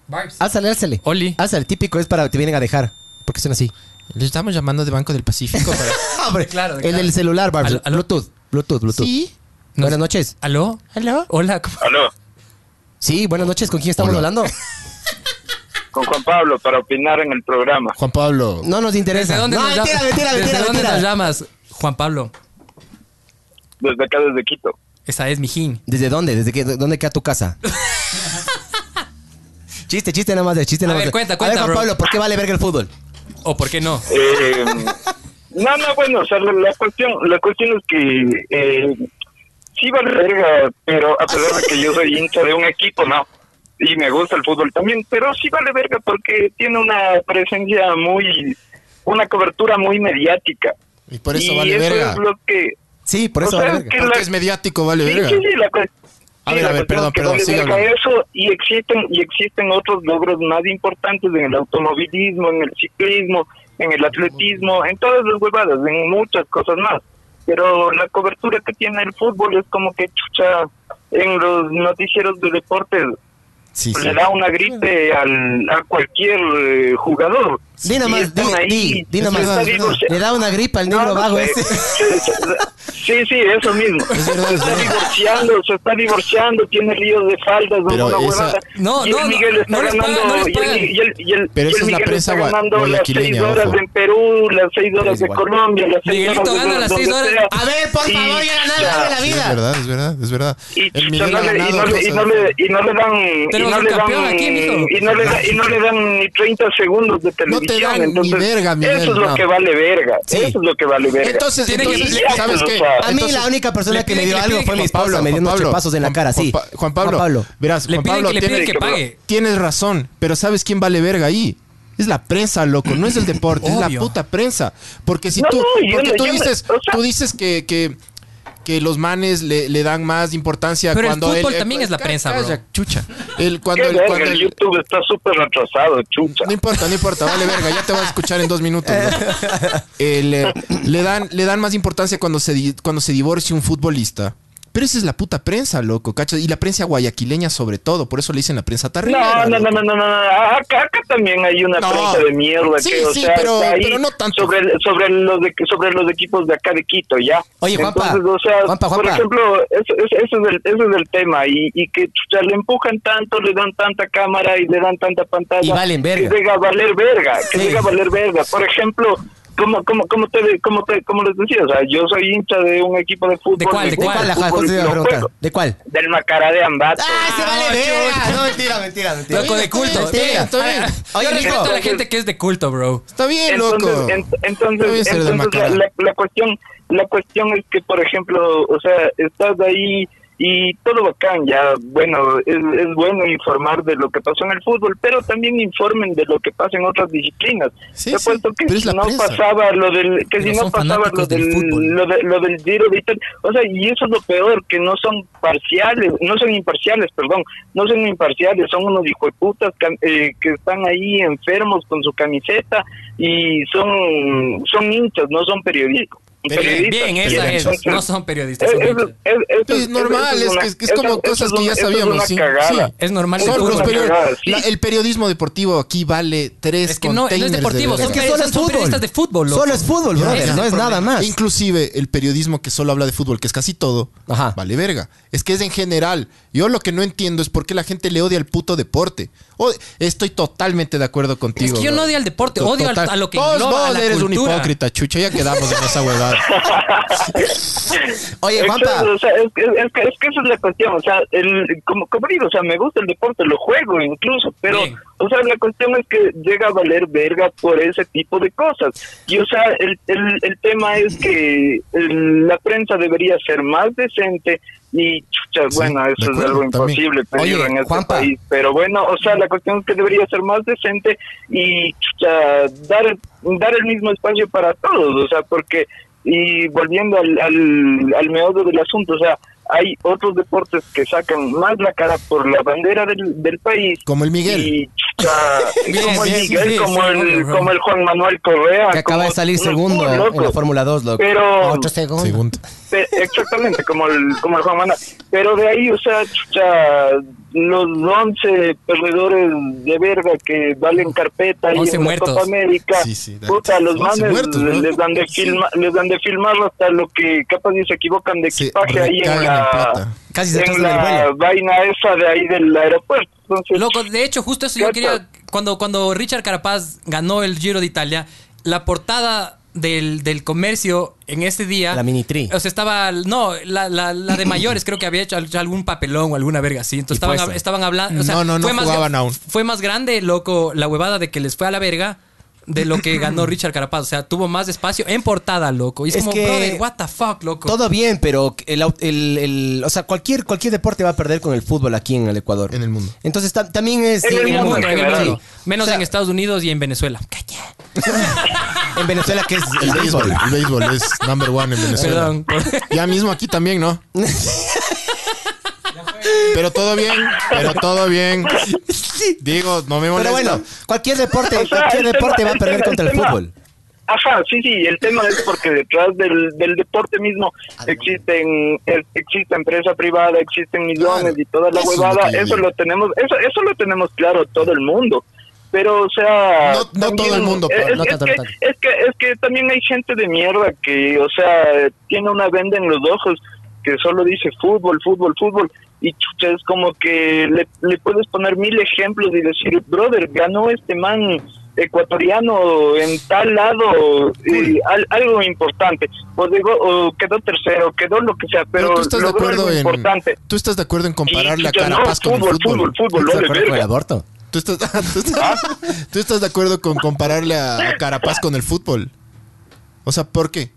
Speaker 3: Vibes.
Speaker 2: Álzale, álzale.
Speaker 3: Oli.
Speaker 2: Álzale, típico es para te vienen a dejar. Porque son así.
Speaker 1: Les estamos llamando de Banco del Pacífico para...
Speaker 2: Hombre,
Speaker 3: Claro,
Speaker 2: El
Speaker 3: claro.
Speaker 2: del celular, Barbs.
Speaker 3: Aló, aló.
Speaker 2: Bluetooth, Bluetooth, Bluetooth.
Speaker 1: Sí.
Speaker 2: Buenas noches.
Speaker 3: ¿Aló?
Speaker 1: ¿Aló?
Speaker 3: Hola. ¿cómo-
Speaker 4: Aló,
Speaker 2: Sí, buenas noches. ¿Con quién estamos
Speaker 1: Hola.
Speaker 2: hablando?
Speaker 4: con Juan Pablo para opinar en el programa.
Speaker 1: Juan Pablo.
Speaker 2: No nos interesa.
Speaker 3: ¿Desde dónde
Speaker 2: no,
Speaker 3: nos llamas?
Speaker 2: mentira, mentira,
Speaker 3: ¿Desde
Speaker 2: mentira,
Speaker 3: dónde
Speaker 2: mentira.
Speaker 3: nos llamas, Juan Pablo?
Speaker 4: Desde acá, desde Quito.
Speaker 3: Esa es mi jin.
Speaker 2: ¿Desde dónde? ¿Desde qué, dónde queda tu casa? chiste, chiste nada más de chiste
Speaker 3: A
Speaker 2: nada más.
Speaker 3: ver,
Speaker 2: de-
Speaker 3: cuenta,
Speaker 2: A ver,
Speaker 3: cuenta,
Speaker 2: Juan
Speaker 3: bro.
Speaker 2: Pablo, ¿por qué vale verga el fútbol?
Speaker 3: ¿O por qué no?
Speaker 4: Eh, no, no, bueno, o sea, la, la cuestión, la cuestión es que eh, sí va verga, pero a pesar de que yo soy hincha de un equipo, ¿no? Y me gusta el fútbol también, pero sí vale verga porque tiene una presencia muy, una cobertura muy mediática.
Speaker 1: Y por eso vale verga.
Speaker 4: es lo que...
Speaker 2: Sí, por eso
Speaker 4: o sea,
Speaker 2: vale
Speaker 4: Pues
Speaker 2: verga.
Speaker 4: es que
Speaker 1: Porque
Speaker 4: la-
Speaker 1: es mediático, vale
Speaker 4: Sí,
Speaker 1: verga.
Speaker 4: sí, sí, la cues-
Speaker 1: A
Speaker 4: sí,
Speaker 1: ver,
Speaker 4: la
Speaker 1: a ver,
Speaker 4: cuestión
Speaker 1: perdón,
Speaker 4: es que
Speaker 1: perdón,
Speaker 4: vale
Speaker 1: sigue
Speaker 4: verga
Speaker 1: hablando.
Speaker 4: eso y existen y existen otros logros más importantes en el automovilismo, en el ciclismo, en el atletismo, en todas las huevadas, en muchas cosas más. Pero la cobertura que tiene el fútbol es como que chucha en los noticieros de deportes
Speaker 2: Sí, sí.
Speaker 4: le da una gripe al, a cualquier eh, jugador.
Speaker 2: Di nomás, di, di, di nomás.
Speaker 1: verdad,
Speaker 4: Está digo,
Speaker 2: Le da una gripa al negro
Speaker 4: no, no
Speaker 2: vago
Speaker 4: sé.
Speaker 2: ese.
Speaker 4: Sí, sí, eso mismo. se está divorciando, se está divorciando, tiene líos de faldas,
Speaker 1: Pero
Speaker 4: una
Speaker 1: esa-
Speaker 4: huevada.
Speaker 3: No,
Speaker 4: y el
Speaker 3: no, no,
Speaker 4: Miguel está
Speaker 3: no les
Speaker 4: ganando,
Speaker 3: pagan, no les
Speaker 4: y el-
Speaker 3: pagan.
Speaker 4: y el- y el-
Speaker 1: Pero
Speaker 4: y
Speaker 1: esa es
Speaker 4: el
Speaker 1: la
Speaker 4: Miguel
Speaker 1: prensa
Speaker 4: está
Speaker 1: gua-
Speaker 4: ganando las seis
Speaker 1: guayaquileña,
Speaker 4: horas
Speaker 1: ojo.
Speaker 4: en Perú, las seis horas de
Speaker 1: igual.
Speaker 4: Colombia, las seis
Speaker 3: Miguelito
Speaker 4: horas de
Speaker 3: gana las
Speaker 4: donde
Speaker 3: seis horas.
Speaker 4: sea.
Speaker 2: A ver, por
Speaker 4: Y
Speaker 2: favor, ya ganar,
Speaker 4: ya.
Speaker 2: dame la
Speaker 1: Sí, es
Speaker 2: vida.
Speaker 1: verdad, es verdad, es verdad.
Speaker 4: y,
Speaker 1: El
Speaker 4: chucha,
Speaker 1: Miguel
Speaker 4: no le, y, no
Speaker 1: ganado
Speaker 4: le, y,
Speaker 1: cosas.
Speaker 4: no le, y no le dan y
Speaker 3: Tenemos
Speaker 4: no
Speaker 3: un
Speaker 4: le dan
Speaker 3: campeón aquí, mijo.
Speaker 4: y no le da- y no le dan ni 30 segundos de
Speaker 1: No
Speaker 4: televisión
Speaker 1: te dan ni
Speaker 4: entonces
Speaker 1: verga, Miguel,
Speaker 4: eso es lo
Speaker 1: no.
Speaker 4: que vale verga
Speaker 1: Sí.
Speaker 4: eso es lo que vale verga
Speaker 1: Entonces,
Speaker 3: Tiene que-
Speaker 1: entonces,
Speaker 4: le-
Speaker 1: ¿sabes qué?
Speaker 4: A
Speaker 2: A mí
Speaker 1: Entonces,
Speaker 2: la única persona
Speaker 3: le
Speaker 2: que me
Speaker 3: piden-
Speaker 2: dio
Speaker 3: le
Speaker 2: algo
Speaker 3: piden
Speaker 2: fue
Speaker 3: que
Speaker 2: mi
Speaker 3: le
Speaker 2: esposa,
Speaker 3: Pablo,
Speaker 2: me dio unos chapazos en la
Speaker 1: Juan-
Speaker 2: cara, sí.
Speaker 1: Juan, Pa- Juan Pablo, verás,
Speaker 3: Le
Speaker 1: Juan
Speaker 3: piden
Speaker 1: Pablo,
Speaker 3: que le
Speaker 1: tienes,
Speaker 3: piden que pague.
Speaker 1: tienes razón, pero ¿sabes quién vale verga ahí? Es la prensa, loco, no es el deporte, es la
Speaker 3: Obvio.
Speaker 1: puta prensa. Porque si
Speaker 4: No,
Speaker 1: tú,
Speaker 4: no, yo
Speaker 1: porque
Speaker 4: no-
Speaker 1: tú
Speaker 4: yo no-
Speaker 1: dices,
Speaker 4: o sea-
Speaker 1: tú dices que, que, que los manes le, le dan más importancia
Speaker 3: Pero el
Speaker 1: cuando
Speaker 3: fútbol
Speaker 1: él- eh,
Speaker 3: también es la
Speaker 1: ca-
Speaker 3: prensa, bro.
Speaker 1: calla, chucha. El,
Speaker 4: Qué
Speaker 1: cuando el-
Speaker 4: verga,
Speaker 1: cuando
Speaker 4: el
Speaker 1: el-
Speaker 4: YouTube está súper retrasado, chucha.
Speaker 1: No importa, no importa, vale verga, ya te vas a escuchar en dos minutos. ¿no? Eh, le, le dan, le dan más importancia cuando se, di- cuando se divorcia un futbolista. Pero esa es la puta prensa, loco, ¿cachas? Y la prensa guayaquileña sobre todo, por eso le dicen la prensa
Speaker 4: No,
Speaker 1: tarrina.
Speaker 4: no, no, no, no, no, no. Acá, acá también hay una
Speaker 1: No.
Speaker 4: prensa de mierda
Speaker 1: Sí,
Speaker 4: que, o
Speaker 1: sí,
Speaker 4: sea,
Speaker 1: pero-
Speaker 4: está ahí
Speaker 1: pero no tanto.
Speaker 4: sobre el- sobre los de, sobre los equipos de acá de Quito, ya.
Speaker 2: Oye, Juanpa,
Speaker 4: Entonces, o sea,
Speaker 2: Juanpa,
Speaker 4: por
Speaker 2: Juanpa.
Speaker 4: ejemplo, eso, eso- eso es el, eso es el tema y, y que chucha, le empujan tanto, le dan tanta cámara y le dan tanta pantalla.
Speaker 2: Y valen verga.
Speaker 4: Que llega a valer verga, que
Speaker 2: Sí.
Speaker 4: llega a valer verga. Por ejemplo, como, como, como, te, como, te, como les decía, o sea, yo soy hincha de un equipo de fútbol.
Speaker 3: cuál, de
Speaker 2: ¿De
Speaker 4: juego
Speaker 2: cuál,
Speaker 4: al
Speaker 2: ajá,
Speaker 4: fútbol
Speaker 2: justo te
Speaker 4: y
Speaker 2: iba a
Speaker 4: lo
Speaker 2: preguntar?
Speaker 4: juego.
Speaker 2: ¿De cuál?
Speaker 4: Del Macará de Ambato.
Speaker 2: ¡Ah, se vale
Speaker 3: Ah,
Speaker 2: verga!
Speaker 3: chuta.
Speaker 2: No, mentira, mentira, mentira.
Speaker 3: Loco de culto.
Speaker 2: Está bien, está bien. Oye,
Speaker 3: Yo respeto
Speaker 2: Nico.
Speaker 3: a la gente que es de culto, bro.
Speaker 1: Está bien,
Speaker 4: entonces,
Speaker 1: loco.
Speaker 4: en-
Speaker 1: Voy a
Speaker 4: entonces,
Speaker 1: ser de
Speaker 4: entonces la,
Speaker 1: Macará.
Speaker 4: la- la cuestión la cuestión es que por ejemplo o sea estás ahí y todo bacán ya bueno es, es bueno informar de lo que pasó en el fútbol pero también informen de lo que pasa en otras disciplinas
Speaker 1: Sí,
Speaker 4: Te
Speaker 1: sí,
Speaker 4: apuesto que
Speaker 1: pero es
Speaker 4: si
Speaker 1: la
Speaker 4: no
Speaker 1: prensa.
Speaker 4: pasaba lo del que
Speaker 3: Pero
Speaker 4: si no
Speaker 3: son
Speaker 4: pasaba lo
Speaker 3: fanáticos
Speaker 4: del,
Speaker 3: del fútbol.
Speaker 4: lo, de- lo del giro de Italia o sea y eso es lo peor que no son parciales no son imparciales perdón no son imparciales son unos hijos de putas can- eh, que están ahí enfermos con su camiseta y son son hinchas, no son periodistas.
Speaker 1: Pero bien,
Speaker 4: periodistas.
Speaker 3: Bien, esa es.
Speaker 4: Entonces,
Speaker 3: No son periodistas.
Speaker 4: es-
Speaker 3: son
Speaker 4: es-
Speaker 3: hinchas.
Speaker 4: es- es-
Speaker 1: Pues
Speaker 4: es-
Speaker 1: normal,
Speaker 4: eso
Speaker 1: es,
Speaker 4: una-
Speaker 1: que, es que es
Speaker 4: eso-
Speaker 1: como
Speaker 4: eso
Speaker 1: cosas
Speaker 4: es
Speaker 1: que
Speaker 4: una-
Speaker 1: ya
Speaker 4: eso es
Speaker 1: sabíamos.
Speaker 4: una
Speaker 1: sí,
Speaker 4: cagada.
Speaker 1: sí.
Speaker 3: Es normal.
Speaker 1: Son
Speaker 3: el
Speaker 4: Solo
Speaker 1: los
Speaker 3: fútbol.
Speaker 4: una
Speaker 1: period-
Speaker 4: cagada, sí.
Speaker 1: la- el periodismo deportivo aquí vale tres
Speaker 3: Es que no, no es
Speaker 1: containers de
Speaker 3: deportivo, son
Speaker 1: verga.
Speaker 3: que son periodistas de fútbol, loco.
Speaker 2: Solo es fútbol,
Speaker 1: Ya,
Speaker 2: brother.
Speaker 1: ya.
Speaker 2: No es nada más.
Speaker 1: Inclusive el periodismo que solo habla de fútbol, que es casi todo,
Speaker 2: Ajá.
Speaker 1: vale verga. Es que es en general. Yo lo que no entiendo es por qué la gente le odia al puto deporte. O- estoy totalmente de acuerdo contigo.
Speaker 3: Es que yo no
Speaker 1: bro.
Speaker 3: odio al deporte,
Speaker 1: To-
Speaker 3: odio al-
Speaker 1: total.
Speaker 3: a lo que
Speaker 1: Vos,
Speaker 3: engloba,
Speaker 1: vos
Speaker 3: a la
Speaker 1: eres un
Speaker 3: cultura.
Speaker 1: hipócrita, chucha. Ya quedamos en esa huevada.
Speaker 2: Oye, Juanpa.
Speaker 4: Exacto, o sea, es, que- es que, es que esa es la cuestión, o sea, el, como, como digo, o sea, me gusta el deporte, lo juego incluso, pero,
Speaker 3: Bien.
Speaker 4: o sea, la cuestión es que llega a valer verga por ese tipo de cosas. Y, o sea, el, el, el tema es que el- la prensa debería ser más decente y, chucha,
Speaker 1: Sí,
Speaker 4: bueno,
Speaker 1: de
Speaker 4: eso es
Speaker 1: acuerdo,
Speaker 4: algo
Speaker 1: también.
Speaker 4: imposible pedir
Speaker 2: Oye,
Speaker 4: en este
Speaker 2: Juanpa.
Speaker 4: país. Pero bueno, o sea, la cuestión es que debería ser más decente y chucha, dar, dar el mismo espacio para todos, o sea, porque, y volviendo al, al, al meollo del asunto, o sea, hay otros deportes que sacan más la cara por la bandera del, del país.
Speaker 1: Como el Miguel.
Speaker 4: Y, chucha,
Speaker 3: Bien,
Speaker 4: como el
Speaker 3: bien,
Speaker 4: Miguel,
Speaker 3: sí, sí,
Speaker 4: como,
Speaker 3: sí,
Speaker 4: el,
Speaker 3: obvio, bro.
Speaker 4: como el Juan Manuel Correa.
Speaker 2: Que acaba
Speaker 4: como-
Speaker 2: de salir
Speaker 4: no,
Speaker 2: segundo
Speaker 4: muy
Speaker 2: en la
Speaker 4: loco.
Speaker 2: Fórmula 2, loco.
Speaker 4: Pero-
Speaker 2: Ocho segundos.
Speaker 1: Segundo.
Speaker 4: Pe- Exactamente, como el, como el Juan Manuel. Pero de ahí, o sea, chucha, los 11 perdedores de verga que valen carpeta ahí
Speaker 3: 11
Speaker 4: en la
Speaker 3: muertos.
Speaker 4: Copa América,
Speaker 1: Sí, sí, da-
Speaker 4: puta, los
Speaker 1: 11
Speaker 4: manes
Speaker 1: muertos, ¿no?
Speaker 4: les, dan de filma- les dan de filmar hasta lo que capaz ni se equivocan de
Speaker 1: Se
Speaker 4: equipaje ahí en
Speaker 1: recagan en
Speaker 4: la,
Speaker 1: plata.
Speaker 2: Casi se
Speaker 4: en
Speaker 2: atrasan
Speaker 4: la
Speaker 2: del vuelo.
Speaker 4: vaina esa de ahí del aeropuerto. Entonces,
Speaker 3: Loco, de hecho, justo eso yo
Speaker 4: Cata.
Speaker 3: quería. Cuando, cuando Richard Carapaz ganó el Giro de Italia, la portada del, del comercio en ese día.
Speaker 2: La mini tri.
Speaker 3: O sea, estaba. No, la, la, la de mayores creo que había hecho al- algún papelón o alguna verga así. Entonces
Speaker 2: Y
Speaker 3: estaban,
Speaker 2: puesto.
Speaker 3: estaban hablando. o sea,
Speaker 1: No, no, no
Speaker 3: fue más
Speaker 1: jugaban
Speaker 3: gra-
Speaker 1: aún.
Speaker 3: Fue más grande, loco, la huevada de que les fue a la verga. De lo que ganó Richard Carapaz. O sea, tuvo más espacio en portada, loco. Y es,
Speaker 2: Es
Speaker 3: como,
Speaker 2: que-
Speaker 3: brother, what the fuck, loco.
Speaker 2: Todo bien, pero el, au- el- el- o sea, cualquier, cualquier deporte va a perder con el fútbol aquí en el Ecuador.
Speaker 1: En el mundo.
Speaker 2: Entonces tam- también es...
Speaker 4: En el
Speaker 3: en el
Speaker 4: mundo
Speaker 3: mundo, en el
Speaker 4: general.
Speaker 3: mundo.
Speaker 2: Sí.
Speaker 3: Menos
Speaker 2: O sea,
Speaker 3: en Estados Unidos y en Venezuela.
Speaker 2: En Venezuela que es
Speaker 1: El béisbol. El béisbol es number one en Venezuela.
Speaker 3: Perdón.
Speaker 1: Ya mismo aquí también, ¿no? Pero todo bien, pero todo bien. Digo, no me
Speaker 2: Pero
Speaker 1: molesta.
Speaker 2: bueno, cualquier deporte,
Speaker 4: O sea,
Speaker 2: cualquier
Speaker 4: el tema-
Speaker 2: deporte va a
Speaker 4: el
Speaker 2: perder
Speaker 4: tema-
Speaker 2: contra
Speaker 4: el
Speaker 2: el
Speaker 4: tema-
Speaker 2: fútbol.
Speaker 4: Ajá, sí, sí, el tema es porque detrás del, del deporte mismo existen el- existe empresa privada, existen millones y toda la
Speaker 1: eso es lo
Speaker 4: huevada,
Speaker 1: que yo
Speaker 4: eso
Speaker 1: digo.
Speaker 4: lo tenemos, eso, eso lo tenemos claro todo el mundo. Pero, o sea...
Speaker 1: No- no todo el mundo,
Speaker 4: es,
Speaker 1: pero
Speaker 2: no
Speaker 4: es
Speaker 2: tanto,
Speaker 4: que,
Speaker 2: no tanto.
Speaker 4: es, que, es que también hay gente de mierda que, o sea, tiene una venda en los ojos que solo dice fútbol, fútbol, fútbol. Y chucha, es como que le, le puedes poner mil ejemplos y decir, brother, ganó este man ecuatoriano en tal lado, y al- algo importante. O digo, o quedó tercero, quedó lo que sea, pero,
Speaker 1: Pero, tú estás de
Speaker 4: logró
Speaker 1: acuerdo
Speaker 4: algo
Speaker 1: en.
Speaker 4: importante.
Speaker 1: Tú estás de acuerdo en comparar
Speaker 4: Y
Speaker 1: la
Speaker 4: chucha, no,
Speaker 1: carapaz con el
Speaker 4: fútbol,
Speaker 1: fútbol.
Speaker 4: fútbol, Ah. fútbol,
Speaker 2: ¿Estás
Speaker 4: ole,
Speaker 2: de acuerdo con el
Speaker 4: verga.
Speaker 2: aborto?
Speaker 1: ¿Tú, estás, tú estás- tú estás de acuerdo con comparar la carapaz con el fútbol. O sea, ¿por qué?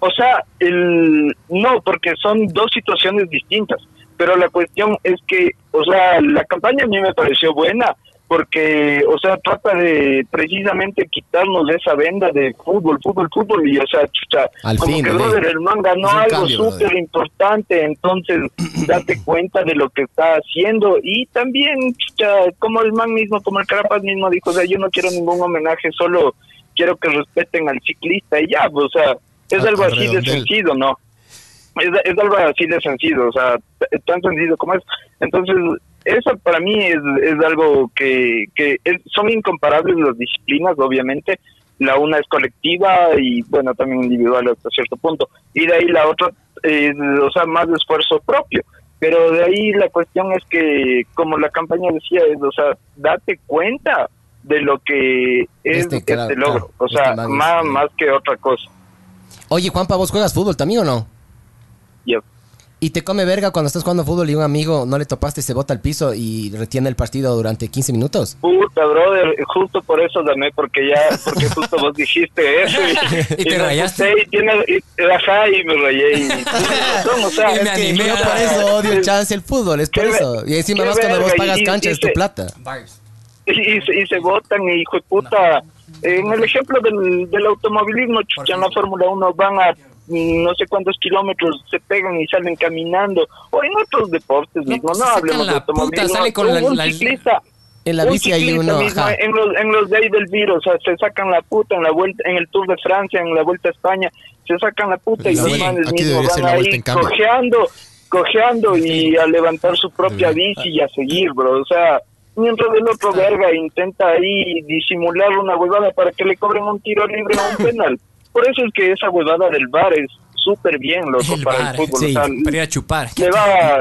Speaker 4: O sea, el, no, porque son dos situaciones distintas. Pero la cuestión es que, o sea, la campaña a mí me pareció buena porque, o sea, trata de precisamente quitarnos de esa venda de fútbol, fútbol, fútbol y, o sea, chucha,
Speaker 2: Al
Speaker 4: como
Speaker 2: fin,
Speaker 4: que
Speaker 2: brother.
Speaker 4: brother, el man ganó
Speaker 1: Es un
Speaker 4: algo
Speaker 1: cambio, brother.
Speaker 4: súper importante, entonces date cuenta de lo que está haciendo y también, chucha, como el man mismo, como el Carapaz mismo dijo, o sea, yo no quiero ningún homenaje, solo quiero que respeten al ciclista y ya, pues, o sea, es
Speaker 1: Al-
Speaker 4: algo
Speaker 1: al
Speaker 4: así de
Speaker 1: redondel.
Speaker 4: sencillo, ¿no? Es, es algo así de sencillo, o sea, t- tan sencillo como es. Entonces, eso para mí es, es algo que, que es- son incomparables las disciplinas, obviamente. La una es colectiva y, bueno, también individual hasta cierto punto. Y de ahí la otra, es, o sea, más de esfuerzo propio. Pero de ahí la cuestión es que, como la campaña decía, es, o sea, date cuenta de lo que es
Speaker 2: Este,
Speaker 4: este,
Speaker 2: claro,
Speaker 4: logro.
Speaker 2: claro,
Speaker 4: o sea,
Speaker 2: este man es-
Speaker 4: más, más que otra cosa.
Speaker 2: Oye, Juanpa, ¿vos juegas fútbol también o no?
Speaker 4: Ya.
Speaker 2: Y te come verga cuando estás jugando fútbol y un amigo no le topaste, se bota al piso y retiene el partido durante 15 minutos.
Speaker 4: Puta, brother, justo por eso llamé, porque ya, porque justo vos dijiste eso.
Speaker 3: Y te
Speaker 4: me
Speaker 3: rayaste.
Speaker 4: asusté Y, tiene- y- ajá, y me rayé. Y, tienes razón, o sea,
Speaker 3: Y me
Speaker 4: es que-
Speaker 3: animé
Speaker 2: Ah, Yo
Speaker 3: a-
Speaker 2: por eso odio chance el fútbol, es por
Speaker 4: Qué
Speaker 2: eso. Y encima
Speaker 4: qué
Speaker 2: más cuando vos
Speaker 4: verga,
Speaker 2: pagas
Speaker 4: y-
Speaker 2: cancha,
Speaker 4: y
Speaker 2: es tu
Speaker 4: se-
Speaker 2: plata.
Speaker 4: y, y se- y se botan y hijo de puta. En el ejemplo del, del automovilismo, chucha, en la Fórmula 1 van a mm, no sé cuántos kilómetros, se pegan y salen caminando. O en otros deportes mismo,
Speaker 3: pues se
Speaker 4: no
Speaker 3: sacan
Speaker 4: hablemos
Speaker 3: la
Speaker 4: de
Speaker 3: puta,
Speaker 4: automovilismo.
Speaker 3: sale con la-
Speaker 4: un
Speaker 3: la-
Speaker 4: ciclista
Speaker 2: En la
Speaker 4: Un
Speaker 2: bici hay
Speaker 4: ciclista
Speaker 2: uno,
Speaker 4: mismo,
Speaker 2: ajá.
Speaker 4: en los en los days del virus, o sea, se sacan la puta en la vuelta en el Tour de Francia, en la vuelta a España, se sacan la puta y
Speaker 1: La
Speaker 4: los
Speaker 1: vuelta-
Speaker 4: manes
Speaker 1: aquí
Speaker 4: mismos
Speaker 1: debería ser
Speaker 4: van
Speaker 1: la vuelta
Speaker 4: ahí
Speaker 1: en cambio.
Speaker 4: cojeando, cojeando y a levantar su propia bici y a seguir, bro, o sea, mientras el otro verga intenta ahí disimular una huevada para que le cobren un tiro libre o un penal. Por eso es que esa huevada del bar es súper bien, loco,
Speaker 3: El
Speaker 4: para
Speaker 3: VAR,
Speaker 4: el fútbol,
Speaker 2: sí,
Speaker 4: o sea,
Speaker 3: Para ir a chupar.
Speaker 4: le va,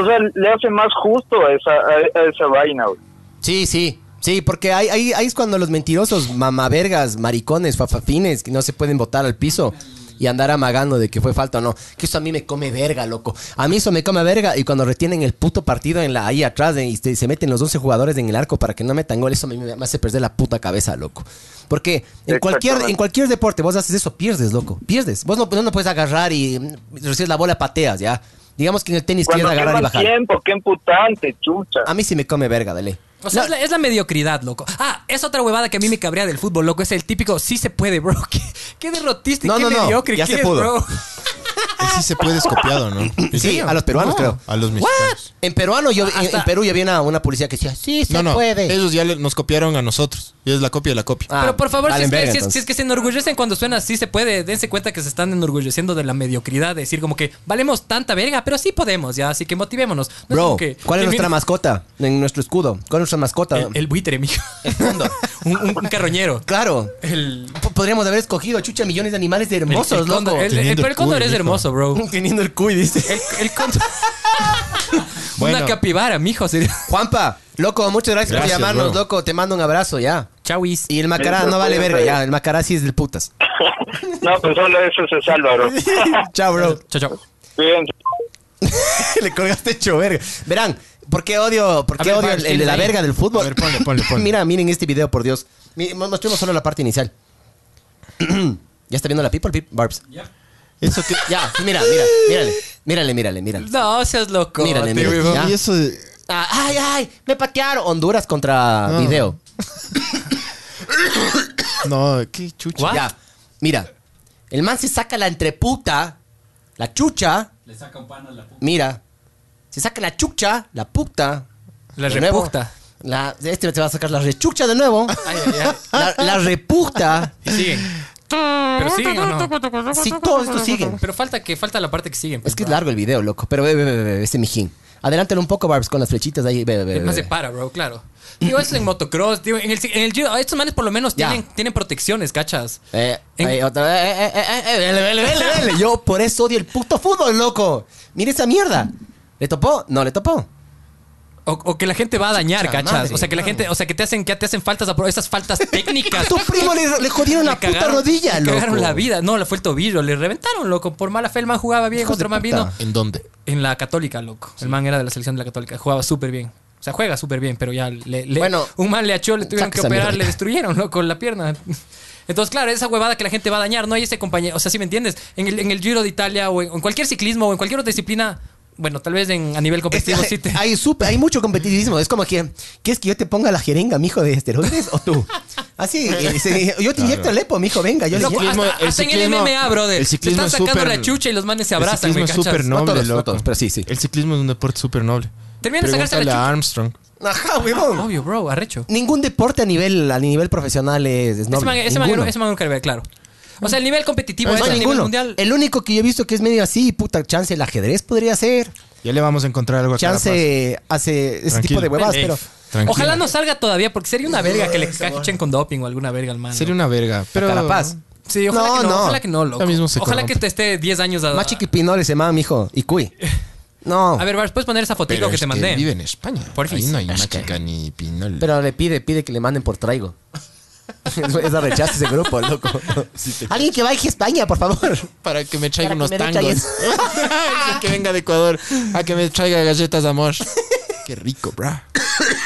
Speaker 4: o sea, le hace más justo a esa, a, a esa vaina, bro.
Speaker 2: Sí, sí. Sí, porque ahí, ahí, ahí es cuando los mentirosos, mamavergas, maricones, fafafines, que no se pueden botar al piso y andar amagando de que fue falta o no. Que eso a mí me come verga, loco. A mí eso me come verga y cuando retienen el puto partido en la, ahí atrás de- y se- se meten los 11 jugadores en el arco para que no metan gol, eso a mí me, me hace perder la puta cabeza, loco. Porque en cualquier, en cualquier deporte vos haces eso, pierdes, loco. Pierdes. Vos no, no puedes agarrar y mm, recibes la bola, pateas, ¿ya? Digamos que en el tenis quieres
Speaker 4: Cuando
Speaker 2: agarrar y
Speaker 4: quema
Speaker 2: bajar.
Speaker 4: tiempo, qué emputante, chucha.
Speaker 2: A mí sí me come verga, dele.
Speaker 3: O sea, es, la, es la mediocridad, loco. Ah, es otra huevada que a mí me cabrea del fútbol, loco. Es el típico, sí se puede, bro. Qué, qué derrotista y
Speaker 2: No,
Speaker 3: qué
Speaker 2: no, no.
Speaker 3: mediocre
Speaker 2: Ya
Speaker 3: que
Speaker 2: se
Speaker 3: es,
Speaker 2: pudo.
Speaker 3: bro.
Speaker 1: Él sí se puede escopiado, ¿no?
Speaker 2: Sí, a los peruanos,
Speaker 3: No.
Speaker 2: creo.
Speaker 1: A los mexicanos.
Speaker 2: En peruano yo en- en,
Speaker 3: Hasta-
Speaker 2: Perú ya había una, una policía que decía, sí, se
Speaker 1: No, no.
Speaker 2: puede.
Speaker 1: Ellos ya le- nos copiaron a nosotros. Y es la copia de la copia.
Speaker 2: Ah,
Speaker 3: Pero por favor, si
Speaker 2: valen
Speaker 3: es, que,
Speaker 2: verga,
Speaker 3: si es-
Speaker 2: entonces.
Speaker 3: si es que se enorgullecen cuando suena sí se puede, dense cuenta que se están enorgulleciendo de la mediocridad. de decir, como que valemos tanta verga, pero sí podemos, ya. Así que motivémonos. No es
Speaker 2: Bro,
Speaker 3: como que-
Speaker 2: ¿cuál es
Speaker 3: que
Speaker 2: nuestra
Speaker 3: mira,
Speaker 2: mascota en nuestro escudo? ¿Cuál es nuestra mascota?
Speaker 3: El, el buitre, mijo. un, un- un carroñero.
Speaker 2: claro.
Speaker 3: El,
Speaker 2: P- Podríamos haber escogido chucha millones de animales de
Speaker 3: el-
Speaker 2: hermosos,
Speaker 3: el
Speaker 2: loco.
Speaker 3: cóndor. El, el-
Speaker 1: Teniendo
Speaker 3: pero el
Speaker 1: el
Speaker 3: cóndor
Speaker 1: cuy,
Speaker 3: es
Speaker 1: mijo.
Speaker 3: hermoso, bro.
Speaker 2: Teniendo el cuy, dice.
Speaker 3: El, el cóndor.
Speaker 1: Bueno.
Speaker 3: Una capibara, mijo. Sería.
Speaker 2: Juanpa, loco, muchas gracias, por
Speaker 1: Gracias,
Speaker 2: llamarnos,
Speaker 1: bro.
Speaker 2: loco. Te mando un abrazo, ya.
Speaker 3: Chauis.
Speaker 2: Y el macará
Speaker 4: Mientras
Speaker 2: no vale
Speaker 4: puedas,
Speaker 2: verga,
Speaker 4: eh.
Speaker 2: ya. El macará sí es del putas.
Speaker 4: No, pues solo eso se salva, bro.
Speaker 2: Chao, bro.
Speaker 3: Chao, chao.
Speaker 4: Cuídense.
Speaker 2: Le colgaste hecho verga. Verán, ¿por qué odio, por
Speaker 3: A
Speaker 2: qué
Speaker 3: ver,
Speaker 2: odio
Speaker 3: Vance,
Speaker 2: el- el- la
Speaker 3: ahí.
Speaker 2: verga del fútbol?
Speaker 1: A ver, ponle, ponle, ponle.
Speaker 2: Mira, miren este video, por Dios. Mi- mo- Mostremos solo la parte inicial. ¿Ya está viendo la people, Pip? Barbs?
Speaker 1: Eso que...
Speaker 2: Ya, mira, mira, mírale. Mírale, mírale, mírale.
Speaker 3: No, seas loco.
Speaker 2: Mírale,
Speaker 3: te
Speaker 2: mírale.
Speaker 3: veo.
Speaker 2: Ya.
Speaker 1: Y eso de...
Speaker 2: Ah, ay, ay, me patearon. Honduras contra
Speaker 3: Ah.
Speaker 2: video.
Speaker 1: No, qué chucha.
Speaker 3: What?
Speaker 2: Ya, mira. El man se saca la entreputa, la chucha. Le saca un pan a la puta. Mira. Se saca la chucha, la puta.
Speaker 3: La
Speaker 2: De nuevo.
Speaker 3: reputa.
Speaker 2: La, este te va a sacar la rechucha de nuevo.
Speaker 3: Ay, ay, ay.
Speaker 2: La, la reputa.
Speaker 3: Y siguen. Pero siguen o no.
Speaker 2: Si todo esto sigue.
Speaker 3: Pero falta que falta la parte que siguen.
Speaker 2: Es que es largo el video, loco. Pero ve, ve, ve, ve, este mijín. Adelántalo un poco, Barbs, con las flechitas ahí. Ve, ve, ve,
Speaker 3: No
Speaker 2: ve.
Speaker 3: se para, bro, claro. Digo, eso en motocross, digo, en el, en el Giro, estos manes por lo menos
Speaker 2: Ya.
Speaker 3: tienen, tienen protecciones, ¿cachas?
Speaker 2: Eh,
Speaker 3: En-
Speaker 2: ahí, otra vez. Eh, eh, eh, eh, vele, vele, vele, vele. Yo por eso odio el puto fútbol, loco. Mira esa mierda. ¿Le topó? No le topó.
Speaker 3: O, o que la gente va a dañar,
Speaker 2: Chucha
Speaker 3: ¿cachas?
Speaker 2: madre,
Speaker 3: o sea, que la
Speaker 2: hermano.
Speaker 3: gente, o sea, que te hacen, que te hacen faltas, a pro- esas faltas
Speaker 2: A
Speaker 3: técnicas.
Speaker 2: tu primo le, le jodieron la
Speaker 3: Le cagaron-
Speaker 2: puta rodilla,
Speaker 3: le
Speaker 2: loco.
Speaker 3: cagaron la vida. No, le fue el tobillo, le reventaron, loco. Por mala fe, el man jugaba bien,
Speaker 2: Hijos de
Speaker 3: otro man
Speaker 2: puta.
Speaker 3: vino.
Speaker 1: ¿En dónde?
Speaker 3: En la Católica, loco. El man era de la selección de la Católica, jugaba súper bien. O sea, juega súper bien, pero ya le, le-
Speaker 2: Bueno,
Speaker 3: un man le achó, le tuvieron
Speaker 2: saca
Speaker 3: que
Speaker 2: esa
Speaker 3: operar,
Speaker 2: mierda.
Speaker 3: le destruyeron, loco, la pierna. Entonces, claro, esa huevada que la gente va a dañar, no hay ese compañero. O sea, si me entiendes, en el, en el Giro de Italia o en, en cualquier ciclismo o en cualquier otra disciplina, bueno, tal vez en, a nivel competitivo
Speaker 2: Este,
Speaker 3: sí te.
Speaker 2: hay, súper- hay mucho competitivismo. Es como que, ¿quieres que yo te ponga la jeringa, mijo, de esteroides o tú? Así, eh, se- yo te inyecto el epo, mijo, venga, yo le
Speaker 1: El
Speaker 3: Loco,
Speaker 2: inyecto.
Speaker 1: ciclismo-
Speaker 3: hasta,
Speaker 1: el
Speaker 3: hasta en
Speaker 1: ciclismo-
Speaker 3: el MMA, brother.
Speaker 1: el ciclismo
Speaker 3: se
Speaker 1: es
Speaker 3: están sacando
Speaker 1: súper-
Speaker 3: la chucha y los manes se
Speaker 1: El
Speaker 3: abrazan,
Speaker 1: ciclismo
Speaker 3: ¿me
Speaker 1: es
Speaker 3: cachas?
Speaker 1: súper
Speaker 2: No
Speaker 1: noble,
Speaker 2: todos, no
Speaker 1: loco.
Speaker 2: todos, pero sí, sí.
Speaker 1: El ciclismo es un deporte súper noble.
Speaker 3: Termina de sacarse la
Speaker 1: Pregúntale
Speaker 3: chucha.
Speaker 1: a Armstrong.
Speaker 2: Ajá, huevón.
Speaker 3: Obvio, bro, arrecho.
Speaker 2: Ningún deporte a nivel, a nivel profesional es, es
Speaker 3: Ese man,
Speaker 2: noble.
Speaker 3: ese man-
Speaker 2: Ninguno.
Speaker 3: ese man nunca le ve, claro. O sea, el nivel competitivo
Speaker 2: No
Speaker 3: es
Speaker 2: hay
Speaker 3: el nivel
Speaker 2: ninguno.
Speaker 3: mundial.
Speaker 2: El único que yo he visto que es medio así, puta, chance el ajedrez podría ser.
Speaker 1: Ya le vamos a encontrar algo a Carapaz.
Speaker 2: Chance hace ese
Speaker 1: Tranquilo.
Speaker 2: tipo de huevas,
Speaker 3: Ey,
Speaker 2: pero...
Speaker 1: Tranquilo.
Speaker 3: Ojalá no salga todavía, porque sería una verga que le cachen con doping o alguna verga al man.
Speaker 1: Sería una verga. Pero
Speaker 2: Carapaz.
Speaker 3: Sí, ojalá
Speaker 2: No,
Speaker 3: que no,
Speaker 2: no.
Speaker 3: ojalá que no, loco.
Speaker 1: Ya mismo se
Speaker 3: ojalá
Speaker 1: corrompe.
Speaker 3: que te esté 10 años a,
Speaker 2: Machi que Pinol ese man, mijo. Y cuy. No.
Speaker 3: a ver, Bars, ¿puedes poner esa fotico
Speaker 1: Pero
Speaker 3: que
Speaker 1: es
Speaker 3: te mandé?
Speaker 1: vive en España.
Speaker 3: Porfis.
Speaker 1: Ahí no hay
Speaker 2: Es
Speaker 1: machica ni pinol.
Speaker 2: Pero le pide, pide que le manden por traigo. Esa rechaza ese grupo, loco. Alguien que baje a España, por favor.
Speaker 1: para que me traiga
Speaker 2: Para
Speaker 1: unos
Speaker 2: que me dé
Speaker 1: tangos.
Speaker 2: calles.
Speaker 1: Alguien que venga de Ecuador a que me traiga galletas de amor. Qué rico, bra.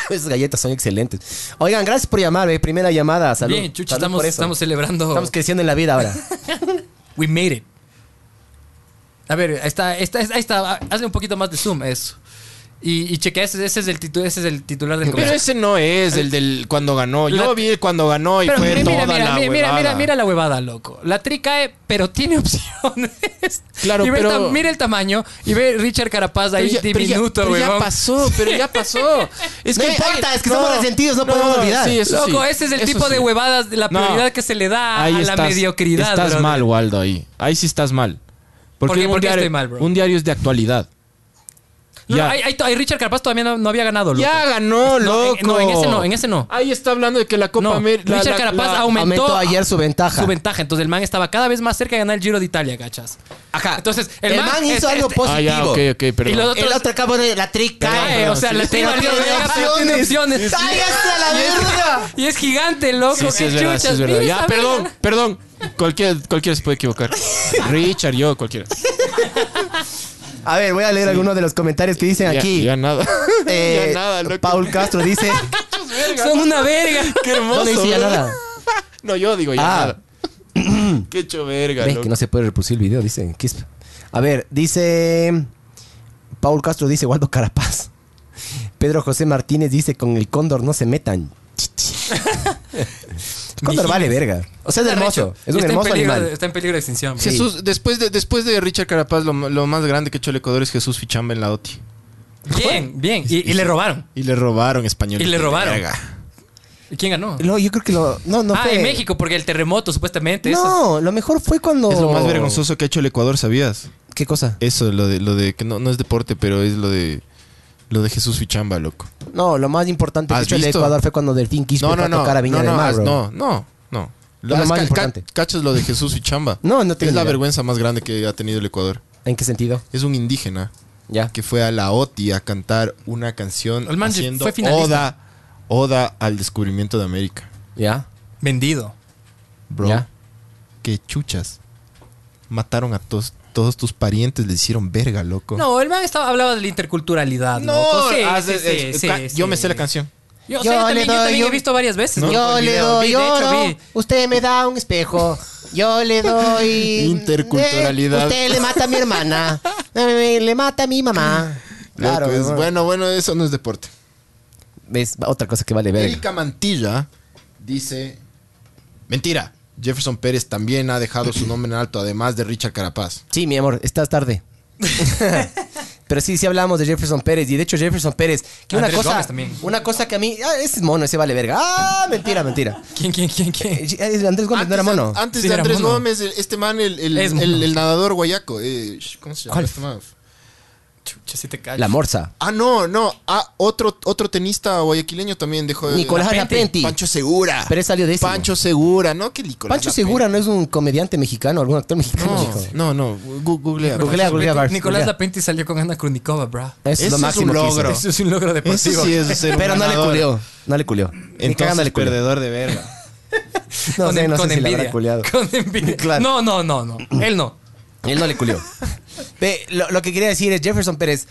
Speaker 2: Esas galletas son excelentes. Oigan, gracias por llamar, eh. Primera llamada. Salud.
Speaker 3: Bien, chucha,
Speaker 2: Salud
Speaker 3: estamos,
Speaker 2: por eso.
Speaker 3: estamos celebrando.
Speaker 2: Estamos creciendo en la vida ahora.
Speaker 3: We made it. A ver, ahí está, ahí está, ahí está. Hazle un poquito más de zoom a eso. Y, y chequea, ese, ese es el titu- ese es el titular del
Speaker 1: Pero
Speaker 3: comercio.
Speaker 1: ese no es el del cuando ganó.
Speaker 3: La-
Speaker 1: Yo vi el cuando ganó y
Speaker 3: Pero
Speaker 1: fue
Speaker 3: mira, mira,
Speaker 1: toda
Speaker 3: mira,
Speaker 1: la
Speaker 3: mira, mira, mira,
Speaker 1: huevada.
Speaker 3: mira la huevada, loco. La tri cae, pero tiene opciones.
Speaker 1: Claro,
Speaker 3: Y ve el
Speaker 1: pero-
Speaker 3: ta- mira el tamaño y ve Richard Carapaz ahí
Speaker 1: Pero ya- pero ya-
Speaker 3: diminuto,
Speaker 1: pero ya,
Speaker 3: huevón.
Speaker 1: pasó, pero ya pasó. Es
Speaker 2: No
Speaker 1: que
Speaker 2: importa, es que somos resentidos, no podemos olvidar.
Speaker 1: sí, eso
Speaker 3: Loco,
Speaker 1: sí,
Speaker 3: ese es el
Speaker 1: eso
Speaker 3: tipo
Speaker 1: sí.
Speaker 3: de huevadas, la
Speaker 1: No.
Speaker 3: prioridad que se le da
Speaker 1: Ahí
Speaker 3: a la
Speaker 1: estás-
Speaker 3: mediocridad.
Speaker 1: Estás
Speaker 3: brother.
Speaker 1: mal, Waldo, ahí. Ahí sí estás mal.
Speaker 3: ¿Por
Speaker 1: Porque
Speaker 3: qué-
Speaker 1: un,
Speaker 3: por qué
Speaker 1: diario,
Speaker 3: estoy mal, bro?
Speaker 1: un diario es de actualidad.
Speaker 3: No,
Speaker 1: ya.
Speaker 3: hay- hay to- hay Richard Carapaz todavía no, no había ganado, loco.
Speaker 1: Ya ganó,
Speaker 3: No,
Speaker 1: loco.
Speaker 3: en- no, en ese no, en ese no.
Speaker 1: Ahí está hablando de que la Copa
Speaker 3: No,
Speaker 1: América. la-
Speaker 3: Richard
Speaker 1: la-
Speaker 3: Carapaz
Speaker 1: la-
Speaker 3: aumentó,
Speaker 2: Aumentó ayer su ventaja.
Speaker 3: su ventaja. Entonces el man estaba cada vez más cerca de ganar el Giro de Italia, gachas.
Speaker 2: Ajá.
Speaker 3: Entonces, el
Speaker 2: el,
Speaker 3: man
Speaker 2: man, hizo
Speaker 3: es-
Speaker 2: algo
Speaker 3: este-
Speaker 2: positivo.
Speaker 1: Ah, ya, ok, ok, perdón.
Speaker 3: Y los
Speaker 2: El
Speaker 3: otros-
Speaker 2: otro cabo de la tri
Speaker 3: Cae,
Speaker 2: cae.
Speaker 3: o sea, la tri
Speaker 2: Pero
Speaker 3: valió verga, pero tiene opciones.
Speaker 2: ¡Cállate a la
Speaker 3: Y es-
Speaker 2: verga!
Speaker 3: Y es gigante, loco.
Speaker 1: Sí, sí,
Speaker 3: qué
Speaker 1: es verdad, sí,
Speaker 3: chuchas,
Speaker 1: es verdad.
Speaker 3: mira
Speaker 1: Ya,
Speaker 3: esa
Speaker 1: perdón,
Speaker 3: verga.
Speaker 1: perdón. Cualquier, cualquiera se puede equivocar. Richard, yo, cualquiera.
Speaker 2: A ver, voy a leer algunos de los comentarios que dicen
Speaker 1: Ya-
Speaker 2: aquí.
Speaker 1: Ya, nada.
Speaker 2: Eh,
Speaker 1: ya nada, loco.
Speaker 2: Paul Castro dice.
Speaker 3: Son una verga.
Speaker 1: Qué hermoso.
Speaker 2: ¿Dónde dice ya
Speaker 1: bro.
Speaker 2: nada?
Speaker 1: No, yo digo ya
Speaker 2: Ah.
Speaker 1: nada. Qué hecho verga,
Speaker 2: Ve,
Speaker 1: loco.
Speaker 2: que no se puede reproducir el video, dice. ¿qué es? A ver, dice. Paul Castro dice Waldo Carapaz. Pedro José Martínez dice: Con el cóndor no se metan. cóndor vale verga. O sea, es hermoso. Es un
Speaker 3: Está en
Speaker 2: hermoso
Speaker 3: peligro de-
Speaker 2: animal.
Speaker 3: Está en peligro de extinción.
Speaker 2: Sí.
Speaker 1: Jesús, después de, después de Richard Carapaz, lo, lo más grande que ha hecho el Ecuador es Jesús Fichamba en la OTI.
Speaker 3: Bien, bien. Y, y le robaron.
Speaker 1: Y le robaron español.
Speaker 3: Y le robaron. ¿Y quién ganó?
Speaker 2: No, yo creo que lo. No, no
Speaker 3: ah,
Speaker 2: fue.
Speaker 3: en México, porque el terremoto, supuestamente. eso
Speaker 2: No, lo mejor fue cuando.
Speaker 1: Es lo
Speaker 3: Oh.
Speaker 1: más vergonzoso que ha hecho el Ecuador, ¿sabías?
Speaker 2: ¿Qué cosa?
Speaker 1: Eso, lo de, lo de que no, no es deporte, pero es lo de lo de Jesús Fichamba, loco.
Speaker 2: No, lo más importante que
Speaker 1: ¿Has
Speaker 2: hecho el
Speaker 1: visto?
Speaker 2: Ecuador fue cuando Delfín quiso
Speaker 1: No, no,
Speaker 2: fue a
Speaker 1: no.
Speaker 2: tocar a Viña
Speaker 1: no,
Speaker 2: del
Speaker 1: no,
Speaker 2: Mar,
Speaker 1: has-
Speaker 2: bro.
Speaker 1: no, no, no.
Speaker 2: lo
Speaker 1: Has-
Speaker 2: más
Speaker 1: ca-
Speaker 2: importante.
Speaker 1: ca- ¿Cachas lo de Jesús Fichamba?
Speaker 2: No, no tengo
Speaker 1: Es la
Speaker 2: idea.
Speaker 1: vergüenza más grande que ha tenido el Ecuador.
Speaker 2: ¿En qué sentido?
Speaker 1: Es un indígena
Speaker 2: Ya.
Speaker 1: que fue a la OTI a cantar una canción
Speaker 3: El man
Speaker 1: haciendo
Speaker 3: fue finalista.
Speaker 1: oda, oda al descubrimiento de América.
Speaker 2: Ya.
Speaker 3: Vendido.
Speaker 1: Bro,
Speaker 2: Ya.
Speaker 1: qué chuchas. Mataron a tos- todos tus parientes, le hicieron verga, loco.
Speaker 3: No, el man estaba, hablaba de la interculturalidad. loco. Sí,
Speaker 1: ah,
Speaker 3: sí,
Speaker 1: es-
Speaker 3: sí,
Speaker 1: es-
Speaker 3: sí,
Speaker 1: ca- yo
Speaker 3: sí.
Speaker 1: me sé la canción.
Speaker 3: Yo, o
Speaker 2: Yo
Speaker 3: sea, yo
Speaker 2: le
Speaker 3: también, yo
Speaker 2: doy,
Speaker 3: también
Speaker 2: yo-
Speaker 3: he visto varias veces. loco,
Speaker 2: Yo
Speaker 3: el
Speaker 2: le
Speaker 3: video. Vi,
Speaker 2: doy
Speaker 3: de hecho,
Speaker 2: oro,
Speaker 3: vi-
Speaker 2: usted me da un espejo. Yo le doy.
Speaker 1: Interculturalidad.
Speaker 2: Eh, Usted le mata a mi hermana. Eh, Le mata a mi mamá. Claro.
Speaker 1: Loco, es-
Speaker 2: ¿no?
Speaker 1: pues, bueno, bueno, eso no es deporte.
Speaker 2: Es otra cosa que vale verga.
Speaker 1: Erika Mantilla dice: Mentira, Jefferson Pérez también ha dejado su nombre en alto, además de Richard Carapaz.
Speaker 2: Sí, mi amor, estás tarde. Pero sí, sí hablamos de Jefferson Pérez. Y de hecho, Jefferson Pérez, que una
Speaker 3: Andrés
Speaker 2: cosa,
Speaker 3: Gómez también.
Speaker 2: una cosa que a mí. Ah, ese es mono, ese vale verga. Ah, mentira, mentira.
Speaker 3: ¿Quién, quién, quién, quién?
Speaker 2: Eh, eh, Andrés Gómez no era mono.
Speaker 5: Antes
Speaker 3: Sí,
Speaker 5: de
Speaker 3: era
Speaker 5: Andrés
Speaker 3: mono.
Speaker 5: Gómez, el- este man, el, el,
Speaker 3: Es mono.
Speaker 5: el- el nadador guayaco. eh, sh- ¿Cómo se llama
Speaker 3: ¿Cuál?
Speaker 5: este man?
Speaker 3: Chucha, si te callas.
Speaker 2: La morsa.
Speaker 5: Ah, no, no. Ah, otro, otro tenista guayaquileño también dejó de.
Speaker 2: Nicolás Arapenti.
Speaker 5: Pancho Segura.
Speaker 2: Pero él salió de ese.
Speaker 5: Pancho Segura, ¿no? Que Nicolás
Speaker 2: Pancho
Speaker 5: Lapente.
Speaker 2: Segura no es un comediante mexicano, algún actor mexicano. hijo.
Speaker 5: No, no, no. gu- Googlea.
Speaker 2: Googlea, googlea, Bars,
Speaker 3: Nicolás
Speaker 2: googlea.
Speaker 3: Lapenti salió con Ana Krunikova, bra.
Speaker 2: Eso es
Speaker 5: Ese
Speaker 2: lo
Speaker 5: es
Speaker 2: máximo
Speaker 5: un
Speaker 2: que hizo.
Speaker 5: logro. Bro.
Speaker 3: Eso es un logro deportivo.
Speaker 5: Eso sí es ser un
Speaker 2: Pero no le
Speaker 5: ganador.
Speaker 2: culió. No le culió. Ni cagando
Speaker 5: Entonces,
Speaker 2: le culió.
Speaker 5: perdedor de verga.
Speaker 2: No
Speaker 3: con
Speaker 2: sé,
Speaker 3: en-
Speaker 2: no sé
Speaker 3: con
Speaker 2: si le habrá
Speaker 3: envidia.
Speaker 2: culiado.
Speaker 3: Con envidia.
Speaker 2: Claro.
Speaker 3: No, no, no, no. Él no.
Speaker 2: Él no le culió. Ve, lo, lo que quería decir es Jefferson Pérez.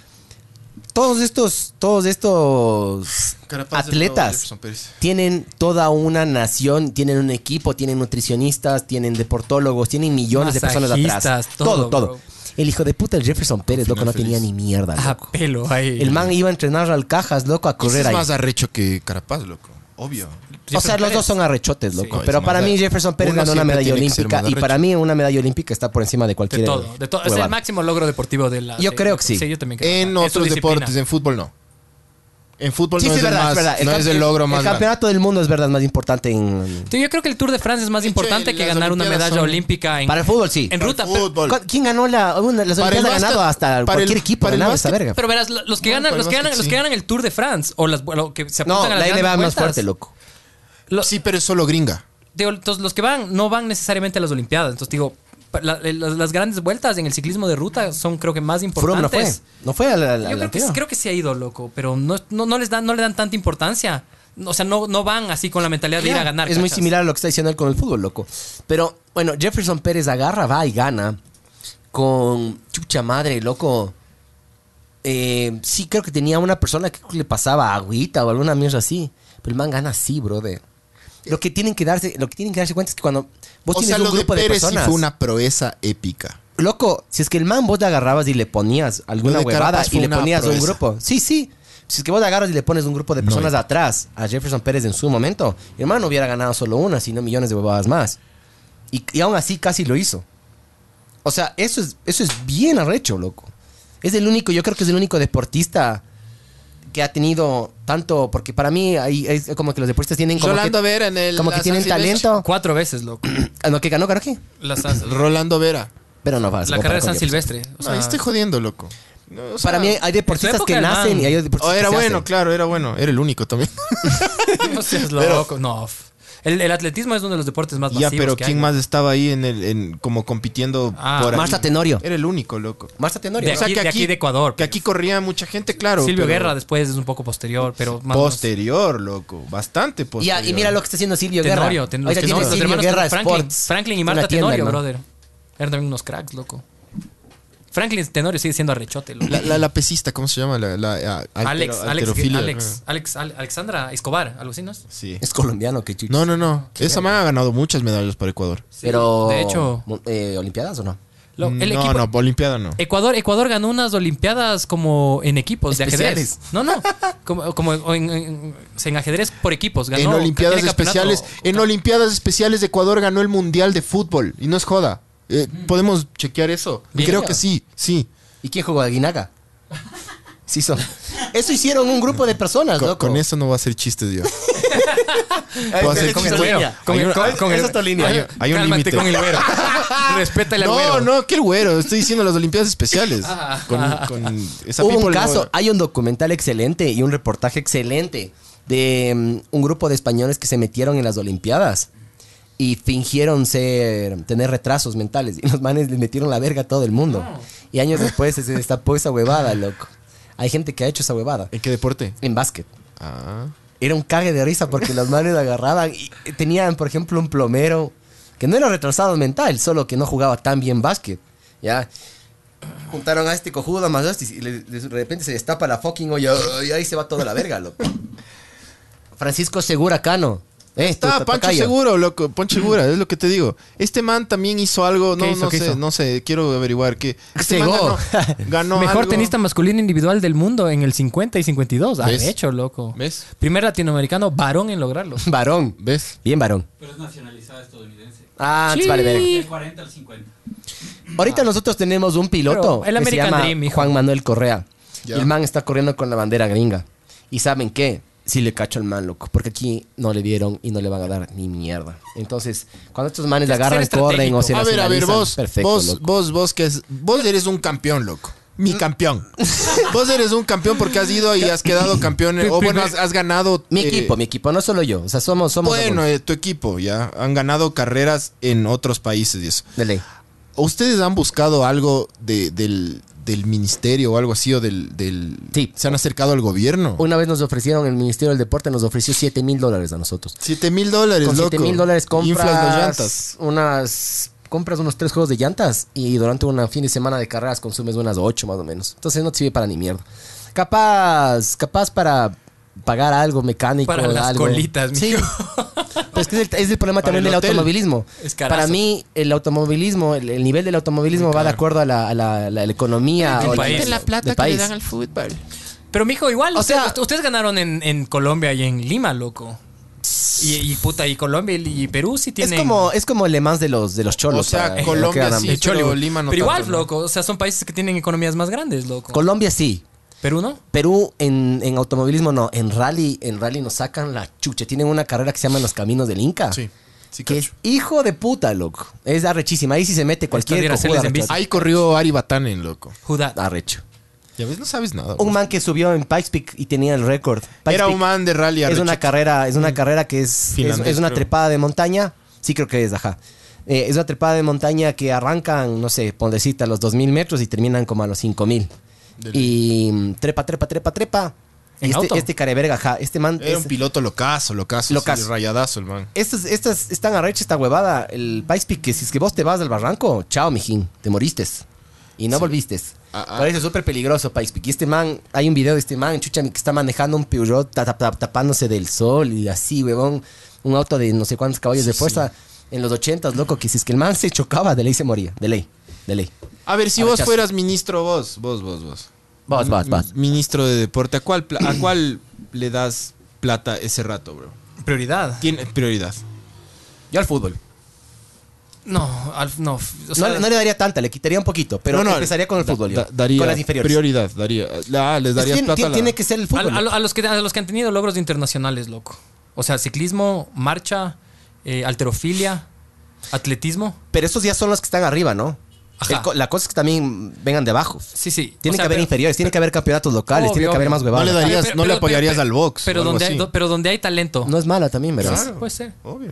Speaker 2: Todos estos, todos estos
Speaker 5: Carapaz del nuevo
Speaker 2: atletas
Speaker 5: Jefferson Pérez.
Speaker 2: tienen toda una nación, tienen un equipo, tienen nutricionistas, tienen deportólogos, tienen millones de personas atrás.
Speaker 3: Masajistas,
Speaker 2: Todo,
Speaker 3: todo,
Speaker 2: todo.
Speaker 3: bro.
Speaker 2: El hijo de puta, el Jefferson Pérez, loco, no
Speaker 5: feliz. Ah,
Speaker 2: tenía
Speaker 5: pues,
Speaker 2: ni mierda.
Speaker 3: A
Speaker 2: loco.
Speaker 3: Ah, pelo ahí.
Speaker 2: El man iba a entrenar al cajas, loco, a
Speaker 5: Ese
Speaker 2: correr
Speaker 5: es
Speaker 2: ahí.
Speaker 5: más arrecho que Carapaz, loco. Obvio.
Speaker 2: O sea, los dos son arrechotes, loco.
Speaker 5: Sí,
Speaker 2: pero
Speaker 5: es
Speaker 2: para
Speaker 5: más
Speaker 2: mí
Speaker 5: arrecho.
Speaker 2: Jefferson Pérez
Speaker 5: Uno
Speaker 2: ganó una
Speaker 5: siempre
Speaker 2: medalla
Speaker 5: tiene que ser
Speaker 2: olímpica
Speaker 5: más
Speaker 2: y para
Speaker 5: arrecho.
Speaker 2: mí una medalla olímpica está por encima de
Speaker 3: De
Speaker 2: cualquier
Speaker 3: todo, de todo. Es
Speaker 2: huevada.
Speaker 3: el máximo logro deportivo de la.
Speaker 2: Yo
Speaker 3: de-
Speaker 2: creo que sí.
Speaker 3: yo también creo.
Speaker 5: En
Speaker 3: Es su
Speaker 5: otros
Speaker 3: disciplina.
Speaker 5: deportes, en fútbol no. En fútbol
Speaker 2: Sí,
Speaker 5: no
Speaker 2: sí,
Speaker 5: es,
Speaker 2: es verdad,
Speaker 5: el, más-
Speaker 2: es verdad.
Speaker 5: no es
Speaker 2: campe-
Speaker 5: el logro más
Speaker 2: El
Speaker 5: grande.
Speaker 2: campeonato del mundo es verdad, es más importante en...
Speaker 3: Sí, Yo creo que el Tour de Francia es más
Speaker 5: De hecho,
Speaker 3: importante
Speaker 5: en
Speaker 3: que
Speaker 5: las
Speaker 3: ganar una
Speaker 5: Olimpiadas
Speaker 3: medalla
Speaker 5: son-
Speaker 3: olímpica en,
Speaker 2: Para el fútbol, sí.
Speaker 3: en ruta. pero-
Speaker 5: Fútbol.
Speaker 2: ¿Cu- ¿Quién ganó la... una- las
Speaker 5: Para el
Speaker 2: Olimpiadas ha ganado
Speaker 5: básquet-
Speaker 2: hasta
Speaker 5: para el-
Speaker 2: cualquier equipo,
Speaker 5: para
Speaker 2: ha
Speaker 5: el
Speaker 2: ganado esa
Speaker 5: básquet-
Speaker 2: verga.
Speaker 3: Pero verás, lo- los que
Speaker 5: No,
Speaker 3: ganan,
Speaker 5: para
Speaker 3: los que
Speaker 5: el
Speaker 3: ganan,
Speaker 5: básquet,
Speaker 3: los que
Speaker 5: sí.
Speaker 3: ganan el Tour de France o las o que se
Speaker 2: No,
Speaker 3: apuntan a
Speaker 2: la NBA
Speaker 3: las grandes
Speaker 2: es más
Speaker 3: vueltas,
Speaker 2: fuerte, loco.
Speaker 3: lo-
Speaker 5: Sí, pero es solo gringa.
Speaker 3: digo, entonces, los que van no van necesariamente a las Olimpiadas. Entonces digo, pa- la- la- las grandes vueltas en el ciclismo de ruta son creo que más
Speaker 2: Froome no fue.
Speaker 3: importantes.
Speaker 2: No fue a la... la-
Speaker 3: Yo
Speaker 2: la-
Speaker 3: creo que,
Speaker 2: la-
Speaker 3: creo que sí ha ido, loco, pero no, no, no les dan, no le dan tanta importancia. O sea, no, no van así con la mentalidad de ir a ganar.
Speaker 2: Es muy
Speaker 3: ¿cachas?
Speaker 2: similar a lo que está diciendo él con el fútbol, loco. Pero, bueno, Jefferson Pérez agarra, va y gana con chucha madre, loco. Eh, sí, creo que tenía una persona que le pasaba agüita o alguna mierda así. Pero el man gana así, brother. Lo que tienen que darse, lo que tienen que darse cuenta es que cuando vos
Speaker 5: o
Speaker 2: tienes
Speaker 5: sea,
Speaker 2: un
Speaker 5: lo de
Speaker 2: grupo de,
Speaker 5: Pérez sí
Speaker 2: personas.
Speaker 5: fue una proeza épica.
Speaker 2: Loco, si es que el man vos le agarrabas y le ponías alguna
Speaker 5: Lo de
Speaker 2: huevada
Speaker 5: Carapaz
Speaker 2: y
Speaker 5: fue
Speaker 2: le
Speaker 5: una
Speaker 2: ponías un
Speaker 5: proeza.
Speaker 2: grupo. Sí, sí. Si es que vos le agarras y le pones un grupo de personas atrás a Jefferson Pérez en su momento, el man no hubiera ganado solo una, sino millones de huevadas más. Y, y aún así casi lo hizo. O sea, eso es, eso es bien arrecho, loco. Es el único, yo creo que es el único deportista que ha tenido tanto, porque para mí ahí es como que los deportistas tienen como
Speaker 5: Rolando
Speaker 2: que,
Speaker 5: Vera en el...
Speaker 2: como que
Speaker 5: la
Speaker 2: tienen
Speaker 5: San Silvestre.
Speaker 2: talento.
Speaker 3: Cuatro veces, loco.
Speaker 2: Ah, No, que ganó, ganó qué?
Speaker 3: Las-
Speaker 5: Rolando Vera.
Speaker 2: Pero no vas.
Speaker 3: la carrera de San Silvestre. o
Speaker 5: No,
Speaker 3: sea,
Speaker 5: ahí estoy jodiendo, loco. No, o sea,
Speaker 2: Para mí hay deportistas
Speaker 3: época
Speaker 2: que
Speaker 3: el man-
Speaker 2: nacen y hay
Speaker 5: oh,
Speaker 2: deportistas que
Speaker 5: era
Speaker 2: se
Speaker 5: bueno,
Speaker 2: hacen.
Speaker 5: claro, era bueno. Era el único también.
Speaker 3: no seas loco. No. f- El, el atletismo es uno de los deportes más
Speaker 5: ya,
Speaker 3: masivos
Speaker 5: pero
Speaker 3: que
Speaker 5: ¿quién
Speaker 3: hay.
Speaker 5: más estaba ahí en el, en, como compitiendo
Speaker 3: Ah,
Speaker 5: por ahí?
Speaker 2: Marta Tenorio.
Speaker 5: Era el único, loco.
Speaker 2: Eh, Marta Tenorio.
Speaker 3: De
Speaker 2: ¿no?
Speaker 3: aquí- de Ecuador,
Speaker 5: Que
Speaker 3: pero-
Speaker 5: aquí corría mucha gente, claro.
Speaker 3: Silvio
Speaker 5: pero-
Speaker 3: Guerra después es un poco posterior, pero más o menos-
Speaker 5: Posterior, loco. Bastante
Speaker 2: Y,
Speaker 5: posterior.
Speaker 2: a- y mira lo que está haciendo Silvio Guerra.
Speaker 3: Tenorio, ten-
Speaker 2: Ahorita
Speaker 3: los
Speaker 2: tiene
Speaker 3: Tenorio, los
Speaker 2: Silvio
Speaker 3: hermanos
Speaker 2: Guerra
Speaker 3: Franklin,
Speaker 2: Sports.
Speaker 3: Franklin y
Speaker 2: Una
Speaker 3: Marta
Speaker 2: tienda,
Speaker 3: Tenorio,
Speaker 2: hermano.
Speaker 3: brother. Eran también unos cracks, loco. Franklin Tenorio sigue siendo arrechote, loco.
Speaker 5: La, la, la pesista, ¿cómo se llama? La, la, a- altero-
Speaker 3: Alex, Alex, Alex,
Speaker 5: alterofilia.
Speaker 3: Alex- Ale- Alexandra Escobar, algo así, ¿no es?
Speaker 5: Sí.
Speaker 2: Es colombiano, que chucha.
Speaker 5: No, no, no. Esa man ha ganado muchas medallas para Ecuador.
Speaker 2: Pero.
Speaker 3: De hecho,
Speaker 2: mu- eh, ¿Olimpiadas o no?
Speaker 3: lo- el
Speaker 5: Mm, no,
Speaker 3: equipo,
Speaker 5: no, Olimpiada no.
Speaker 3: Ecuador, Ecuador ganó unas Olimpiadas como en equipos de ajedrez.
Speaker 2: Especiales.
Speaker 3: No, no. Como, como en, en- en ajedrez por equipos. Ganó,
Speaker 5: en Olimpiadas
Speaker 3: tiene campeonato.
Speaker 5: especiales, en Olimpiadas especiales Ecuador ganó el mundial de fútbol y no es joda. Eh,
Speaker 3: Mm.
Speaker 5: Podemos chequear eso.
Speaker 2: Bien.
Speaker 5: Creo que sí, sí.
Speaker 2: ¿Y quién jugó a Guinaga? Sí, son. Eso hicieron un grupo de personas,
Speaker 5: Con,
Speaker 2: loco.
Speaker 5: con eso no va a hacer chistes yo.
Speaker 2: Ay,
Speaker 5: puedo hacer
Speaker 2: Pues con
Speaker 5: chiste.
Speaker 2: el güero.
Speaker 3: Con el-
Speaker 5: Hay un-
Speaker 3: con- con el-
Speaker 2: Esa es tu línea.
Speaker 5: hay- hay un
Speaker 3: Cálmate
Speaker 5: límite.
Speaker 3: con el güero. Respeta el
Speaker 5: No,
Speaker 3: güero.
Speaker 5: no, qué el güero. Estoy diciendo las Olimpiadas especiales. Con, con esa
Speaker 2: Hubo un
Speaker 5: people no-
Speaker 2: caso, hay un documental excelente y un reportaje excelente de mm, un grupo de españoles que se metieron en las Olimpiadas y fingieron ser tener retrasos mentales y los manes les metieron la verga a todo el mundo. Y años después se destapó esa huevada, loco. Hay gente que ha hecho esa huevada
Speaker 5: ¿En qué deporte?
Speaker 2: en básquet.
Speaker 5: Ah.
Speaker 2: Era un cague de risa porque los manes agarraban y tenían, por ejemplo, un plomero que no era retrasado mental, solo que no jugaba tan bien básquet. Ya. Juntaron a este cojudo más a este y le- de repente se destapa la fucking olla y ahí se va toda la verga, loco. Francisco Segura Cano. Eh,
Speaker 5: Está
Speaker 2: tu- tu
Speaker 5: Ah, Pancho
Speaker 2: tocayo.
Speaker 5: Seguro, loco, Pancho Segura, es lo que te digo. Este man también hizo algo, no,
Speaker 3: ¿Qué hizo?
Speaker 5: no
Speaker 3: ¿Qué
Speaker 5: sé,
Speaker 3: hizo?
Speaker 5: no sé, quiero averiguar qué. Este man
Speaker 2: Cegó.
Speaker 5: ganó, ganó
Speaker 3: Mejor
Speaker 5: algo.
Speaker 3: tenista masculino individual del mundo en el 50 y 52. Ah,
Speaker 5: ¿Ves?
Speaker 3: de hecho, loco.
Speaker 5: ¿Ves?
Speaker 3: Primer latinoamericano varón en lograrlo.
Speaker 2: Varón.
Speaker 5: ¿Ves?
Speaker 2: Bien varón.
Speaker 6: Pero es nacionalizada estadounidense.
Speaker 2: Ah, antes
Speaker 3: Sí.
Speaker 2: vale verga.
Speaker 6: Del 40 al 50.
Speaker 2: Ahorita nosotros tenemos un piloto
Speaker 3: Pero el
Speaker 2: que se
Speaker 3: American
Speaker 2: llama
Speaker 3: Dream, hijo.
Speaker 2: Juan Manuel Correa.
Speaker 5: Ya.
Speaker 2: Y el man está corriendo con la bandera gringa. ¿Y saben qué? Si le cacho al man, loco. Porque aquí no le dieron y no le van a dar ni mierda. Entonces, cuando estos manes
Speaker 3: que
Speaker 2: agarran,
Speaker 3: Este ser
Speaker 2: corren o se
Speaker 5: A ver, a ver,
Speaker 2: nacionalizan,
Speaker 5: vos,
Speaker 2: Perfecto,
Speaker 5: vos,
Speaker 2: loco.
Speaker 5: vos, vos, que es, vos eres un campeón, loco. Mi campeón. vos eres un campeón porque has ido y has quedado campeón. O bueno, has, has ganado.
Speaker 2: Mi
Speaker 5: eh,
Speaker 2: equipo, mi equipo. No solo yo. O sea, somos... somos
Speaker 5: Bueno,
Speaker 2: algunos.
Speaker 5: eh, tu equipo, ya. Han ganado carreras en otros países y eso.
Speaker 2: De ley.
Speaker 5: ¿Ustedes han buscado algo de- del, del ministerio o algo así? o del, del-
Speaker 2: Sí.
Speaker 5: ¿Se han acercado al gobierno?
Speaker 2: Una vez nos ofrecieron, el Ministerio del Deporte nos ofreció 7 mil dólares a nosotros.
Speaker 5: 7 mil dólares,
Speaker 2: Con
Speaker 5: loco.
Speaker 2: 7 mil dólares compras
Speaker 5: Inflas las llantas.
Speaker 2: unas compras unos tres juegos de llantas y durante un fin de semana de carreras consumes unas ocho más o menos. Entonces no te sirve para ni mierda. Capaz, capaz para pagar algo mecánico.
Speaker 3: Para las
Speaker 2: algo.
Speaker 3: colitas,
Speaker 2: Sí.
Speaker 3: mijo.
Speaker 2: Pero es que es el, es el problema
Speaker 5: Para
Speaker 2: también
Speaker 5: el
Speaker 2: del
Speaker 5: hotel.
Speaker 2: automovilismo.
Speaker 3: Es carazo.
Speaker 2: Para mí, el automovilismo, el, el nivel del automovilismo va de acuerdo a la, a la- a la- a la economía.
Speaker 3: Del
Speaker 2: o
Speaker 3: país.
Speaker 2: del
Speaker 3: La
Speaker 2: del país.
Speaker 5: fútbol.
Speaker 3: Pero mijo, igual,
Speaker 2: O
Speaker 3: ustedes,
Speaker 2: sea-
Speaker 3: ustedes ganaron en, en Colombia y en Lima, loco. Y, y puta, y Colombia y, y Perú sí tienen.
Speaker 2: Es como, es como el Le Mans de los, de los cholos.
Speaker 5: sea,
Speaker 2: para- para
Speaker 5: Colombia
Speaker 2: lo que ganamos.
Speaker 5: sí.
Speaker 3: el Choli.
Speaker 5: pero Lima no
Speaker 3: Pero igual,
Speaker 5: tanto, ¿no?
Speaker 3: loco. O sea, son países que tienen economías más grandes, loco.
Speaker 2: Colombia sí,
Speaker 3: Perú no.
Speaker 2: Perú en, en automovilismo no, en rally, en rally nos sacan la chucha. Tienen una carrera que se llama Los Caminos del Inca.
Speaker 5: Sí, sí,
Speaker 2: Que
Speaker 5: cacho.
Speaker 2: es hijo de puta, loco. Es arrechísima. Ahí sí se mete cualquier
Speaker 3: Está de
Speaker 2: cojuda
Speaker 3: hacerles en
Speaker 2: arrecha-
Speaker 5: Ahí corrió Ari Batanen, loco.
Speaker 3: Judá.
Speaker 2: Arrecho.
Speaker 5: Ya ves, no sabes nada.
Speaker 2: Un
Speaker 5: vos.
Speaker 2: man que subió en Pikes Peak y tenía el récord. Pikes
Speaker 5: Era
Speaker 2: Peak
Speaker 5: un man de rally
Speaker 2: Es
Speaker 5: arrecho. Mm.
Speaker 2: una carrera, es una carrera que es, es,
Speaker 5: Finlandés,
Speaker 2: es una
Speaker 5: creo.
Speaker 2: trepada de montaña. Sí, creo que es, ajá. Eh, es una trepada de montaña que arrancan, no sé, pondrecita a los 2.000 metros y terminan como a los 5.000. Y mm, trepa, trepa, trepa, trepa.
Speaker 3: ¿En
Speaker 2: Y este,
Speaker 3: auto?
Speaker 2: este careverga, ajá, este man...
Speaker 5: Era un
Speaker 2: es-
Speaker 5: piloto locazo, locazo.
Speaker 2: Locazo.
Speaker 5: Locazo. rayadazo el man.
Speaker 2: estas, estas, están arrecha esta huevada. El Pikes Peak, que si es que vos te vas al barranco, chao, mijín, te moriste. Y no volviste.
Speaker 5: Ah, ah.
Speaker 2: Parece súper peligroso Pikes Peak. Y este man, hay un video de este man, chucha, que está manejando un Peugeot ta- ta- ta- tapándose del sol y así, huevón. Un auto de no sé cuántos caballos de fuerza en los ochentas, loco, que si es que el man se chocaba, de ley se moría. De ley, de ley.
Speaker 5: A ver, si
Speaker 2: A
Speaker 5: vos
Speaker 2: rechazo.
Speaker 5: fueras ministro, vos, vos, vos, vos.
Speaker 2: Vas, vas,
Speaker 5: M-
Speaker 2: vas.
Speaker 5: Ministro de deporte, ¿a cuál, pla- ¿a cuál le das plata ese rato, bro?
Speaker 3: Prioridad.
Speaker 5: Tiene prioridad.
Speaker 2: Yo al fútbol.
Speaker 3: No, al- no. O sea,
Speaker 2: no, le- no le daría tanta, le quitaría un poquito, pero
Speaker 5: No, no,
Speaker 2: empezaría con el
Speaker 5: da-
Speaker 2: fútbol. yo.
Speaker 5: da- daría
Speaker 2: con las inferiores.
Speaker 5: Prioridad, daría. La, ah, les
Speaker 2: Es
Speaker 5: darías
Speaker 2: que tiene-
Speaker 5: plata. a la-
Speaker 2: tiene que ser el
Speaker 3: a,
Speaker 2: fútbol.
Speaker 3: a lo- a los que, a los que han tenido logros internacionales, loco. O sea, ciclismo, marcha, eh, alterofilia, atletismo.
Speaker 2: Pero esos ya son los que están arriba, ¿no?
Speaker 3: Ajá.
Speaker 2: El co- la cosa es que también vengan de abajo.
Speaker 3: Sí, sí.
Speaker 2: Tiene
Speaker 3: O sea,
Speaker 2: que haber
Speaker 3: pero-
Speaker 2: inferiores, tiene que haber campeonatos locales, tiene
Speaker 3: Obvio,
Speaker 2: que haber
Speaker 3: obvio.
Speaker 2: más
Speaker 5: No
Speaker 2: huevadas.
Speaker 5: le darías, no le apoyarías al box.
Speaker 3: Pero,
Speaker 5: o algo
Speaker 3: donde hay,
Speaker 5: así.
Speaker 3: do- pero donde hay talento. pues, eh.
Speaker 2: No es mala también, ¿verdad?
Speaker 5: Claro.
Speaker 3: Puede ser.
Speaker 5: Obvio.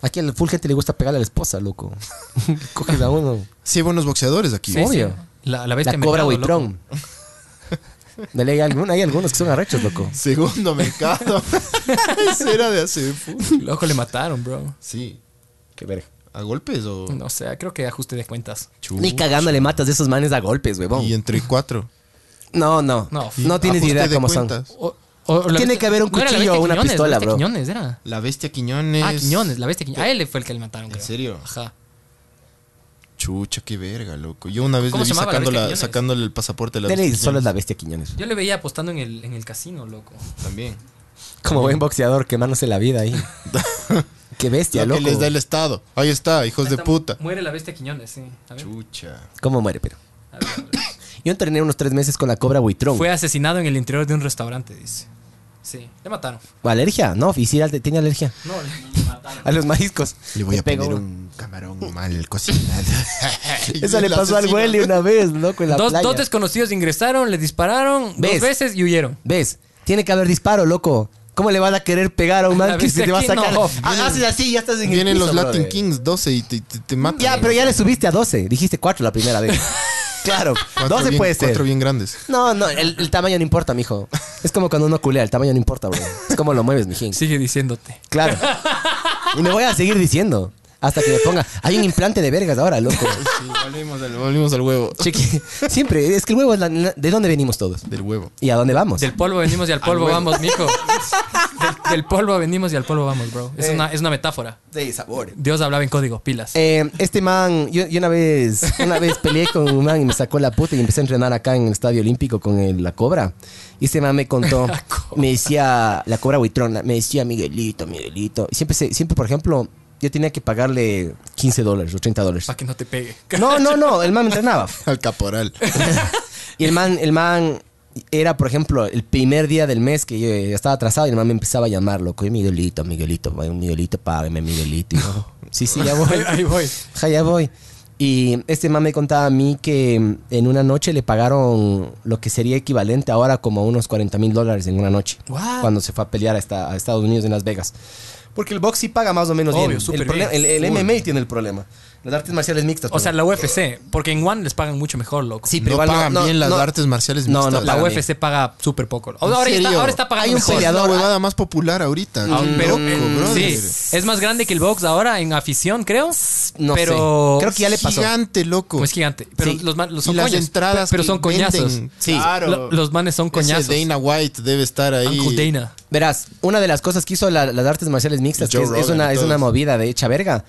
Speaker 2: Aquí el full gente le gusta pegarle a la esposa, loco. Coges a uno.
Speaker 5: Sí, hay buenos boxeadores aquí.
Speaker 3: Sí,
Speaker 2: Obvio.
Speaker 3: sí. La, la bestia
Speaker 2: La cobra
Speaker 3: Mercado, loco.
Speaker 2: Buitrón. Dale, hay, algún- hay algunos que son arrechos, loco.
Speaker 5: Segundo mercado. Ese era de hace. fu-
Speaker 3: Loco le mataron, bro.
Speaker 5: Sí.
Speaker 2: Qué verga.
Speaker 5: ¿A golpes o.?
Speaker 3: No sé, creo que ajuste de cuentas.
Speaker 5: Chu.
Speaker 2: Ni cagando le matas de esos manes a golpes, huevón.
Speaker 5: Y entre cuatro.
Speaker 2: No, no. No,
Speaker 3: No.
Speaker 2: tienes
Speaker 5: Ajuste
Speaker 2: idea
Speaker 5: de
Speaker 2: cómo
Speaker 5: cuentas.
Speaker 3: O- o la
Speaker 2: Tiene que haber un
Speaker 3: era la
Speaker 2: cuchillo
Speaker 3: bestia
Speaker 2: o una
Speaker 3: Quiñones,
Speaker 2: pistola,
Speaker 3: la bestia
Speaker 2: bro.
Speaker 3: Quiñones era.
Speaker 5: La bestia Quiñones.
Speaker 3: Ah, Quiñones, la bestia Quiñones. A él fue el que le mataron,
Speaker 5: ¿En
Speaker 3: creo.
Speaker 5: serio?
Speaker 3: Ajá.
Speaker 5: Chucha, qué verga, loco. Yo una vez
Speaker 3: ¿Cómo
Speaker 5: le
Speaker 3: se
Speaker 5: vi
Speaker 3: llamaba la
Speaker 5: sacando
Speaker 3: bestia
Speaker 5: la-
Speaker 3: Quiñones?
Speaker 5: sacándole el pasaporte a la
Speaker 2: son. Dele
Speaker 5: bestia
Speaker 2: solo es la bestia Quiñones.
Speaker 3: Yo le veía apostando en el, en el casino, loco.
Speaker 5: También.
Speaker 2: Como buen boxeador, quemándose la vida ahí. Qué bestia,
Speaker 5: Lo que
Speaker 2: loco.
Speaker 5: les da el Estado. Ahí está, hijos de
Speaker 3: Esta-
Speaker 5: puta.
Speaker 3: Muere la bestia Quiñones, sí. A ver.
Speaker 5: Chucha.
Speaker 2: ¿Cómo muere, pero? Yo entrené unos tres meses con la cobra buitrón.
Speaker 3: Fue asesinado en el interior de un restaurante, dice. Sí, le mataron.
Speaker 2: ¿Alergia? No, y sí, al- tenía alergia.
Speaker 3: No, le mataron.
Speaker 2: A los mariscos.
Speaker 5: Le voy a
Speaker 2: Me pegó
Speaker 5: poner
Speaker 2: uno.
Speaker 5: un camarón mal cocinado.
Speaker 2: Eso le pasó al Welly una vez, loco, en la
Speaker 3: Dos,
Speaker 2: playa.
Speaker 3: dos desconocidos ingresaron, le dispararon
Speaker 2: ¿Ves?
Speaker 3: dos veces y huyeron.
Speaker 2: ¿Ves? Tiene que haber disparo, loco. ¿Cómo le van a querer pegar a un
Speaker 3: La
Speaker 2: man que
Speaker 3: bestia
Speaker 2: se te va a
Speaker 3: aquí,
Speaker 2: sacar?
Speaker 3: no.
Speaker 2: Ah, Haces así y ya estás en el
Speaker 5: Vienen los
Speaker 2: piso,
Speaker 5: Latin
Speaker 2: brother.
Speaker 5: Kings 12 y te, te- te matan.
Speaker 2: Ya, pero ya le subiste a 12. Dijiste 4 la primera vez. claro,
Speaker 5: Cuatro
Speaker 2: 12
Speaker 5: bien-
Speaker 2: puede ser.
Speaker 5: Cuatro bien grandes.
Speaker 2: No, no, el, el tamaño no importa, mijo. Es como cuando uno culea, el tamaño no importa, bro. Es como lo mueves, mijín.
Speaker 3: Sigue diciéndote.
Speaker 2: Claro. Y me voy a seguir diciendo. Hasta que me ponga. Hay un implante de vergas ahora, loco.
Speaker 5: volvimos, al, volvimos al huevo.
Speaker 2: Cheque. Siempre. Es que el huevo es la- la- ¿De dónde venimos todos?
Speaker 5: Del huevo.
Speaker 2: ¿Y a dónde vamos?
Speaker 3: Del polvo venimos y al polvo
Speaker 5: huevo.
Speaker 3: vamos, mijo. Del, del polvo venimos y al polvo vamos, bro. Es,
Speaker 2: Eh.
Speaker 3: una, es una metáfora.
Speaker 2: De sabor.
Speaker 3: Dios hablaba en código, pilas.
Speaker 2: Eh, este man, yo, yo una vez, una vez peleé con un man y me sacó la puta y empecé a entrenar acá en el Estadio Olímpico con el- la Cobra. Y este man me contó, me decía, la Cobra Buitrona, me decía Miguelito, Miguelito. Y siempre, se- siempre por ejemplo, yo tenía que pagarle 15 dólares o 30 dólares.
Speaker 3: Para que no te pegue.
Speaker 2: No, no, no, el man me entrenaba.
Speaker 5: Al caporal.
Speaker 2: Y el man, el man era, por ejemplo, el primer día del mes que yo estaba atrasado y el man me empezaba a llamar, loco. Y Miguelito, Miguelito, vaya, Miguelito, págame, Miguelito. Y yo, sí, sí, ya voy.
Speaker 3: Ahí- Ahí voy.
Speaker 2: Ja, ya voy. Y este man me contaba a mí que en una noche le pagaron lo que sería equivalente ahora como a unos 40 mil dólares en una noche.
Speaker 3: What?
Speaker 2: Cuando se fue a pelear a, esta- a Estados Unidos en Las Vegas. Porque el box sí paga más o menos
Speaker 3: Obvio,
Speaker 2: bien.
Speaker 3: súper
Speaker 2: el, problema-
Speaker 3: bien.
Speaker 2: el- el MMA tiene el problema. Las artes marciales mixtas.
Speaker 3: O sea,
Speaker 2: pero-
Speaker 3: la UFC. Porque en One les pagan mucho mejor, loco.
Speaker 2: sí, pero
Speaker 5: No
Speaker 2: igual
Speaker 5: pagan bien las
Speaker 2: no-
Speaker 5: artes marciales
Speaker 2: no,
Speaker 5: mixtas.
Speaker 2: no
Speaker 3: La
Speaker 2: pagan
Speaker 3: UFC paga súper poco. O sea,
Speaker 5: ¿En
Speaker 3: Ahora está,
Speaker 5: serio?
Speaker 3: ahora está pagando
Speaker 2: Hay un
Speaker 3: mejor.
Speaker 5: Es la
Speaker 2: peleador. ¿ah?
Speaker 5: huevada más popular ahorita.
Speaker 3: Ah,
Speaker 5: Qué
Speaker 3: pero eh,
Speaker 5: loco, brother.
Speaker 3: sí, es más grande que el box ahora en afición, creo.
Speaker 2: No
Speaker 3: pero
Speaker 2: sé. Creo que ya le pasó.
Speaker 5: Gigante, loco.
Speaker 3: Como es Pues gigante. Pero
Speaker 2: Sí.
Speaker 3: los, ma- los
Speaker 5: y
Speaker 3: son
Speaker 5: las
Speaker 3: coños.
Speaker 5: entradas
Speaker 3: pero
Speaker 5: que
Speaker 3: son coñazos.
Speaker 5: venden.
Speaker 2: Sí.
Speaker 5: Claro.
Speaker 3: Lo- los manes son coñazos.
Speaker 5: Ese Dana White debe estar ahí.
Speaker 3: Uncle Dana.
Speaker 2: Verás, una de las cosas que hizo la- las artes marciales mixtas,
Speaker 5: Y
Speaker 2: que
Speaker 5: Joe
Speaker 2: es, es
Speaker 5: Rogan
Speaker 2: una, es
Speaker 5: y todos.
Speaker 2: una movida de hecha verga.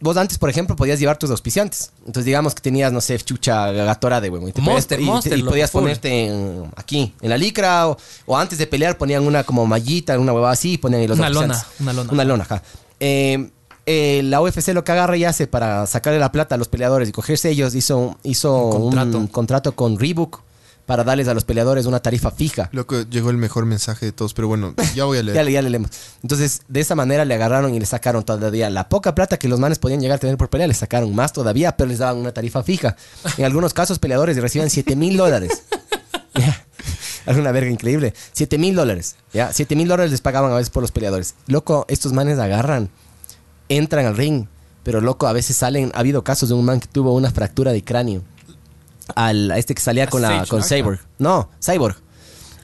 Speaker 2: Vos antes, por ejemplo, podías llevar tus auspiciantes. Entonces, digamos que tenías, no sé, chucha gatora de huevo. Y, te
Speaker 3: Monster,
Speaker 2: podías- y te-
Speaker 3: Monster,
Speaker 2: y
Speaker 3: loco,
Speaker 2: podías
Speaker 3: full.
Speaker 2: ponerte en- aquí, en la licra. O, o antes de pelear ponían una como mallita, una huevada así y ponían ahí los
Speaker 3: Una
Speaker 2: auspiciantes.
Speaker 3: lona, una lona.
Speaker 2: Una lona, ajá. Eh, eh, la UFC lo que agarra y hace para sacarle la plata a los peleadores y cogerse ellos, hizo, hizo
Speaker 3: Un contrato.
Speaker 2: un contrato con Reebok para darles a los peleadores una tarifa fija.
Speaker 5: Loco, llegó el mejor mensaje de todos, pero bueno, ya voy a
Speaker 2: Ya,
Speaker 5: leer.
Speaker 2: le- ya le leemos. Entonces, de esa manera le agarraron y le sacaron todavía la poca plata que los manes podían llegar a tener por pelea, le sacaron más todavía, pero les daban una tarifa fija. En algunos casos, peleadores recibían 7 mil dólares. Ya. Alguna verga increíble. 7 mil dólares. Ya, 7 mil dólares les pagaban a veces por los peleadores. Loco, estos manes agarran, entran al ring, pero loco, a veces salen. Ha habido casos de un man que tuvo una fractura de cráneo. Al, a este que salía
Speaker 3: A
Speaker 2: con, la,
Speaker 3: Sage
Speaker 2: con
Speaker 3: Arca.
Speaker 2: Cyborg. No, Cyborg.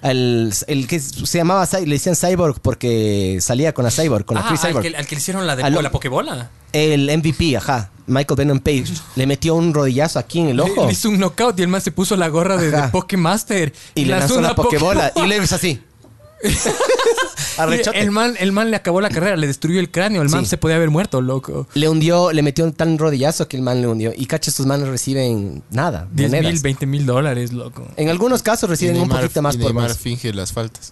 Speaker 2: Al- el que se llamaba Cy- le decían Cyborg porque salía con la Cyborg, con la
Speaker 3: Ah,
Speaker 2: Chris
Speaker 3: al,
Speaker 2: Cyborg.
Speaker 3: que, al que le hicieron la de
Speaker 2: Al-
Speaker 3: la pokebola.
Speaker 2: El MVP, ajá, Michael Venom Page, le metió un rodillazo aquí en el
Speaker 3: Le,
Speaker 2: ojo
Speaker 3: le hizo un knockout y el man se puso la gorra de,
Speaker 2: Ajá.
Speaker 3: de Pokemaster.
Speaker 2: y le lanzó la pokebola y le hizo así. Arrechote.
Speaker 3: el man, el man le acabó la carrera, le destruyó el cráneo. El man
Speaker 2: Sí.
Speaker 3: se podía haber muerto, loco.
Speaker 2: Le hundió, le metió un tan rodillazo que el man le hundió. Y cacha, estos manes reciben nada.
Speaker 3: 10
Speaker 2: monedas.
Speaker 3: mil, 20 mil dólares, loco.
Speaker 2: En algunos casos
Speaker 5: Y
Speaker 2: reciben un
Speaker 5: Neymar-
Speaker 2: poquito más
Speaker 5: y
Speaker 2: por
Speaker 5: Neymar
Speaker 2: más.
Speaker 5: finge las faltas.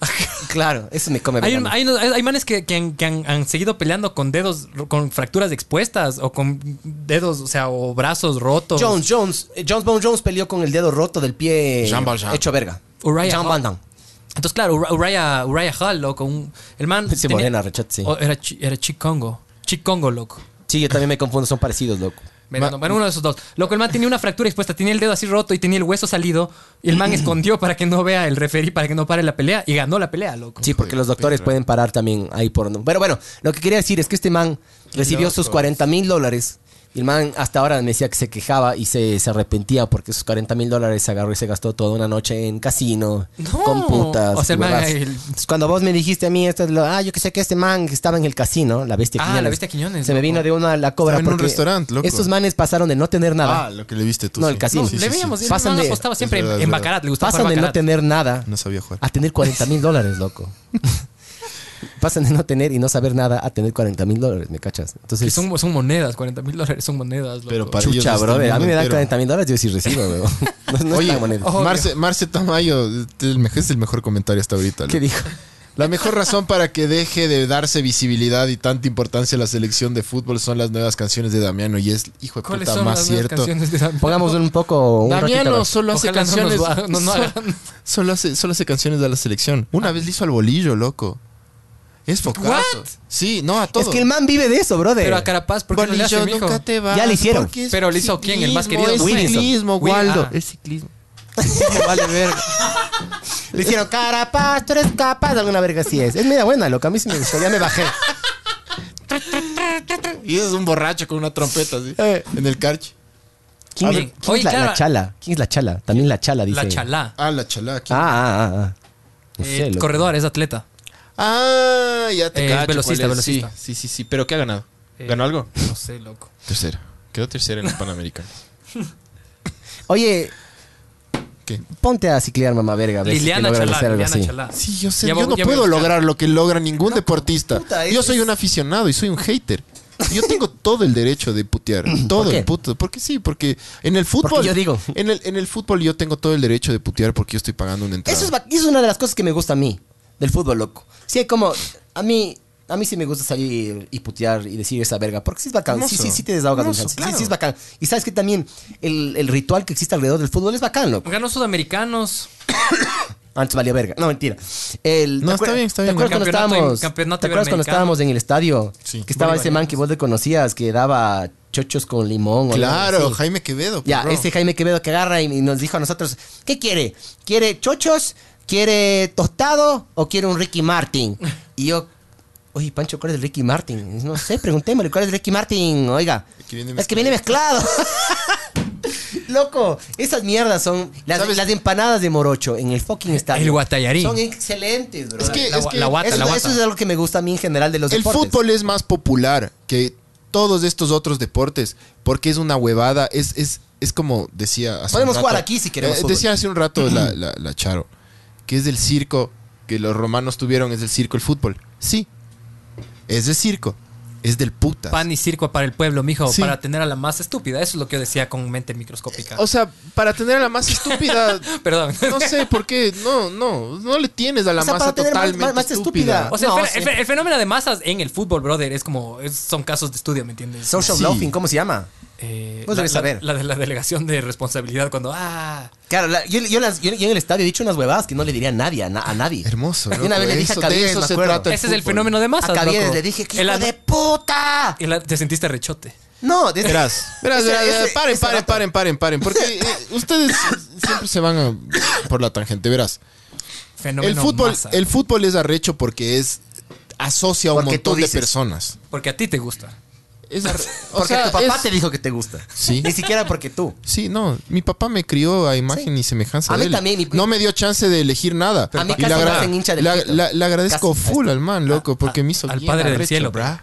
Speaker 2: Claro, eso me come
Speaker 3: Hay,
Speaker 2: verga.
Speaker 3: hay unos- hay- hay manes que, que han, que han- han seguido peleando con dedos, ro- con fracturas expuestas o con dedos, o sea, o brazos rotos.
Speaker 2: Jones, Jones, eh, Jones Bone Jones peleó con el dedo roto del pie
Speaker 5: Jean Valjean.
Speaker 2: hecho verga.
Speaker 3: Uriah
Speaker 2: Jean
Speaker 3: Hall.
Speaker 2: Van Damme.
Speaker 3: Entonces, claro, Ura- Uriah, Uriah Hall, loco. un- el man.
Speaker 2: Sí, morena, rechate, sí.
Speaker 3: o era, chi- era Chicongo. Chicongo, loco.
Speaker 2: Sí, yo también me confundo, son parecidos, loco.
Speaker 3: Bueno, bueno, uno de esos dos. Loco, el man tenía una fractura expuesta, tenía el dedo así roto y tenía el hueso salido. Y el man escondió para que no vea el referí, para que no pare la pelea. Y ganó la pelea, loco.
Speaker 2: Sí, porque los doctores pueden parar también ahí por... Pero bueno, lo que quería decir es que este man recibió sus 40 mil dólares. Y el man hasta ahora me decía que se quejaba y se, se arrepentía porque sus 40 mil dólares se agarró y se gastó toda una noche en casino,
Speaker 3: No.
Speaker 2: con putas.
Speaker 3: O sea, el man-
Speaker 2: huevadas.
Speaker 3: el-
Speaker 2: Entonces, cuando vos me dijiste a mí, esto es lo- ah, yo que sé que este man que estaba en el casino, la bestia
Speaker 3: Ah,
Speaker 2: Quiñones.
Speaker 3: la bestia Quiñones,
Speaker 2: Se me
Speaker 3: loco.
Speaker 2: vino de una la cobra.
Speaker 5: Estaba en un
Speaker 2: porque
Speaker 5: restaurante, loco.
Speaker 2: Estos manes pasaron de no tener nada.
Speaker 5: Ah, lo que le viste tú.
Speaker 2: No,
Speaker 5: sí.
Speaker 2: el casino.
Speaker 3: No,
Speaker 5: Sí, sí,
Speaker 3: le
Speaker 5: sí.
Speaker 3: veíamos. el
Speaker 2: Pasan
Speaker 3: man
Speaker 2: de-
Speaker 3: apostaba siempre
Speaker 5: Es verdad,
Speaker 3: en,
Speaker 5: es
Speaker 3: en
Speaker 5: verdad.
Speaker 3: Baccarat. Le gustaba
Speaker 2: Pasan
Speaker 3: jugar
Speaker 2: de no
Speaker 3: Baccarat.
Speaker 2: tener nada
Speaker 5: No sabía jugar.
Speaker 2: a tener 40 mil dólares, loco. Pasan de no tener y no saber nada a tener 40 mil dólares, ¿me cachas?
Speaker 3: Que
Speaker 2: Entonces,
Speaker 3: son, son monedas, 40 mil dólares son monedas, loco.
Speaker 5: Pero para ellos
Speaker 2: chucha,
Speaker 5: está el
Speaker 2: brother. A mí me
Speaker 5: mundo
Speaker 2: dan
Speaker 5: entero.
Speaker 2: 40 mil dólares, yo sí recibo, weón. No, no es
Speaker 5: Oye,
Speaker 2: la moneda.
Speaker 3: Obvio.
Speaker 5: Marce, Marce Tamayo el mejor- es el mejor comentario hasta ahorita. loco.
Speaker 2: ¿Qué dijo?
Speaker 5: La mejor razón para que deje de darse visibilidad y tanta importancia a la selección de fútbol son las nuevas canciones de Damiano y es, hijo de
Speaker 3: ¿Cuáles
Speaker 5: puta,
Speaker 3: son
Speaker 5: más
Speaker 3: las nuevas
Speaker 5: cierto.
Speaker 3: canciones de Damiano?
Speaker 2: Pongamos un poco. Un ratito, a
Speaker 5: Damiano
Speaker 2: ver.
Speaker 5: solo hace
Speaker 3: Ojalá no nos
Speaker 5: canciones.
Speaker 3: va- no, no
Speaker 5: solo,
Speaker 3: hagan.
Speaker 5: solo hace, solo hace canciones de la selección.
Speaker 2: Ah.
Speaker 5: Una vez le hizo al bolillo, loco. Es focazo.
Speaker 3: What?
Speaker 5: Sí, no, a todo.
Speaker 2: Es que el man vive de eso, brother.
Speaker 3: Pero a Carapaz, ¿por qué no le hace, mijo?
Speaker 5: te
Speaker 2: Ya le hicieron.
Speaker 5: porque es
Speaker 3: Pero le hizo quién, el más
Speaker 5: ciclismo,
Speaker 3: querido,
Speaker 5: Es
Speaker 2: Wilson.
Speaker 5: ciclismo,
Speaker 3: Will-
Speaker 5: Waldo.
Speaker 3: ah.
Speaker 5: Es ciclismo. vale verga.
Speaker 2: Le hicieron carapaz, tú eres capaz. Alguna verga así es. Es media buena, loca. A mí sí me gustó. Ya me bajé.
Speaker 5: Y es un borracho con una trompeta así.
Speaker 2: Eh.
Speaker 5: En el carche.
Speaker 2: ¿Quién,
Speaker 3: A ver,
Speaker 2: quién
Speaker 3: oye,
Speaker 2: es la, la
Speaker 3: claro.
Speaker 2: chala? ¿Quién es la chala? También la chala, dice.
Speaker 3: La chalá.
Speaker 5: Ah, la chalaca. Ah,
Speaker 2: Ah, ah, ah, ah. No
Speaker 3: Eh,
Speaker 2: sé, loco.
Speaker 3: corredor, es atleta.
Speaker 5: Ah, ya te
Speaker 3: Eh,
Speaker 5: cacho.
Speaker 3: velocista,
Speaker 5: cuál es. Sí,
Speaker 3: velocista.
Speaker 5: Sí, sí, sí. ¿Pero qué ha ganado?
Speaker 3: Eh,
Speaker 5: ¿Ganó algo?
Speaker 3: No sé, loco.
Speaker 5: Tercera. Quedó tercera en los Panamericanos.
Speaker 2: Oye,
Speaker 5: ¿Qué?
Speaker 2: ponte a ciclear, mamá verga. a ver si te
Speaker 3: Liliana
Speaker 2: logras
Speaker 3: Chalá,
Speaker 2: hacer algo
Speaker 3: Liliana
Speaker 2: así.
Speaker 3: Chalá.
Speaker 5: Sí, yo sé,
Speaker 3: Ya
Speaker 5: yo
Speaker 3: voy-
Speaker 5: no
Speaker 3: ya voy a
Speaker 5: puedo
Speaker 3: buscar.
Speaker 5: lograr lo que logra ningún deportista.
Speaker 2: puta, es-
Speaker 5: yo soy un aficionado y soy un hater. Yo tengo todo el derecho de putear. Todo
Speaker 2: qué?
Speaker 5: el puto. Porque sí, porque en el fútbol.
Speaker 2: yo digo.
Speaker 5: En el, en el fútbol yo tengo todo el derecho de putear porque yo estoy pagando una entrada.
Speaker 2: Eso es, ba- eso es una de las cosas que me gusta a mí del fútbol, loco. Sí, como a mí A mí sí me gusta salir y putear y decir esa verga, porque sí es bacán. Sí,
Speaker 5: Hermoso.
Speaker 2: sí, sí te desahogas.
Speaker 5: Hermoso,
Speaker 2: bastante. Sí,
Speaker 5: claro.
Speaker 2: sí, es bacán. Y sabes que también el, el ritual que existe alrededor del fútbol es bacán, loco.
Speaker 3: Ganó Sudamericanos.
Speaker 2: Antes valía verga. No, mentira. El,
Speaker 5: No,
Speaker 2: ¿te
Speaker 5: está
Speaker 2: acuer-
Speaker 5: bien, está
Speaker 2: ¿Te
Speaker 5: bien.
Speaker 2: acuerdas, cuando
Speaker 3: Campeonato en-
Speaker 2: estábamos,
Speaker 3: campeonato
Speaker 2: ¿te acuerdas cuando
Speaker 3: iberoamericano.
Speaker 2: estábamos en el estadio?
Speaker 5: Sí.
Speaker 2: Que estaba ese man que vos le conocías, que daba chochos con limón. o algo
Speaker 5: Claro,
Speaker 2: así.
Speaker 5: Jaime Quevedo.
Speaker 2: Ya,
Speaker 5: perro.
Speaker 2: este Jaime Quevedo que agarra y, y nos dijo a nosotros, ¿qué quiere? ¿Quiere chochos? ¿Quiere tostado? ¿O quiere un Ricky Martin? Y yo, oye, Pancho, ¿cuál es el Ricky Martin? No sé, preguntémosle, ¿cuál es el Ricky Martin? Oiga,
Speaker 5: El que viene
Speaker 2: es que viene mezclado. Loco, esas mierdas son las,
Speaker 5: ¿Sabes?
Speaker 2: las empanadas de morocho en el fucking estadio.
Speaker 3: El guatallarín.
Speaker 2: Son excelentes, bro.
Speaker 5: Es que-
Speaker 3: La,
Speaker 5: es que
Speaker 3: la guata,
Speaker 2: eso,
Speaker 3: la guata.
Speaker 2: eso es algo que me gusta a mí en general de los
Speaker 5: El
Speaker 2: deportes.
Speaker 5: fútbol es más popular que todos estos otros deportes porque es una huevada, es, es, es como decía hace
Speaker 2: Podemos
Speaker 5: un rato- eh,
Speaker 2: jugar aquí si queremos fútbol.
Speaker 5: decía hace un rato la, la- la Charo, que es del circo que los romanos tuvieron, es del circo el fútbol. Sí, es del circo, es del puta.
Speaker 3: Pan y circo para el pueblo, mijo,
Speaker 5: Sí.
Speaker 3: para tener a la más estúpida. Eso es lo que yo decía con mente microscópica.
Speaker 5: O sea, para tener a la más estúpida,
Speaker 3: Perdón.
Speaker 5: no sé por qué, no, no, no le tienes a la
Speaker 2: O sea,
Speaker 5: masa
Speaker 2: para tener más-
Speaker 5: totalmente
Speaker 2: más- más estúpida.
Speaker 5: estúpida.
Speaker 3: O sea,
Speaker 2: No,
Speaker 3: el, fe-
Speaker 2: sí.
Speaker 3: el fe- el fenómeno de masas en el fútbol, brother, es como. es- son casos de estudio, ¿me entiendes?
Speaker 2: Social
Speaker 5: Sí.
Speaker 2: loafing, ¿cómo se llama?
Speaker 3: Eh,
Speaker 2: Vos
Speaker 3: la,
Speaker 2: debes
Speaker 3: la-
Speaker 2: saber.
Speaker 3: la de la delegación de responsabilidad cuando. ¡Ah!
Speaker 2: Claro, la- yo, yo las- yo- yo en el estadio he dicho unas huevadas que no le diría a nadie, a, na- a nadie.
Speaker 5: Hermoso,
Speaker 2: Y una
Speaker 5: loco,
Speaker 2: vez le dije
Speaker 5: eso-
Speaker 2: a Caviedes,
Speaker 5: de eso
Speaker 2: me
Speaker 5: se
Speaker 2: acuerdo.
Speaker 5: trata
Speaker 3: Ese es el
Speaker 5: fútbol.
Speaker 3: fenómeno de masas.
Speaker 2: a Caviedes
Speaker 3: loco.
Speaker 2: le dije, ¡qué
Speaker 3: El
Speaker 2: hijo
Speaker 3: ano-
Speaker 2: de puta!
Speaker 3: el ano- te sentiste rechote.
Speaker 2: No, de
Speaker 5: Verás, verás,
Speaker 2: Ese-
Speaker 5: verás,
Speaker 2: ese-
Speaker 5: verás, paren,
Speaker 2: ese
Speaker 5: paren,
Speaker 2: rato.
Speaker 5: paren, paren, paren, porque eh, ustedes siempre se van a- por la tangente, verás.
Speaker 3: Fenómeno
Speaker 5: El fútbol,
Speaker 3: masa.
Speaker 5: el fútbol es arrecho porque es asocia a un
Speaker 2: Porque tú
Speaker 5: montón de
Speaker 2: dices.
Speaker 5: personas.
Speaker 3: Porque a ti te gusta.
Speaker 5: Es arre- o
Speaker 2: Porque
Speaker 5: sea,
Speaker 2: tu papá
Speaker 5: es-
Speaker 2: te dijo que te gusta.
Speaker 5: Sí.
Speaker 2: Ni siquiera porque tú.
Speaker 5: Sí, no, mi papá me crió a imagen y semejanza
Speaker 2: A
Speaker 5: de
Speaker 2: mí
Speaker 5: él.
Speaker 2: también, mi-
Speaker 5: no me dio chance de elegir nada.
Speaker 2: A mí
Speaker 5: Y
Speaker 2: casi me
Speaker 5: agra-
Speaker 2: hacen hincha del
Speaker 5: la-
Speaker 2: Quito.
Speaker 5: la- le agradezco
Speaker 2: Casi. Ah,
Speaker 5: full al man, loco, porque me hizo
Speaker 3: al
Speaker 5: bien
Speaker 3: padre del
Speaker 5: arrecho,
Speaker 3: cielo,
Speaker 5: brah.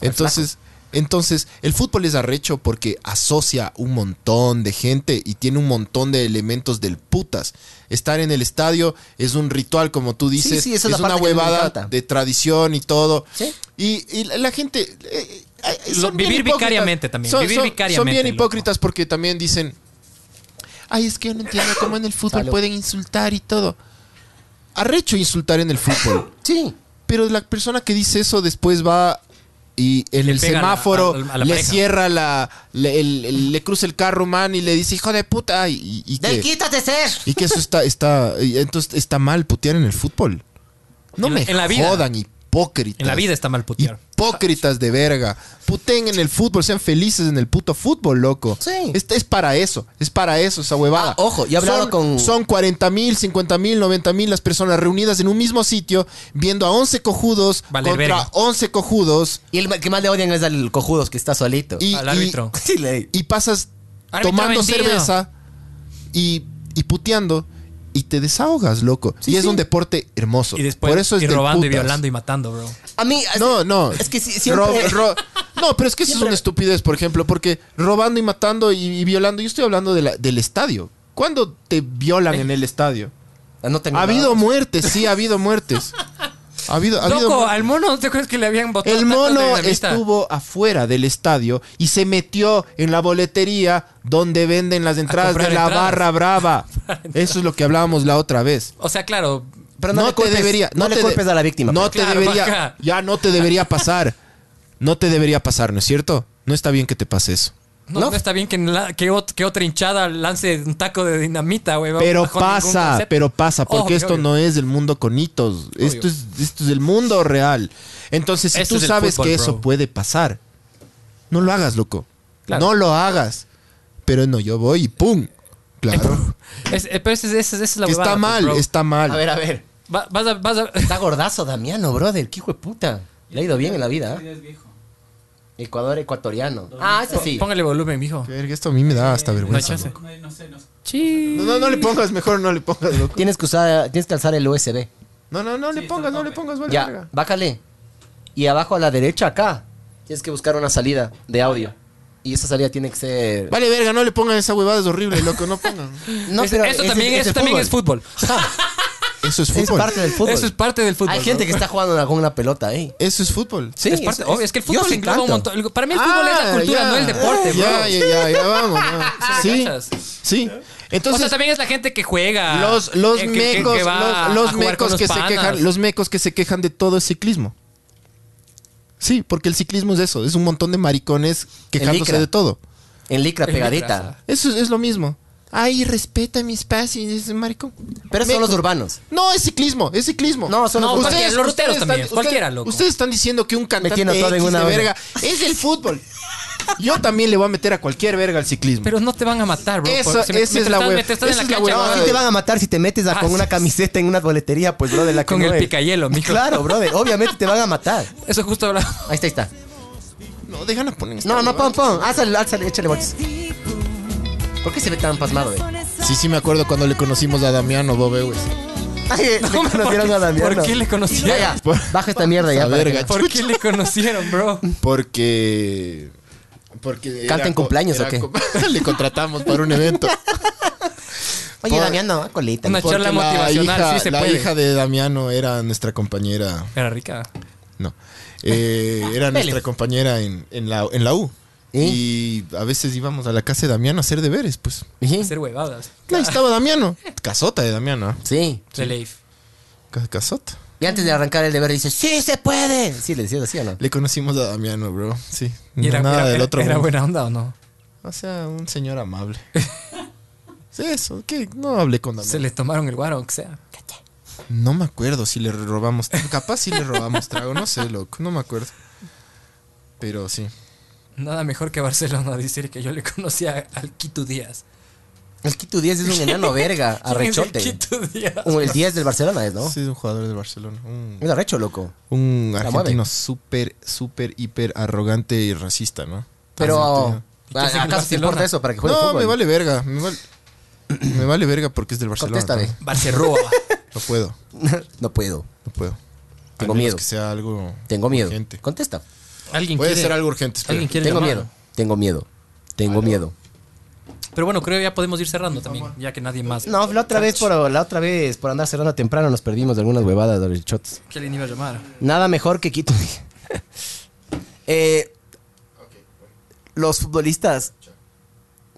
Speaker 5: Entonces, entonces, el fútbol es arrecho porque asocia un montón de gente y tiene un montón de elementos del putas. Estar en el estadio es un ritual, como tú dices,
Speaker 2: sí, esa es
Speaker 5: es,
Speaker 2: la
Speaker 5: una
Speaker 2: parte que a mí me
Speaker 5: huevada
Speaker 2: encanta.
Speaker 5: de tradición y todo.
Speaker 2: Sí.
Speaker 5: Y, y la la gente... eh, eh, eh,
Speaker 3: Lo-
Speaker 5: son bien
Speaker 3: vivir
Speaker 5: hipócritas.
Speaker 3: vicariamente también,
Speaker 5: Son,
Speaker 3: vivir
Speaker 5: son- son
Speaker 3: vicariamente,
Speaker 5: bien
Speaker 3: loco.
Speaker 5: hipócritas porque también dicen... Ay, es que yo no entiendo cómo en el fútbol
Speaker 2: Salud.
Speaker 5: pueden insultar y todo. Arrecho insultar en el fútbol.
Speaker 2: Sí.
Speaker 5: Pero la persona que dice eso después va y en
Speaker 3: Le
Speaker 5: el
Speaker 3: pega a la-
Speaker 5: semáforo
Speaker 3: a la- a la
Speaker 5: le
Speaker 3: pareja.
Speaker 5: cierra la. Le, el- el- le cruza el carro, man, y le dice, hijo de puta. Y, y
Speaker 2: ¡Del
Speaker 5: que,
Speaker 2: quítate ser!
Speaker 5: y que eso está, está. y Entonces está mal putear en el fútbol. No
Speaker 3: En-
Speaker 5: me
Speaker 3: en la vida.
Speaker 5: jodan, hipócritas.
Speaker 3: En la vida está mal putear.
Speaker 5: Hipócritas de verga. Puten en el fútbol, sean felices en el puto fútbol, loco.
Speaker 2: Sí.
Speaker 5: Este es para eso, es para eso esa huevada.
Speaker 2: Ah, ojo, y he hablado
Speaker 5: son,
Speaker 2: con-
Speaker 5: Son 40 mil, 50 mil, 90 mil las personas reunidas en un mismo sitio viendo a 11 cojudos
Speaker 3: Vale,
Speaker 5: contra
Speaker 3: verga.
Speaker 5: 11 cojudos
Speaker 2: Y el que más le odian es al cojudos que está solito.
Speaker 5: y,
Speaker 3: Al árbitro.
Speaker 2: Sí, le...
Speaker 5: y- y pasas
Speaker 3: Árbitro
Speaker 5: tomando
Speaker 3: vendido.
Speaker 5: cerveza y, y puteando y te desahogas, loco.
Speaker 2: Sí,
Speaker 5: y es
Speaker 2: sí.
Speaker 5: un deporte hermoso.
Speaker 3: Y después
Speaker 5: Por eso es
Speaker 3: ir
Speaker 5: del
Speaker 3: robando y
Speaker 5: putas.
Speaker 3: violando y matando, bro.
Speaker 2: A mí...
Speaker 5: No, no.
Speaker 2: Es que sí- siempre-
Speaker 5: Rob- ro- no, pero es que eso es una estupidez, por ejemplo, porque robando y matando y, y violando, yo estoy hablando de la- del estadio. ¿Cuándo te violan en el estadio?
Speaker 2: No te
Speaker 5: Ha habido muertes, sí, ha habido muertes. Ha habido, ha habido
Speaker 3: Loco,
Speaker 5: mu-
Speaker 3: al mono, ¿no te acuerdas que le habían botado?
Speaker 5: el
Speaker 3: tantas
Speaker 5: mono
Speaker 3: dinamita?
Speaker 5: estuvo afuera del estadio y se metió en la boletería donde venden las entradas de la
Speaker 3: comprar entradas.
Speaker 5: barra brava. Eso es lo que hablábamos la otra vez
Speaker 3: O sea, claro.
Speaker 2: Pero no,
Speaker 5: no,
Speaker 2: le
Speaker 5: te
Speaker 2: culpes-
Speaker 5: debería.
Speaker 2: No, le
Speaker 5: te de-
Speaker 2: culpes a la víctima.
Speaker 5: No
Speaker 2: pues.
Speaker 5: te
Speaker 3: Claro,
Speaker 5: debería.
Speaker 3: vaca.
Speaker 5: Ya no te debería pasar. No te debería pasar, ¿no es cierto? No está bien que te pase eso.
Speaker 3: No, no está bien que, en la- que, ot- que otra hinchada lance un taco de dinamita, güey.
Speaker 5: Pero
Speaker 3: bajo ningún
Speaker 5: pasa,
Speaker 3: concepto.
Speaker 5: pero pasa, porque
Speaker 3: Obvio,
Speaker 5: esto
Speaker 3: obvio.
Speaker 5: no es del mundo con hitos. Esto es, esto es del mundo real. Entonces, si
Speaker 3: Esto
Speaker 5: tú
Speaker 3: es el
Speaker 5: sabes
Speaker 3: fútbol,
Speaker 5: que
Speaker 3: bro.
Speaker 5: eso puede pasar, no lo hagas, loco.
Speaker 3: Claro.
Speaker 5: No lo hagas. Pero no, yo voy y ¡pum! Claro.
Speaker 3: Es- eh, pero esa es, esa es- esa es la
Speaker 5: Que está
Speaker 3: huevada, pues,
Speaker 5: mal,
Speaker 3: bro.
Speaker 5: está mal.
Speaker 2: A ver, a ver.
Speaker 3: Va- vas a- vas a-
Speaker 2: Está gordazo Damiano, brother. Qué hijo de puta. Le ha ido bien en la vida. ¿eh? Ecuador ecuatoriano. Ah, ese sí.
Speaker 3: Póngale volumen, mijo.
Speaker 5: Verga, Esto a mí me da hasta
Speaker 3: Eh, No hay
Speaker 5: vergüenza.
Speaker 3: chance.
Speaker 5: loco.
Speaker 3: Chi.
Speaker 5: No, no, no le pongas, mejor no le pongas, loco.
Speaker 2: Tienes que usar, tienes que alzar el USB.
Speaker 5: No, no, no le pongas, no le pongas, vale, verga.
Speaker 2: Ya, bájale. Y abajo a la derecha, acá. Tienes que buscar una salida de audio. Y esa salida tiene que ser.
Speaker 5: Vale, verga, no le pongan esa huevada, es horrible, loco, no pongan.
Speaker 2: No,
Speaker 3: Es-
Speaker 2: pero
Speaker 3: eso
Speaker 2: ese-
Speaker 3: también,
Speaker 2: ese
Speaker 3: eso también es fútbol.
Speaker 5: Eso es
Speaker 2: Es
Speaker 5: fútbol.
Speaker 2: parte del fútbol.
Speaker 3: Eso es parte del fútbol.
Speaker 2: Hay gente
Speaker 3: bro.
Speaker 2: que está jugando con una pelota, ¿eh?
Speaker 5: Eso es fútbol.
Speaker 2: Sí,
Speaker 3: es parte, obvio, es que el fútbol
Speaker 2: yo
Speaker 3: engloba un
Speaker 2: canto.
Speaker 3: montón. El- Para mí el fútbol es la cultura,
Speaker 5: Ah, ya.
Speaker 3: no el deporte, bro.
Speaker 5: Ya, ya, ya, ya vamos. ya.
Speaker 3: ¿Sí me
Speaker 5: Sí,
Speaker 3: cachas?
Speaker 5: sí.
Speaker 3: o sea,
Speaker 5: Entonces,
Speaker 3: también es la gente que juega.
Speaker 5: los, los
Speaker 3: eh, que- que- que
Speaker 5: mecos,
Speaker 3: va
Speaker 5: los, los
Speaker 3: a jugar con
Speaker 5: mecos que se
Speaker 3: panas.
Speaker 5: quejan, los mecos que se quejan de todo es ciclismo. Sí, porque el ciclismo es eso, es un montón de maricones quejándose
Speaker 2: licra.
Speaker 5: de todo.
Speaker 2: En licra
Speaker 3: En
Speaker 2: pegadita.
Speaker 3: licra,
Speaker 5: Eso es, es lo mismo. Ay, respeta mi espacio, es maricón.
Speaker 2: Pero
Speaker 5: Me-
Speaker 2: son los urbanos.
Speaker 5: No, es ciclismo, es ciclismo.
Speaker 2: No, son
Speaker 3: No,
Speaker 2: los urbanos.
Speaker 3: cualquiera, los ruteros
Speaker 5: están-
Speaker 3: también,
Speaker 5: ustedes-
Speaker 3: cualquiera, loco.
Speaker 5: Ustedes están diciendo que un cantante
Speaker 2: Metiendo todo en
Speaker 5: X
Speaker 2: una
Speaker 5: de
Speaker 2: olla.
Speaker 5: verga es el fútbol. Yo también le voy a meter a cualquier verga al ciclismo.
Speaker 3: Pero no te van a matar, bro.
Speaker 5: Eso-
Speaker 3: por- si me-
Speaker 5: esa
Speaker 3: me
Speaker 5: es la
Speaker 3: estás-
Speaker 5: hue-
Speaker 3: me te estás en
Speaker 5: esa es
Speaker 3: la
Speaker 5: la
Speaker 3: cancha,
Speaker 5: huevada.
Speaker 3: bro.
Speaker 2: Sí te van a matar si te metes a-
Speaker 3: Ah,
Speaker 2: con una
Speaker 3: sí.
Speaker 2: camiseta en una boletería, pues, bro, de la que
Speaker 3: Con
Speaker 2: no
Speaker 3: el
Speaker 2: es.
Speaker 3: picayelo, mijo.
Speaker 2: Claro, brother, obviamente te van a matar.
Speaker 3: Eso justo hablaba.
Speaker 2: Ahí está, ahí está.
Speaker 5: No, dejan a poner esta
Speaker 2: No, no,
Speaker 5: huevada.
Speaker 2: pon, pon. Álzale, álzale, échale bots. ¿Por qué se ve tan pasmado, eh?
Speaker 5: Sí, sí, me acuerdo cuando le conocimos a Damiano Bob Ewes.
Speaker 2: Ay, eh, le conocieron a Damiano.
Speaker 3: ¿Por qué le
Speaker 2: Ya, ya.
Speaker 3: conocieron?
Speaker 5: Por-
Speaker 2: Baja esta mierda ya.
Speaker 5: Esa
Speaker 2: para que
Speaker 5: verga.
Speaker 2: no-
Speaker 3: ¿Por qué le conocieron, bro?
Speaker 5: Porque. Porque.
Speaker 2: ¿Canta en
Speaker 5: co-
Speaker 2: cumpleaños o
Speaker 5: era
Speaker 2: qué?
Speaker 5: co- le contratamos para un evento.
Speaker 2: Oye,
Speaker 5: Por-
Speaker 2: Damiano, ah, colita.
Speaker 3: Una
Speaker 5: Porque
Speaker 3: charla motivacional,
Speaker 5: hija,
Speaker 3: sí se
Speaker 5: la
Speaker 3: puede.
Speaker 5: hija de Damiano era nuestra compañera.
Speaker 3: Era rica.
Speaker 5: No. Eh, era nuestra
Speaker 3: Vélez.
Speaker 5: compañera en, en la, en la U. ¿Y? a veces íbamos a la casa de Damiano a hacer deberes, pues.
Speaker 3: Hacer huevadas.
Speaker 5: Ahí estaba Damiano. Casota de Damiano,
Speaker 3: ¿eh?
Speaker 5: ¿ah?
Speaker 2: Sí.
Speaker 3: De Leif.
Speaker 5: Ca- Casota.
Speaker 2: Y antes de arrancar el deber dice, sí se puede. Sí, le decías así o no.
Speaker 5: Le conocimos a Damiano, bro. Sí.
Speaker 3: ¿Y era,
Speaker 5: Nada
Speaker 3: era-
Speaker 5: del otro
Speaker 3: era
Speaker 5: mundo.
Speaker 3: buena onda o no?
Speaker 5: O sea, un señor amable. Sí, eso, que no hablé con Damiano.
Speaker 3: Se le tomaron el guaro, aunque sea.
Speaker 5: No me acuerdo si le robamos. Capaz si le robamos trago, no sé, loco. No me acuerdo. Pero sí.
Speaker 3: Nada mejor que Barcelona decir que yo le conocía al Quito Díaz.
Speaker 2: El Quito 10 es un enano verga,
Speaker 3: ¿Quién es el
Speaker 2: arrechote.
Speaker 3: Quito Díaz?
Speaker 2: O El 10 del Barcelona es, ¿no?
Speaker 5: Sí, es un jugador del Barcelona. Un,
Speaker 2: Es arrecho, loco.
Speaker 5: un
Speaker 2: La
Speaker 5: argentino
Speaker 2: mueve.
Speaker 5: súper, súper, hiper arrogante y racista, ¿no?
Speaker 2: Pero,
Speaker 3: ¿Y qué hace en
Speaker 2: ¿acaso
Speaker 3: el
Speaker 2: te
Speaker 3: Barcelona?
Speaker 2: importa eso para que juegue
Speaker 5: No,
Speaker 2: fútbol?
Speaker 5: me vale verga. Me vale, me vale verga porque es del Barcelona.
Speaker 2: Contéstame.
Speaker 5: ¿no?
Speaker 3: Barcerroa.
Speaker 5: No puedo,
Speaker 2: No puedo.
Speaker 5: no puedo.
Speaker 2: Tengo
Speaker 5: A menos
Speaker 2: miedo.
Speaker 5: que sea algo
Speaker 2: Tengo miedo.
Speaker 5: urgente.
Speaker 2: Contesta.
Speaker 3: Alguien
Speaker 5: Puede
Speaker 3: quiere-
Speaker 5: ser algo urgente. espera.
Speaker 3: Alguien quiere
Speaker 2: Tengo
Speaker 3: llamar.
Speaker 2: miedo. Tengo miedo. Tengo miedo.
Speaker 3: Pero bueno, creo que ya podemos ir cerrando también, ya que nadie más.
Speaker 2: No, la otra vez por la otra vez por andar cerrando temprano nos perdimos de algunas huevadas de chotes.
Speaker 3: ¿Qué alguien iba a llamar?
Speaker 2: Nada mejor que Quito. Eh, los futbolistas.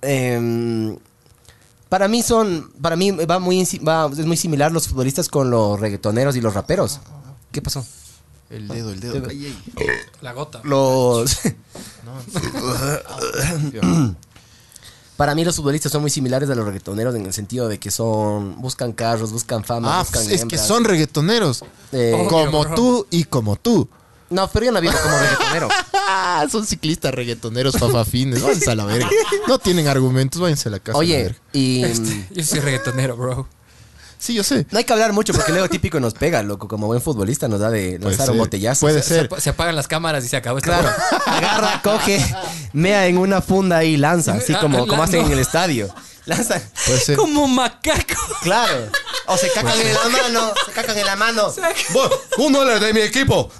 Speaker 2: em, para mí son. Para mí va muy, insi- va- es muy similar los futbolistas con los reggaetoneros y los raperos. ¿Qué pasó?
Speaker 5: El dedo, el dedo. Ay, ay.
Speaker 3: La gota.
Speaker 2: Los.
Speaker 5: Ah,
Speaker 2: Para mí los futbolistas son muy similares a los reggaetoneros en el sentido de que son. buscan carros, buscan fama,
Speaker 5: Ah,
Speaker 2: buscan
Speaker 5: pues, es que
Speaker 2: hembras.
Speaker 5: son Oh. reggaetoneros.
Speaker 2: Eh,
Speaker 3: Obvio,
Speaker 5: como
Speaker 3: bro.
Speaker 5: tú y como tú. Ah,
Speaker 2: No, pero yo no vivo como reggaetonero.
Speaker 5: Son ciclistas reggaetoneros fafafines. Váyanse a la verga. No tienen argumentos, váyanse a la casa. a la
Speaker 2: Oye,
Speaker 5: verga.
Speaker 2: y. mm,
Speaker 5: Este.
Speaker 3: Este, Yo soy reggaetonero, bro.
Speaker 5: Sí, yo sé.
Speaker 2: No hay que hablar mucho porque luego típico nos pega, loco. Como buen futbolista nos da de
Speaker 5: Puede
Speaker 2: lanzar un
Speaker 5: ser,
Speaker 2: botellazo.
Speaker 5: Pues Puede
Speaker 3: Se,
Speaker 5: ser.
Speaker 3: ap- se apagan las cámaras y se acabó este esta
Speaker 2: Claro.
Speaker 3: hueva.
Speaker 2: Agarra, coge, mea en una funda y lanza. Así
Speaker 3: Ah,
Speaker 2: como, como
Speaker 3: la-
Speaker 2: hacen
Speaker 3: no.
Speaker 2: en el estadio. Lanza.
Speaker 5: Puede ser.
Speaker 3: Como macaco.
Speaker 2: Claro. O se cacan
Speaker 5: Pues
Speaker 2: en la mano. Se cacan en la mano.
Speaker 5: Un dólar de mi equipo.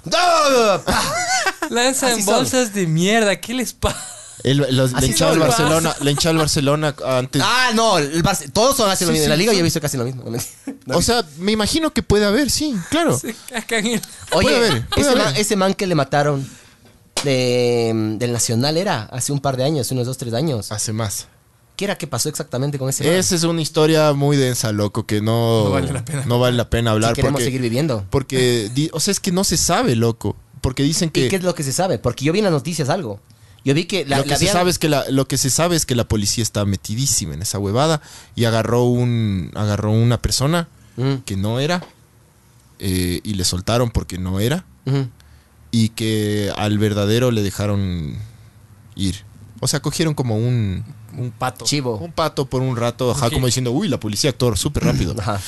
Speaker 3: Lanzan
Speaker 2: Así son.
Speaker 3: bolsas de mierda. ¿Qué les pasa?
Speaker 5: El, los- la
Speaker 2: Así
Speaker 5: hinchada
Speaker 2: son,
Speaker 5: del
Speaker 2: ¿no?
Speaker 5: Barcelona, la hinchada del Barcelona antes.
Speaker 2: Ah, no. el Barce- todos son así lo mismo. en la liga yo he visto casi lo mismo.
Speaker 5: o sea, me imagino que puede haber, sí, claro.
Speaker 3: Se cagan en-
Speaker 2: Oye,
Speaker 5: puede haber, puede
Speaker 2: ese,
Speaker 5: haber.
Speaker 2: Man, ese man que le mataron de- mm, del Nacional era hace un par de años, unos dos, tres años.
Speaker 5: Hace más.
Speaker 2: ¿Qué era que pasó exactamente con ese man?
Speaker 5: Esa Ah. es una historia muy densa, loco, que no,
Speaker 3: No vale la pena.
Speaker 5: no vale la pena
Speaker 2: Si
Speaker 5: hablar.
Speaker 2: queremos
Speaker 5: porque,
Speaker 2: seguir viviendo.
Speaker 5: porque di- o sea, es que no se sabe, loco. Porque dicen que,
Speaker 2: ¿Y qué es lo que se sabe? Porque yo vi en las noticias algo. Yo vi que la,
Speaker 5: lo, que
Speaker 2: la
Speaker 5: se
Speaker 2: habían-
Speaker 5: sabe es que la, lo que se sabe es que la policía está metidísima en esa huevada y agarró un agarró una persona
Speaker 2: Mm,
Speaker 5: que no era eh, y le soltaron porque no era
Speaker 2: ujú.
Speaker 5: y que al verdadero le dejaron ir. O sea, cogieron como un,
Speaker 3: Un pato.
Speaker 2: Chivo.
Speaker 5: un pato por un rato, ajá,
Speaker 3: Ok.
Speaker 5: como diciendo, uy, la policía actuó súper rápido.
Speaker 2: Ajá.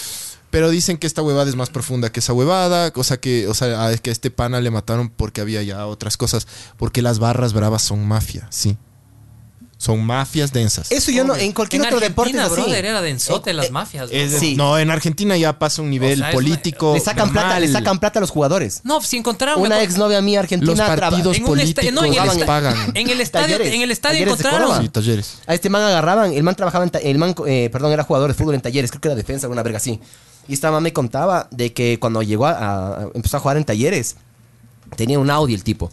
Speaker 5: Pero dicen que esta huevada es más profunda que esa huevada, cosa que, o sea, a- que a este pana le mataron porque había ya otras cosas, porque las barras bravas son mafia, sí. Son mafias densas.
Speaker 2: Eso yo no, en cualquier
Speaker 3: en
Speaker 2: otro deporte es
Speaker 3: Argentina,
Speaker 2: así.
Speaker 3: brother, era densote las mafias.
Speaker 5: Es-
Speaker 3: loco.
Speaker 2: sí.
Speaker 5: No, en Argentina ya pasa un
Speaker 3: O
Speaker 5: nivel
Speaker 3: sea, es-
Speaker 5: político.
Speaker 2: Le sacan plata,
Speaker 5: mal.
Speaker 2: le sacan plata a los jugadores.
Speaker 3: No, si encontraron
Speaker 2: Una exnovia mía argentina
Speaker 5: Los
Speaker 2: traba-
Speaker 5: partidos
Speaker 3: en un esta-
Speaker 5: políticos
Speaker 3: no, en el
Speaker 5: las
Speaker 3: esta-
Speaker 5: pagan.
Speaker 3: En el estadio,
Speaker 2: Talleres,
Speaker 3: en el estadio
Speaker 2: Talleres de Córdoba.
Speaker 3: encontraron.
Speaker 5: Sí, talleres.
Speaker 2: A este man agarraban, el man trabajaba en ta- el man, eh, perdón, era jugador de fútbol en talleres, creo que era defensa, una verga así. Y esta man me contaba de que cuando llegó a, a- empezó a jugar en talleres, tenía un Audi el tipo.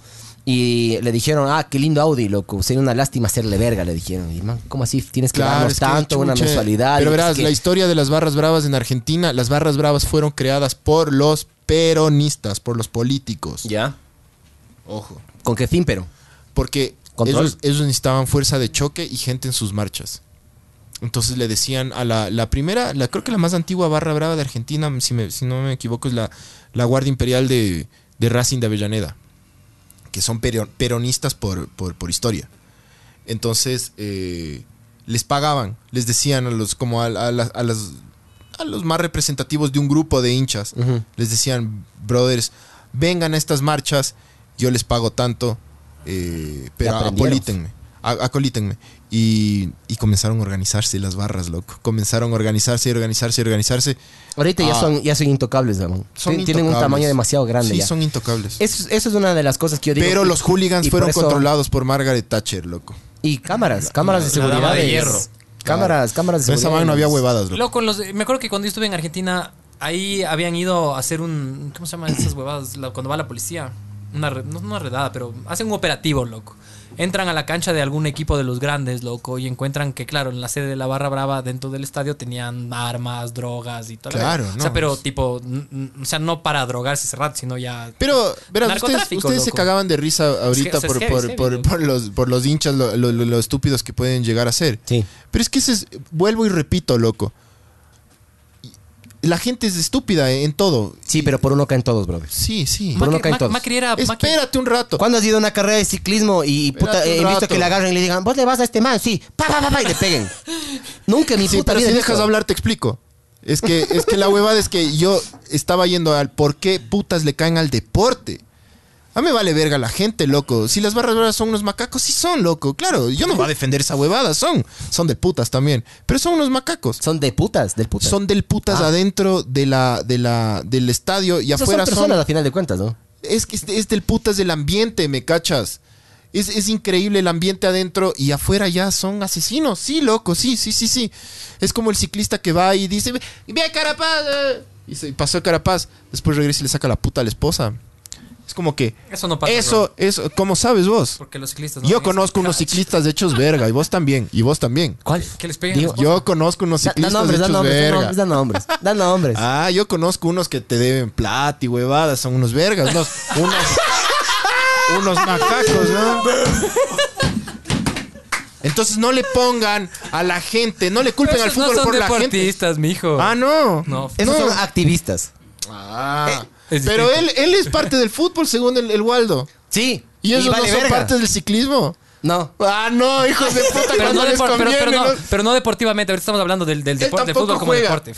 Speaker 2: Y le dijeron, ah, qué lindo Audi, loco, sería una lástima hacerle verga, le dijeron. Y man, ¿cómo así? Tienes que darnos
Speaker 5: es que
Speaker 2: tanto, una
Speaker 5: chuche.
Speaker 2: mensualidad. y
Speaker 5: Pero verás,
Speaker 2: es que-
Speaker 5: la historia de las barras bravas en Argentina, las barras bravas fueron creadas por los peronistas, por los políticos.
Speaker 2: Ya.
Speaker 5: Ojo.
Speaker 2: ¿Con qué fin, pero?
Speaker 5: Porque
Speaker 2: Control.
Speaker 5: ellos, ellos necesitaban fuerza de choque y gente en sus marchas. Entonces le decían a la, la primera, la creo que la más antigua barra brava de Argentina, si, me- si no me equivoco, es la, la Guardia Imperial de, de Racing de Avellaneda, que son pero- peronistas por, por, por historia. Entonces eh, les pagaban, les decían a los, como a, a las- a las- a los más representativos de un grupo de hinchas, les decían, brothers, vengan a estas marchas, yo les pago tanto, eh, pero
Speaker 2: aprendieron.
Speaker 5: acolítenme. a- acolítenme. Y, y comenzaron a organizarse las barras, loco. Comenzaron a organizarse y organizarse y organizarse.
Speaker 2: Ahorita ya,
Speaker 5: Ah.
Speaker 2: son, ya son intocables, hermano.
Speaker 5: Son
Speaker 2: Tien- Tienen un
Speaker 5: intocables.
Speaker 2: tamaño demasiado grande.
Speaker 5: Sí,
Speaker 2: ya.
Speaker 5: son intocables.
Speaker 2: Eso, eso es una de las cosas que yo digo.
Speaker 5: pero
Speaker 2: y-
Speaker 5: los hooligans
Speaker 2: y por
Speaker 5: fueron
Speaker 2: eso-
Speaker 5: controlados por Margaret Thatcher, loco.
Speaker 2: Y cámaras, cámaras de
Speaker 3: la dama
Speaker 2: seguridad.
Speaker 3: de
Speaker 2: es-
Speaker 3: hierro.
Speaker 2: Cámaras, cámaras de
Speaker 5: En Ah. esa
Speaker 2: seguridad.
Speaker 5: mano no había huevadas, loco.
Speaker 3: Loco, los, me acuerdo que cuando yo estuve en Argentina, ahí habían ido a hacer un. ¿Cómo se llaman esas huevadas? La- cuando va la policía. Una, re- no una redada, pero hacen un operativo, loco. Entran a la cancha de algún equipo de los grandes, loco, y encuentran que, claro, en la sede de la Barra Brava, dentro del estadio, tenían armas, drogas y todo.
Speaker 5: Claro,
Speaker 3: O
Speaker 5: no, pues.
Speaker 3: sea, pero
Speaker 5: es-
Speaker 3: tipo, n- n- o sea, no para drogarse ese rato, sino ya.
Speaker 5: Pero, verás, ustedes,
Speaker 3: Narcotráfico,
Speaker 5: ustedes se
Speaker 3: loco.
Speaker 5: cagaban de risa
Speaker 3: Es que
Speaker 5: ahorita
Speaker 3: eso es
Speaker 5: por,
Speaker 3: heavy,
Speaker 5: por-
Speaker 3: es heavy,
Speaker 5: por-
Speaker 3: loco.
Speaker 5: por los, por los hinchas, lo, lo- lo- lo estúpidos que pueden llegar a ser.
Speaker 2: Sí.
Speaker 5: Pero es que ese es, vuelvo y repito, loco. La gente es estúpida en todo.
Speaker 2: Sí, pero por uno caen todos, brother.
Speaker 5: Sí, sí.
Speaker 2: Por uno
Speaker 3: Macri-
Speaker 2: caen
Speaker 3: Mac-
Speaker 2: todos.
Speaker 3: Macri era. Macri-
Speaker 5: Espérate un rato.
Speaker 2: ¿Cuándo has ido a una carrera de ciclismo y, y puta,
Speaker 5: Espérate un
Speaker 2: he visto
Speaker 5: rato.
Speaker 2: que le agarran y le digan, vos le vas a este man? Sí, pa, pa, pa, pa, y le peguen. Nunca en mi
Speaker 5: Sí,
Speaker 2: puta
Speaker 5: pero
Speaker 2: vida
Speaker 5: si
Speaker 2: he
Speaker 5: dejas
Speaker 2: visto.
Speaker 5: hablar, te explico. Es que, es que la huevada es que yo estaba yendo al por qué putas le caen al deporte. A mí me vale verga la gente, loco. Si las barras bravas son unos macacos, sí son, loco. Claro, yo no voy a defender esa huevada. Son, son de putas también. Pero son unos macacos.
Speaker 2: Son de putas, del putas.
Speaker 5: Son del putas
Speaker 2: Ah.
Speaker 5: adentro de la, de la, del estadio y
Speaker 2: Esas
Speaker 5: afuera
Speaker 2: son
Speaker 5: son
Speaker 2: personas, al final de cuentas, ¿no?
Speaker 5: Es que es, es del putas del ambiente, ¿me cachas? Es, es increíble el ambiente adentro y afuera ya son asesinos. Sí, loco, sí, sí, sí, sí. Es como el ciclista que va y dice, ve Carapaz. eh", Y se pasó Carapaz. Después regresa y le saca la puta a la esposa. Es como que...
Speaker 3: Eso no pasa.
Speaker 5: eso,
Speaker 3: bro,
Speaker 5: eso, ¿cómo sabes vos?
Speaker 3: porque los ciclistas. no
Speaker 5: Yo
Speaker 3: hacen eso.
Speaker 5: conozco unos ciclistas de hechos verga y vos también, y vos también.
Speaker 2: ¿Cuál?
Speaker 3: Que les peguen
Speaker 2: Digo,
Speaker 3: a la
Speaker 5: Yo conozco unos
Speaker 2: Da, da
Speaker 5: ciclistas
Speaker 2: nombres,
Speaker 5: de
Speaker 2: da
Speaker 5: hechos
Speaker 2: nombres, da
Speaker 5: verga.
Speaker 2: nombres, da nombres, da nombres.
Speaker 5: Ah, yo conozco unos que te deben plata y huevadas, son unos vergas, unos, unos, unos macacos, ¿no? Entonces no le pongan a la gente, no le culpen al
Speaker 3: Esos no
Speaker 5: fútbol
Speaker 3: son
Speaker 5: por la gente.
Speaker 3: deportistas, mijo.
Speaker 5: Ah, no.
Speaker 3: No.
Speaker 2: Esos son activistas.
Speaker 5: Ah.
Speaker 3: Es
Speaker 5: pero él,
Speaker 3: distinto.
Speaker 5: él es parte del fútbol, según el, el Waldo.
Speaker 2: Sí.
Speaker 5: Y ellos
Speaker 2: vale
Speaker 5: no son
Speaker 2: verga.
Speaker 5: parte del ciclismo.
Speaker 2: No.
Speaker 5: Ah, no, hijos de puta,
Speaker 3: pero
Speaker 5: cuando
Speaker 3: no,
Speaker 5: les
Speaker 3: depor- pero-
Speaker 5: conviene.
Speaker 3: pero no-
Speaker 5: ¿no?
Speaker 3: pero no deportivamente, ahorita estamos hablando del, del
Speaker 5: Él
Speaker 3: deporte, del
Speaker 5: tampoco
Speaker 3: fútbol como
Speaker 5: juega.
Speaker 3: deporte.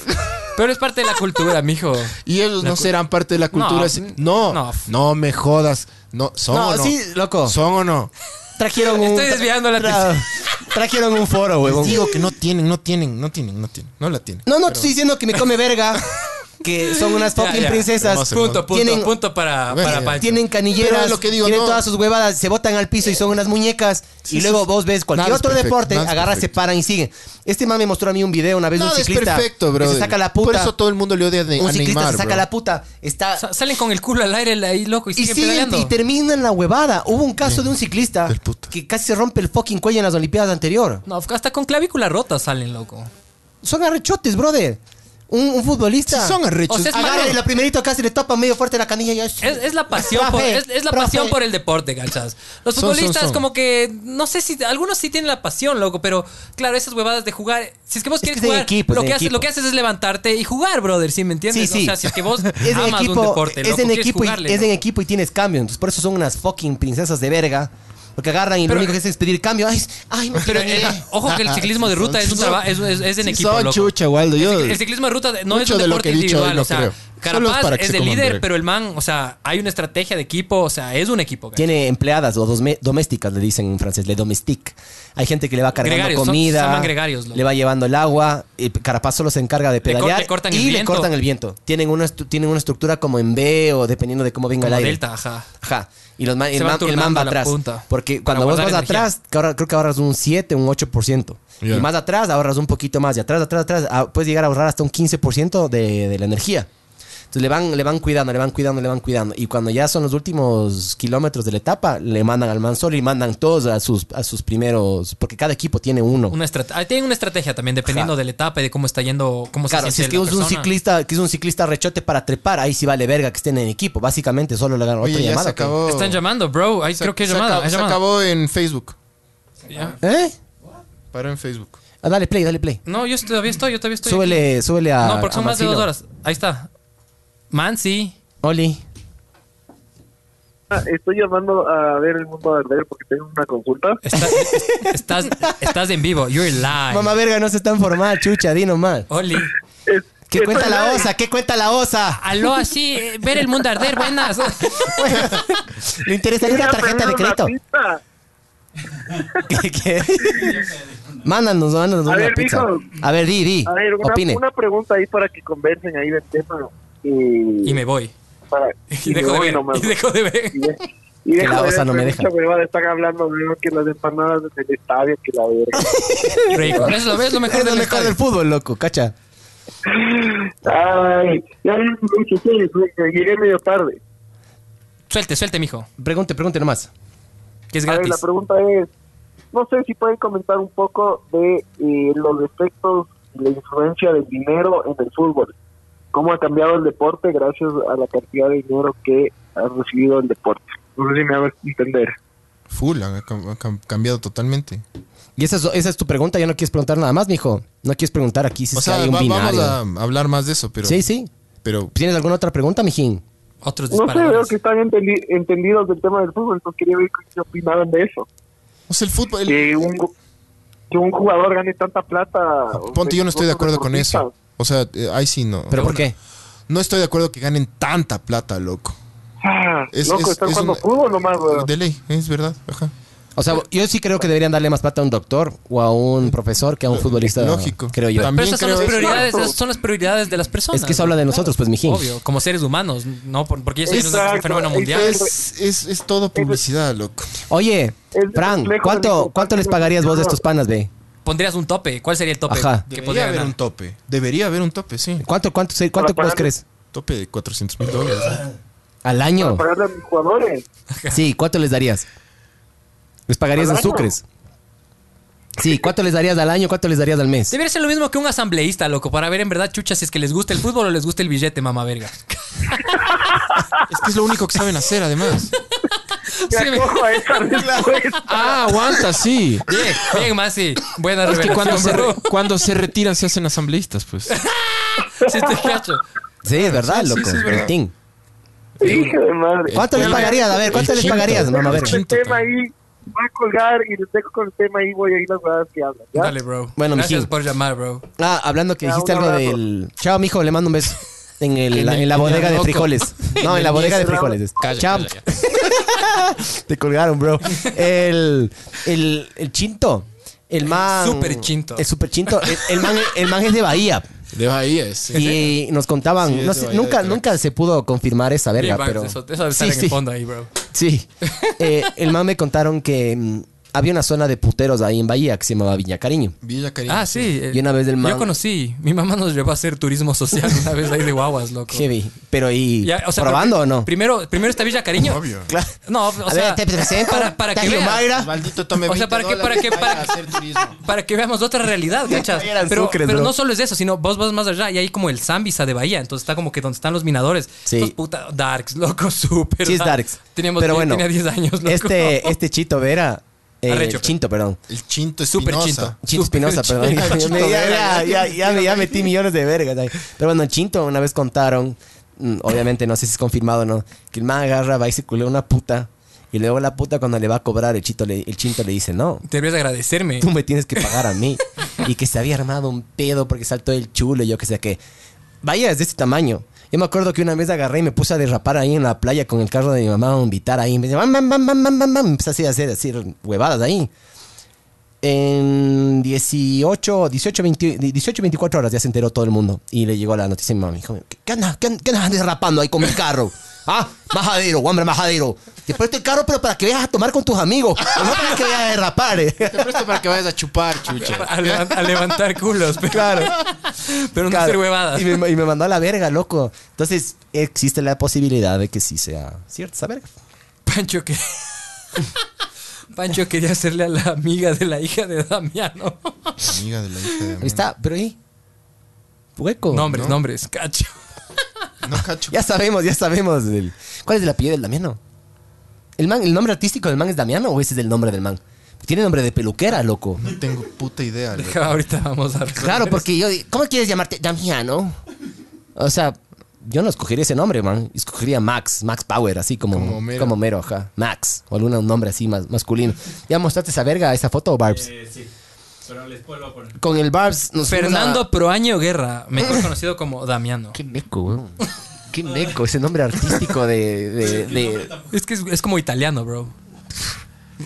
Speaker 3: Pero es parte de la cultura, mijo.
Speaker 5: Y ellos no serán parte de la cultura.
Speaker 3: No,
Speaker 5: No, no,
Speaker 3: no.
Speaker 5: me jodas. No, son
Speaker 2: No,
Speaker 5: o no.
Speaker 2: sí, loco.
Speaker 5: Son o no.
Speaker 2: Trajeron un...
Speaker 3: Estoy desviando la
Speaker 2: tra- Trajeron un foro,
Speaker 5: Les
Speaker 2: huevón.
Speaker 5: digo que no tienen, no tienen, no tienen, no tienen. No la tienen.
Speaker 2: No, no, te estoy diciendo que me come verga. Que son unas
Speaker 3: Ya,
Speaker 2: fucking
Speaker 3: ya.
Speaker 2: princesas.
Speaker 5: Hermoso,
Speaker 3: Punto, punto,
Speaker 2: Tienen-
Speaker 3: punto para,
Speaker 5: Bueno,
Speaker 3: para
Speaker 5: ya.
Speaker 3: Pancho.
Speaker 2: Tienen
Speaker 5: Pero
Speaker 2: canilleras,
Speaker 5: es lo que digo,
Speaker 2: tienen
Speaker 5: no. Eh,
Speaker 2: todas sus huevadas, se botan al piso y son unas muñecas. y
Speaker 5: sí,
Speaker 2: luego
Speaker 5: sí.
Speaker 2: vos ves cualquier
Speaker 5: Nada es
Speaker 2: otro
Speaker 5: perfecto,
Speaker 2: deporte,
Speaker 5: nada es
Speaker 2: agarras, se
Speaker 5: perfecto.
Speaker 2: paran y siguen. Este mami mostró a mí un video una vez de
Speaker 5: No,
Speaker 2: un
Speaker 5: es
Speaker 2: ciclista.
Speaker 5: perfecto, bro.
Speaker 2: que se saca la puta.
Speaker 5: Por eso todo el mundo le odia de,
Speaker 2: un
Speaker 5: a
Speaker 2: ciclista
Speaker 5: Neymar,
Speaker 2: se saca
Speaker 5: bro.
Speaker 2: la puta. Está.
Speaker 3: Sa- Salen con el culo al aire ahí, loco, y,
Speaker 2: y
Speaker 3: siguen
Speaker 2: siguen
Speaker 3: pedaleando.
Speaker 2: y terminan la huevada. Hubo un caso de un ciclista
Speaker 5: Del puto.
Speaker 2: que casi se rompe el fucking cuello en las Olimpiadas anterior.
Speaker 3: No, hasta con clavícula rota salen, loco.
Speaker 2: Son arrechotes, brother. Un, un futbolista.
Speaker 5: Sí, son arrechos.
Speaker 3: O sea, es
Speaker 2: Agarra
Speaker 3: malo.
Speaker 2: y la primerita casi le tapa medio fuerte la canilla. Y
Speaker 3: Es, es la pasión,
Speaker 2: Profe,
Speaker 3: por, es, es la
Speaker 2: profe.
Speaker 3: pasión por el deporte, cachas. Los
Speaker 5: Son, son,
Speaker 3: futbolistas
Speaker 5: son.
Speaker 3: como que no sé si algunos sí tienen la pasión, loco, pero claro, esas huevadas de jugar, si es que
Speaker 2: Es
Speaker 3: vos
Speaker 2: que
Speaker 3: quieres
Speaker 2: es de
Speaker 3: jugar,
Speaker 2: equipo, es
Speaker 3: lo
Speaker 2: de
Speaker 3: que haces
Speaker 2: equipo.
Speaker 3: lo que haces es levantarte y jugar, brother, ¿sí me entiendes?
Speaker 2: Sí, sí.
Speaker 3: O sea, si es que vos
Speaker 2: Es en
Speaker 3: amas
Speaker 2: equipo,
Speaker 3: un deporte,
Speaker 2: es
Speaker 3: loco,
Speaker 2: en
Speaker 3: quieres
Speaker 2: equipo, y,
Speaker 3: jugarle,
Speaker 2: es en
Speaker 3: loco.
Speaker 2: equipo y tienes cambio. Entonces, por eso son unas fucking princesas de verga. Porque agarran y
Speaker 3: Pero-
Speaker 2: lo único que hacen es pedir cambio. Ay, ay me
Speaker 3: Pero
Speaker 2: tirané.
Speaker 3: eh, ojo que el ciclismo de ruta es, un traba- es, es- es en
Speaker 5: Sí
Speaker 3: equipo.
Speaker 5: son
Speaker 3: loco.
Speaker 5: chucha, Waldo. Yo,
Speaker 3: El ciclismo de ruta de- no es
Speaker 5: Mucho
Speaker 3: un
Speaker 5: de lo
Speaker 3: deporte
Speaker 5: que he dicho
Speaker 3: individual.
Speaker 5: hoy no
Speaker 3: o sea,
Speaker 5: creo. Solo es
Speaker 3: Carapaz
Speaker 5: para que
Speaker 3: es
Speaker 5: se
Speaker 3: el
Speaker 5: coman
Speaker 3: líder,
Speaker 5: verga.
Speaker 3: pero el man, o sea, hay una estrategia de equipo, o sea, es un equipo. ¿cachai?
Speaker 2: Tiene empleadas o dosme- domésticas, le dicen en francés, le domestique. Hay gente que le va cargando
Speaker 3: Gregarios, son- se
Speaker 2: comida,
Speaker 3: llaman gregarios, loco.
Speaker 2: le va llevando el agua, y Carapaz solo se encarga de
Speaker 3: cor- le
Speaker 2: pedalear
Speaker 3: cortan el
Speaker 2: y le
Speaker 3: viento.
Speaker 2: cortan el viento. Tienen una, estru- tienen una estructura como en B o dependiendo de cómo venga
Speaker 3: Como
Speaker 2: el aire.
Speaker 3: Delta, ajá.
Speaker 2: Ajá. Y los man-
Speaker 3: Se
Speaker 2: el,
Speaker 3: van
Speaker 2: man, el man
Speaker 3: turnando
Speaker 2: va
Speaker 3: la
Speaker 2: atrás.
Speaker 3: punta
Speaker 2: porque
Speaker 3: para
Speaker 2: cuando vos vas
Speaker 3: guardar energía.
Speaker 2: atrás, que ahora, creo que ahorras un 7, un 8%.
Speaker 5: Ya.
Speaker 2: Y más atrás ahorras un poquito más. Y atrás, atrás, atrás, ah, puedes llegar a ahorrar hasta un 15% de, de la energía. Entonces le van, le van cuidando, le van cuidando, le van cuidando. Y cuando ya son los últimos kilómetros de la etapa, le mandan al Mansor y mandan todos a sus, a sus primeros. Porque cada equipo tiene uno.
Speaker 3: Una estrate- ah, tienen una estrategia también, dependiendo
Speaker 2: Ajá.
Speaker 3: de la etapa y de cómo está yendo, cómo
Speaker 2: Claro,
Speaker 3: se
Speaker 2: si es
Speaker 3: siente
Speaker 2: que
Speaker 3: la
Speaker 2: es un
Speaker 3: persona.
Speaker 2: ciclista, que es un ciclista rechote para trepar, ahí sí vale verga que estén en equipo. Básicamente solo le ganan otra
Speaker 1: Oye, ya
Speaker 2: llamada.
Speaker 1: se
Speaker 2: que-
Speaker 1: acabó.
Speaker 3: Están llamando, bro. Ahí
Speaker 1: Se-
Speaker 3: creo que es
Speaker 1: se
Speaker 3: llamada.
Speaker 1: acabó-
Speaker 3: es
Speaker 1: Se
Speaker 3: llamada.
Speaker 1: acabó en Facebook.
Speaker 3: Ya.
Speaker 2: ¿Eh?
Speaker 1: Paró en Facebook.
Speaker 2: Ah, dale play, dale play.
Speaker 3: No, yo estoy- todavía estoy, yo todavía estoy. aquí.
Speaker 2: súbele, súbele a.
Speaker 3: No, porque son
Speaker 2: a
Speaker 3: más de dos
Speaker 2: Marcelo.
Speaker 3: horas. Ahí está. Mansi.
Speaker 2: Oli.
Speaker 4: Ah, Estoy llamando a ver el mundo verdadero porque tengo una consulta.
Speaker 3: está- estás, estás en vivo. You're live.
Speaker 2: Mamá verga, no se está informada, chucha, di nomás.
Speaker 3: Oli.
Speaker 4: Es-
Speaker 2: ¿Qué
Speaker 4: estoy
Speaker 2: cuenta la
Speaker 4: live.
Speaker 2: osa? ¿Qué cuenta la osa?
Speaker 3: Aló, así. eh, Ver el mundo arder. Buenas.
Speaker 2: ¿Le interesaría
Speaker 4: Quería
Speaker 2: una tarjeta de
Speaker 4: pedir una
Speaker 2: crédito?
Speaker 4: pizza.
Speaker 2: ¿Qué- qué? Mándanos, mándanos
Speaker 4: A
Speaker 2: una
Speaker 4: ver,
Speaker 2: pizza.
Speaker 4: mijo.
Speaker 2: A ver, di, di.
Speaker 4: A ver, una,
Speaker 2: Opine.
Speaker 4: una pregunta ahí para que conversen ahí del tema. Y,
Speaker 3: Y me voy.
Speaker 4: para,
Speaker 3: Y dejo de
Speaker 4: hoy
Speaker 3: ver.
Speaker 4: no me-
Speaker 3: Y dejo de ver.
Speaker 4: y de- y
Speaker 2: Que
Speaker 4: dejo
Speaker 2: la
Speaker 4: de
Speaker 2: osa
Speaker 4: ver
Speaker 2: no me
Speaker 4: que
Speaker 2: deja.
Speaker 4: mucha huevada están hablando, veo que las empanadas del estadio, que la verga.
Speaker 3: Rico. Es lo, es lo mejor
Speaker 2: Es lo
Speaker 3: del
Speaker 2: mejor del
Speaker 3: estadio.
Speaker 2: fútbol, loco, cacha.
Speaker 4: Ay, ya vi mucho serio, güey, llegué medio tarde.
Speaker 3: Suelte, suelte, mijo.
Speaker 2: Pregunte, pregunte nomás.
Speaker 3: Que es
Speaker 4: A ver,
Speaker 3: gratis.
Speaker 4: la pregunta es, no sé si pueden comentar un poco de eh, los efectos y la influencia del dinero en el fútbol. ¿Cómo ha cambiado el deporte gracias a la cantidad de dinero que ha recibido el deporte? No sé si me hago entender.
Speaker 1: Full, ha cam- ha cam- cambiado totalmente.
Speaker 2: Y esa es, esa es tu pregunta, ya no quieres preguntar nada más, mijo. No quieres preguntar aquí si
Speaker 1: O
Speaker 2: es que
Speaker 1: sea,
Speaker 2: hay un
Speaker 1: va- vamos
Speaker 2: binario.
Speaker 1: a hablar más de eso, pero.
Speaker 2: Sí, sí.
Speaker 1: Pero
Speaker 2: ¿Tienes alguna otra pregunta, mijín?
Speaker 3: Otros
Speaker 4: No sé, veo
Speaker 3: disparadores.
Speaker 4: que están entendi- entendidos del tema del fútbol, entonces quería ver qué opinaban de eso.
Speaker 1: o sea, el fútbol. el-
Speaker 4: Que un, go- que un jugador gane tanta plata.
Speaker 1: ponte, yo no estoy de acuerdo con eso.
Speaker 4: deportistas.
Speaker 1: O sea, eh, ahí sí no.
Speaker 2: ¿Pero por qué?
Speaker 1: No estoy de acuerdo que ganen tanta plata, loco.
Speaker 4: Ah,
Speaker 1: Es-
Speaker 4: loco,
Speaker 1: es-
Speaker 4: están
Speaker 1: es
Speaker 4: jugando
Speaker 1: una-
Speaker 4: fútbol nomás, weón.
Speaker 1: De ley, es verdad. Ajá.
Speaker 2: O sea, yo sí creo que deberían darle más plata a un doctor o a un profesor que a un futbolista.
Speaker 1: Lógico.
Speaker 2: Creo yo.
Speaker 1: También
Speaker 3: Pero esas son las
Speaker 1: creo-
Speaker 3: prioridades,
Speaker 4: Exacto.
Speaker 3: esas son las prioridades de las personas.
Speaker 2: Es que eso habla de nosotros, pues, mijín.
Speaker 3: Obvio, como seres humanos, no Por- porque ya es un
Speaker 4: Exacto,
Speaker 3: fenómeno mundial.
Speaker 4: exacto.
Speaker 1: Es, es, es todo publicidad, loco.
Speaker 2: Oye,
Speaker 4: Es un
Speaker 2: Fran,
Speaker 4: reflejo del
Speaker 2: ¿cuánto,
Speaker 4: hijo
Speaker 2: ¿cuánto les
Speaker 4: partido
Speaker 2: pagarías vos de
Speaker 4: ganador.
Speaker 2: estos panas, ve?
Speaker 3: Pondrías un tope, ¿cuál sería el tope
Speaker 2: Ajá.
Speaker 3: que
Speaker 1: Debería
Speaker 3: podría
Speaker 1: haber
Speaker 3: ganar?
Speaker 1: un tope. Debería haber un tope, sí.
Speaker 2: ¿Cuánto, cuánto, se- cuánto
Speaker 4: Para
Speaker 2: vos
Speaker 4: pagarle.
Speaker 2: crees?
Speaker 1: Tope de 400 mil dólares. ¿eh?
Speaker 2: ¿Al año?
Speaker 4: Pagarle a mis jugadores.
Speaker 2: Sí, ¿cuánto les darías? ¿Les pagarías
Speaker 4: ¿Al
Speaker 2: en
Speaker 4: año?
Speaker 2: sucres? Sí, ¿cuánto les darías al año? ¿Cuánto les darías al mes?
Speaker 3: Debería ser lo mismo que un asambleísta, loco, para ver en verdad, chucha, si es que les gusta el fútbol o les gusta el billete, mamá verga.
Speaker 1: Es que es lo único que saben hacer, además.
Speaker 3: Sí,
Speaker 4: Me
Speaker 3: me-
Speaker 4: acojo a esa respuesta.
Speaker 1: Ah, aguanta, sí.
Speaker 3: Bien, bien, Masi. Buena
Speaker 1: Es que cuando
Speaker 3: revelación,
Speaker 1: se,
Speaker 3: bro.
Speaker 1: cuando se retiran se hacen asambleístas, pues.
Speaker 3: Sí, te cacho.
Speaker 2: Sí, es verdad,
Speaker 1: Sí, sí,
Speaker 2: loco.
Speaker 1: sí, es verdad. Pues,
Speaker 2: Bertín.
Speaker 4: Hijo de madre.
Speaker 2: ¿Cuánto les pagarías? A ver, ¿cuánto
Speaker 1: El
Speaker 2: les
Speaker 1: quinto.
Speaker 2: pagarías? Mamá, a ver.
Speaker 1: El
Speaker 4: El
Speaker 1: Chinto,
Speaker 4: tema
Speaker 1: cabrón.
Speaker 4: ahí va a colgar y les dejo con el tema ahí voy a ir las huevadas que hablan. ¿ya?
Speaker 3: Dale, bro.
Speaker 2: Bueno,
Speaker 3: Gracias
Speaker 2: mijín.
Speaker 3: por llamar, bro.
Speaker 2: Ah, hablando que
Speaker 4: Ya,
Speaker 2: dijiste
Speaker 4: un
Speaker 2: algo
Speaker 4: abrazo.
Speaker 2: del... Chao, mijo, le mando un beso. En, el-
Speaker 1: En
Speaker 2: la,
Speaker 1: el-
Speaker 2: en la
Speaker 1: en el
Speaker 2: bodega de
Speaker 1: loco.
Speaker 2: frijoles. No, en la bodega de frijoles.
Speaker 1: Calla,
Speaker 2: Chao.
Speaker 1: calla,
Speaker 2: Te colgaron, bro. El, el, el chinto. El man...
Speaker 3: super chinto.
Speaker 2: El super chinto. El, el man, el man es de Bahía.
Speaker 1: De Bahía, es.
Speaker 2: Y nos contaban...
Speaker 1: Sí, es
Speaker 2: no
Speaker 1: de
Speaker 2: sé,
Speaker 1: Bahía
Speaker 2: nunca,
Speaker 1: de Cracks.
Speaker 2: nunca se pudo confirmar esa verga,
Speaker 3: Bien, Banks,
Speaker 2: pero...
Speaker 3: eso, eso debe estar
Speaker 2: Sí,
Speaker 3: en
Speaker 2: sí.
Speaker 3: el fondo ahí, bro.
Speaker 2: Sí. Eh, el man me contaron que mm, había una zona de puteros ahí en Bahía que se llamaba Viña Cariño.
Speaker 1: Villa Cariño.
Speaker 3: Ah, sí. eh,
Speaker 2: Y una vez del man-
Speaker 3: Yo conocí. Mi mamá nos llevó a hacer turismo social una vez ahí de guaguas, loco.
Speaker 2: Heavy. Pero y...
Speaker 3: Ya, o sea,
Speaker 2: ¿Probando
Speaker 3: pero-
Speaker 2: o no?
Speaker 3: Primero, primero está Villa Cariño.
Speaker 1: Obvio.
Speaker 3: No,
Speaker 2: A
Speaker 3: o
Speaker 2: ver,
Speaker 3: sea,
Speaker 2: te presento,
Speaker 3: para, para que
Speaker 2: Tajo
Speaker 3: veas,
Speaker 2: Mayra.
Speaker 1: Maldito tome
Speaker 3: O sea,
Speaker 1: 20
Speaker 3: para que- para
Speaker 1: dólares
Speaker 3: que-
Speaker 1: vaya
Speaker 3: para-
Speaker 1: a hacer turismo.
Speaker 3: para que veamos otra realidad, ¿cachas?
Speaker 2: Era el
Speaker 3: Pero,
Speaker 2: Sucre,
Speaker 3: pero
Speaker 2: bro.
Speaker 3: no solo es eso, sino vos vas más allá y hay como el Zambisa de Bahía, entonces está como que donde están los minadores.
Speaker 2: Sí.
Speaker 3: Estos puta darks, loco, súper.
Speaker 2: Sí, es
Speaker 3: dark.
Speaker 2: Darks.
Speaker 3: Teníamos
Speaker 2: Pero
Speaker 3: diez-
Speaker 2: bueno,
Speaker 3: tenía 10 años, loco.
Speaker 2: Este, este Chito Vera. eh,
Speaker 3: Arrecho.
Speaker 2: Chinto, perdón.
Speaker 1: El chinto es
Speaker 3: Súper chinto.
Speaker 2: Chinto
Speaker 3: Súper
Speaker 2: Espinosa,
Speaker 3: Chinto.
Speaker 2: perdón. Ya-
Speaker 1: Chinto
Speaker 2: ya,
Speaker 1: Vera.
Speaker 2: ya, ya me- ya metí millones de vergas ahí. Pero bueno, Chinto, una vez contaron, mm, obviamente no sé si es confirmado o no, que el man agarra, va y se culea una puta. Y luego la puta cuando le va a cobrar, el, chito le, el Chinto le dice, no,
Speaker 3: Deberías agradecerme.
Speaker 2: tú me tienes que pagar a mí. Y que se había armado un pedo porque saltó el chulo y yo que sé qué. Vaya, es de este tamaño. Yo me acuerdo que una vez agarré y me puse a derrapar ahí en la playa con el carro de mi mamá a invitar ahí. Me dice, bam, bam, bam, bam, bam, bam, bam. Empecé así a hacer, así, huevadas ahí. En 18, 18, 20 18, 24 horas ya se enteró todo el mundo. Y le llegó la noticia a mi mamá. Me dijo, ¿qué andas qué, an- qué andas derrapando ahí con mi carro? Ah, majadero, hombre, majadero. Te presto el carro, pero para que vayas a tomar con tus amigos. pero No para que vayas a derrapar. eh.
Speaker 5: Te presto para que vayas a chupar, chucha.
Speaker 3: A, levan- a levantar culos, pero,
Speaker 2: Claro.
Speaker 3: pero no
Speaker 2: Claro.
Speaker 3: hacer huevadas.
Speaker 2: Y me, y me mandó a la verga, loco. Entonces, existe la posibilidad de que sí sea cierto esa verga.
Speaker 3: Pancho que. Pancho quería hacerle a la amiga de la hija de Damiano.
Speaker 5: Amiga de la hija de
Speaker 2: Ahí está, pero ahí. Hueco.
Speaker 3: Nombres,
Speaker 5: ¿no?
Speaker 3: nombres, cacho.
Speaker 5: No cacho.
Speaker 2: Ya sabemos, ya sabemos. el- ¿Cuál es el apellido del Damiano? ¿El, man, ¿El nombre artístico del man es Damiano o ese es el nombre del man? Tiene nombre de peluquera, loco.
Speaker 5: No tengo puta idea. loco.
Speaker 3: Ahorita vamos a resolver
Speaker 2: Claro,
Speaker 3: eso.
Speaker 2: porque yo... di- ¿Cómo quieres llamarte Damiano? O sea, yo no escogería ese nombre, man. Escogería Max, Max Power, así como...
Speaker 5: Como
Speaker 2: Como
Speaker 5: Homero.
Speaker 2: Homero. ajá. Max, o algún nombre así más masculino. ¿Ya mostraste esa verga, esa foto, Barbs?
Speaker 7: Eh, sí, pero después lo voy a poner.
Speaker 2: Con el Barbs nos fuimos
Speaker 3: Fernando
Speaker 2: a-
Speaker 3: Proaño Guerra, mejor conocido como Damiano.
Speaker 2: Qué neco, weón. Qué neco, ese nombre artístico de- de- de,
Speaker 3: Es que es, es como italiano, bro.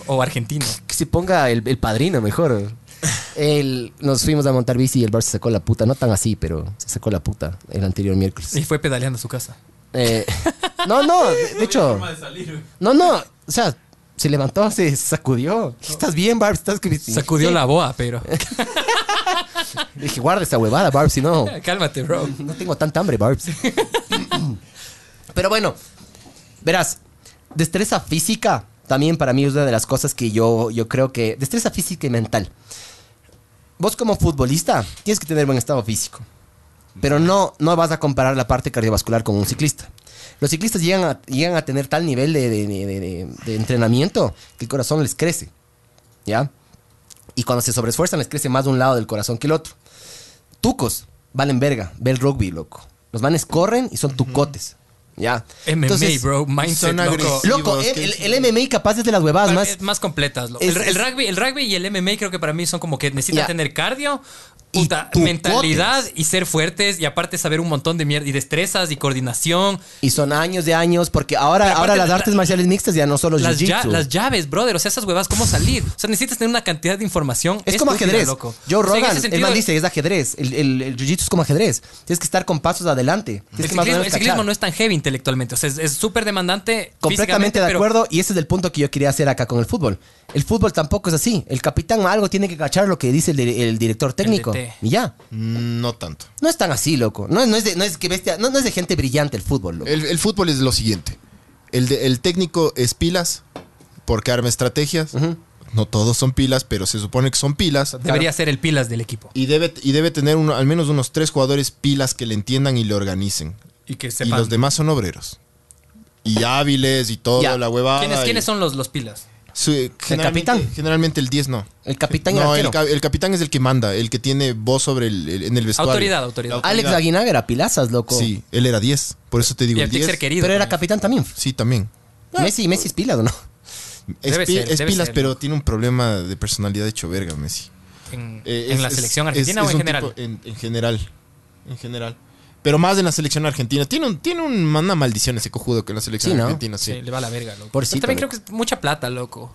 Speaker 3: O argentino.
Speaker 2: que se ponga el, el padrino mejor. El- nos fuimos a montar bici y el bar se sacó la puta. No tan así, pero se sacó la puta el anterior miércoles.
Speaker 3: Y fue pedaleando a su casa.
Speaker 2: Eh, no, no, de, de hecho.
Speaker 7: Forma de salir, güey.
Speaker 2: No, no, o sea, se levantó, se sacudió. ¿Estás bien, Barb? ¿Estás que-
Speaker 3: Sacudió la boa, pero.
Speaker 2: Le Dije, guarda esa huevada, Barb, si no.
Speaker 3: Cálmate, bro.
Speaker 2: No tengo tanta hambre, Barb. Pero bueno, verás, destreza física también para mí es una de las cosas que yo, yo creo que... Destreza física y mental. Vos como futbolista tienes que tener buen estado físico. Pero no, no vas a comparar la parte cardiovascular con un ciclista. Los ciclistas llegan a, llegan a tener tal nivel de, de- de- de- de entrenamiento que el corazón les crece. ¿Ya? Y cuando se sobreesfuerzan les crece más de un lado del corazón que el otro. Tucos, valen verga, ve el rugby, loco. Los manes corren y son tucotes. ¿Ya?
Speaker 3: MMA,
Speaker 2: Entonces,
Speaker 3: bro. Mindset,
Speaker 5: son
Speaker 3: loco.
Speaker 5: agresivos.
Speaker 2: Loco,
Speaker 5: Sí, vos,
Speaker 2: el,
Speaker 5: ¿qué
Speaker 2: el- el MMA capaz es de las huevadas
Speaker 3: Pa-
Speaker 2: más.
Speaker 3: es más completas. loco.
Speaker 2: es-
Speaker 3: el, el
Speaker 2: es-
Speaker 3: rugby, el rugby y el MMA creo que para mí son como que necesitan
Speaker 2: Ya.
Speaker 3: tener cardio,
Speaker 2: Y
Speaker 3: puta,
Speaker 2: tucotes.
Speaker 3: mentalidad y ser fuertes y aparte saber un montón de mierda y destrezas y coordinación.
Speaker 2: Y son años de años, porque ahora,
Speaker 3: Pero
Speaker 2: ahora
Speaker 3: aparte
Speaker 2: las
Speaker 3: la-
Speaker 2: artes marciales mixtas ya no son los
Speaker 3: Las,
Speaker 2: jiu-jitsu.
Speaker 3: lla- las llaves, brother. O sea, esas huevas, ¿cómo salir? O sea, necesitas tener una cantidad de información.
Speaker 2: Es como
Speaker 3: estúpida,
Speaker 2: ajedrez.
Speaker 3: loco.
Speaker 2: Joe
Speaker 3: O sea, en
Speaker 2: Rogan,
Speaker 3: ese
Speaker 2: el
Speaker 3: sentido,
Speaker 2: man dice, es ajedrez. El, el- el jiu-jitsu es como ajedrez. Tienes que estar con pasos adelante. Tienes
Speaker 3: El
Speaker 2: que más o
Speaker 3: ciclismo,
Speaker 2: menos
Speaker 3: el ciclismo
Speaker 2: cachar.
Speaker 3: no es tan heavy intelectualmente. O sea, es- es súper demandante. físicamente,
Speaker 2: Completamente de
Speaker 3: pero-
Speaker 2: acuerdo, y ese es el punto que yo quería hacer acá con el fútbol. El fútbol tampoco es así. El capitán algo tiene que cachar lo que dice el, di- el director técnico.
Speaker 3: DT.
Speaker 2: y ya.
Speaker 5: Mm, No tanto.
Speaker 2: No es tan así, loco. No, es- no es, de, no es que bestia- no- no es de gente brillante el fútbol, loco.
Speaker 5: El, el fútbol es lo siguiente. El, de- el técnico es pilas porque arma estrategias. No todos son pilas, pero se supone que son pilas.
Speaker 3: Debería ser el pilas del equipo.
Speaker 5: Y debe, y debe tener uno- al menos unos tres jugadores pilas que le entiendan y le organicen.
Speaker 3: Y que
Speaker 5: Y
Speaker 3: sepan.
Speaker 5: los demás son obreros. Y hábiles y todo,
Speaker 2: Ya.
Speaker 5: la huevada.
Speaker 3: ¿Quiénes,
Speaker 5: y-
Speaker 3: quiénes son los, los pilas?
Speaker 5: Su- generalmente,
Speaker 2: capitán?
Speaker 5: Generalmente el 10 no.
Speaker 2: El capitán y el
Speaker 5: No,
Speaker 2: arquero.
Speaker 5: el, ca- el capitán es el que manda, el que tiene voz sobre el, el- en el vestuario.
Speaker 3: Autoridad, autoridad.
Speaker 5: La
Speaker 2: Alex Aguinaga era pilazas, loco.
Speaker 5: Sí, él era 10. Por eso te digo
Speaker 3: Y
Speaker 5: el
Speaker 3: el
Speaker 5: 10.
Speaker 3: ser querido.
Speaker 2: Pero era
Speaker 3: también.
Speaker 2: capitán también.
Speaker 5: Sí, también.
Speaker 3: Ah.
Speaker 2: Messi, Messi es pilas, ¿o no?
Speaker 5: Es,
Speaker 3: Debe
Speaker 5: pi-
Speaker 3: ser,
Speaker 5: es
Speaker 3: debe
Speaker 5: pilas,
Speaker 3: ser.
Speaker 5: pero tiene un problema de personalidad hecho verga, Messi.
Speaker 3: en,
Speaker 5: Eh,
Speaker 3: en
Speaker 5: es-
Speaker 3: la
Speaker 5: es-
Speaker 3: selección
Speaker 5: es-
Speaker 3: argentina
Speaker 5: es
Speaker 3: o en
Speaker 5: un
Speaker 3: general.
Speaker 5: tipo- eh, en, en general. En general. Pero más en la selección argentina. Tiene, un, tiene un- una maldición ese cojudo que en la selección
Speaker 2: Sí, ¿no?
Speaker 5: argentina, sí.
Speaker 3: Sí, le va la verga, loco.
Speaker 2: Pobrecito,
Speaker 3: Pero también
Speaker 2: loco.
Speaker 3: creo que es mucha plata, loco.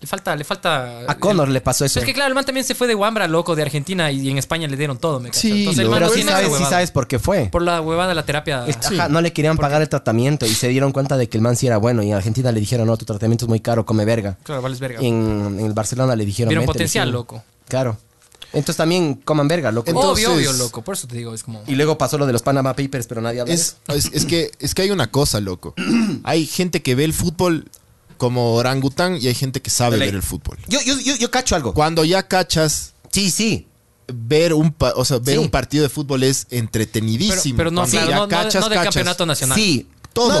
Speaker 3: Le falta, le falta.
Speaker 2: A Connor
Speaker 3: el-
Speaker 2: le pasó eso.
Speaker 3: Pero Eh, es que claro, el man también se fue de Wambra, loco, de Argentina y en España le dieron todo, me cachas?
Speaker 5: Sí,
Speaker 3: Entonces el
Speaker 5: loco.
Speaker 3: man
Speaker 2: Pero
Speaker 3: no
Speaker 2: sí
Speaker 3: tiene esa
Speaker 2: sabes, sí
Speaker 3: huevada.
Speaker 2: sabes por qué fue.
Speaker 3: Por Ah, la huevada de la terapia.
Speaker 2: Es- ajá, no le querían pagar el tratamiento y se dieron cuenta de que el man sí era bueno. Y en Argentina le dijeron, no, tu tratamiento es muy caro, come verga.
Speaker 3: Claro, vales verga.
Speaker 2: Y en, en el Barcelona le dijeron,
Speaker 3: Vieron
Speaker 2: "Vente", le
Speaker 3: potencial,
Speaker 2: dijeron,
Speaker 3: loco.
Speaker 2: Claro. Entonces también coman verga, loco.
Speaker 5: Entonces-
Speaker 3: obvio, obvio, loco. Por eso te digo, es como.
Speaker 2: y luego pasó lo de los Panama Papers, pero nadie habla. de
Speaker 5: Es,
Speaker 2: eso.
Speaker 5: es- es que, es que hay una cosa, loco. Hay gente que ve el fútbol como orangután y hay gente que sabe
Speaker 2: De ley.
Speaker 5: ver el fútbol.
Speaker 2: Yo, yo, yo, yo cacho algo.
Speaker 5: Cuando ya cachas
Speaker 2: Sí, sí.
Speaker 5: ver un pa- o sea, ver
Speaker 2: Sí.
Speaker 5: un partido de fútbol es
Speaker 3: Pero,
Speaker 5: entretenidísimo.
Speaker 3: pero no,
Speaker 5: Cuando
Speaker 3: claro,
Speaker 5: ya
Speaker 3: no, no-
Speaker 5: cachas,
Speaker 3: no del
Speaker 5: cachas.
Speaker 3: campeonato nacional.
Speaker 2: Sí.
Speaker 5: Todo.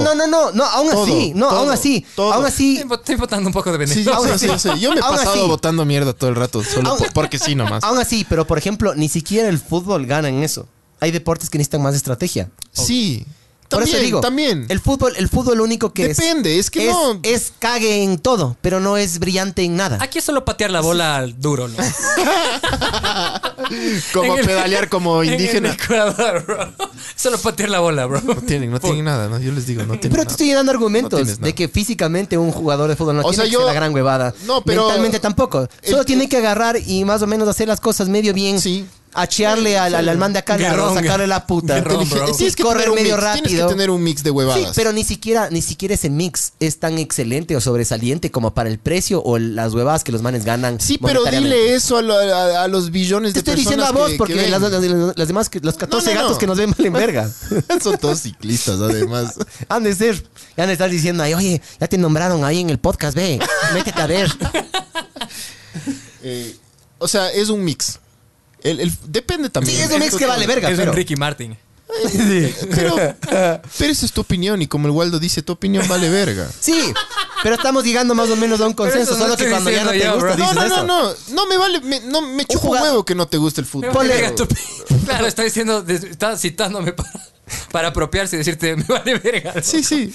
Speaker 2: No, no, no, no, no, aún
Speaker 5: Todo,
Speaker 2: así, no,
Speaker 5: todo,
Speaker 2: aún así,
Speaker 5: todo.
Speaker 2: aún así,
Speaker 3: Estoy vo- Estoy botando un poco de
Speaker 5: Sí,
Speaker 3: veneno.
Speaker 5: yo
Speaker 2: Aún
Speaker 5: sé,
Speaker 2: así.
Speaker 5: yo sé. Yo me he
Speaker 2: Aún
Speaker 5: pasado
Speaker 2: así.
Speaker 5: botando mierda todo el rato, solo
Speaker 2: Aún-
Speaker 5: po- porque sí nomás.
Speaker 2: aún así, pero por ejemplo, ni siquiera el fútbol gana en eso. Hay deportes que necesitan más estrategia.
Speaker 5: Sí.
Speaker 2: Por
Speaker 5: También,
Speaker 2: eso digo,
Speaker 5: también.
Speaker 2: el fútbol, el fútbol lo único que es-
Speaker 5: Depende, es que no-
Speaker 2: es cague en todo, pero no es brillante en nada.
Speaker 3: Aquí es solo patear la bola al duro, loco.
Speaker 5: como
Speaker 3: En el-
Speaker 5: pedalear como
Speaker 3: en el
Speaker 5: indígena.
Speaker 3: Ecuador, bro. Solo patear la bola, bro.
Speaker 5: No tienen, no tienen nada, ¿no? Yo les digo, no tienen
Speaker 2: Pero te
Speaker 5: nada.
Speaker 2: estoy dando argumentos
Speaker 5: tienes nada.
Speaker 2: de que físicamente un jugador de fútbol no
Speaker 5: O
Speaker 2: tiene
Speaker 5: sea,
Speaker 2: que
Speaker 5: yo-
Speaker 2: ser la gran huevada.
Speaker 5: No, pero-
Speaker 2: Mentalmente tampoco. Solo
Speaker 5: El-
Speaker 2: tiene que agarrar y más o menos hacer las cosas medio bien.
Speaker 5: Sí.
Speaker 2: achearle al, al, al man de acá,
Speaker 3: Garrón,
Speaker 2: a sacarle la puta.
Speaker 3: garrón, bro.
Speaker 2: Inteligente.
Speaker 5: Tienes que
Speaker 2: corre
Speaker 5: tener un
Speaker 2: medio
Speaker 5: mix,
Speaker 2: rápido.
Speaker 5: Tienes que tener un mix de huevadas.
Speaker 2: Sí, pero ni siquiera, ni siquiera ese mix es tan excelente o sobresaliente como para el precio o las huevadas que los manes ganan.
Speaker 5: Sí, pero
Speaker 2: monetariamente.
Speaker 5: dile eso a, lo- a- a los billones
Speaker 2: Te
Speaker 5: de
Speaker 2: estoy
Speaker 5: personas
Speaker 2: diciendo a vos
Speaker 5: que-
Speaker 2: porque
Speaker 5: que ven.
Speaker 2: las, las- las demás, que- los 14
Speaker 5: No, no, no.
Speaker 2: gatos que nos ven valen verga.
Speaker 5: Son todos ciclistas, además.
Speaker 2: Han de ser. Ya han de estar diciendo ahí, oye, ya te nombraron ahí en el podcast, ve, métete a ver.
Speaker 5: Eh, o sea, es un mix. El- el- depende también.
Speaker 2: Sí, es un mix que vale verga,
Speaker 3: Es
Speaker 2: pero...
Speaker 3: un Ricky Martin.
Speaker 5: Pero, pero esa es tu opinión y como el Waldo dice, tu opinión vale verga.
Speaker 2: Sí, pero estamos llegando más o menos a un consenso,
Speaker 3: eso no
Speaker 2: solo que
Speaker 3: estoy
Speaker 2: cuando ya no te
Speaker 3: diciendo yo,
Speaker 2: gusta
Speaker 3: bro.
Speaker 5: No,
Speaker 2: dices
Speaker 5: no, no,
Speaker 2: eso.
Speaker 5: no. No me vale. Me, no, me chupa un
Speaker 2: jugador-
Speaker 5: huevo que no te guste el fútbol.
Speaker 2: Ponle-
Speaker 3: Verga, tu pi- Claro, está diciendo, des- está citándome para, para apropiarse y decirte, me vale verga. ¿no?
Speaker 5: Sí, sí.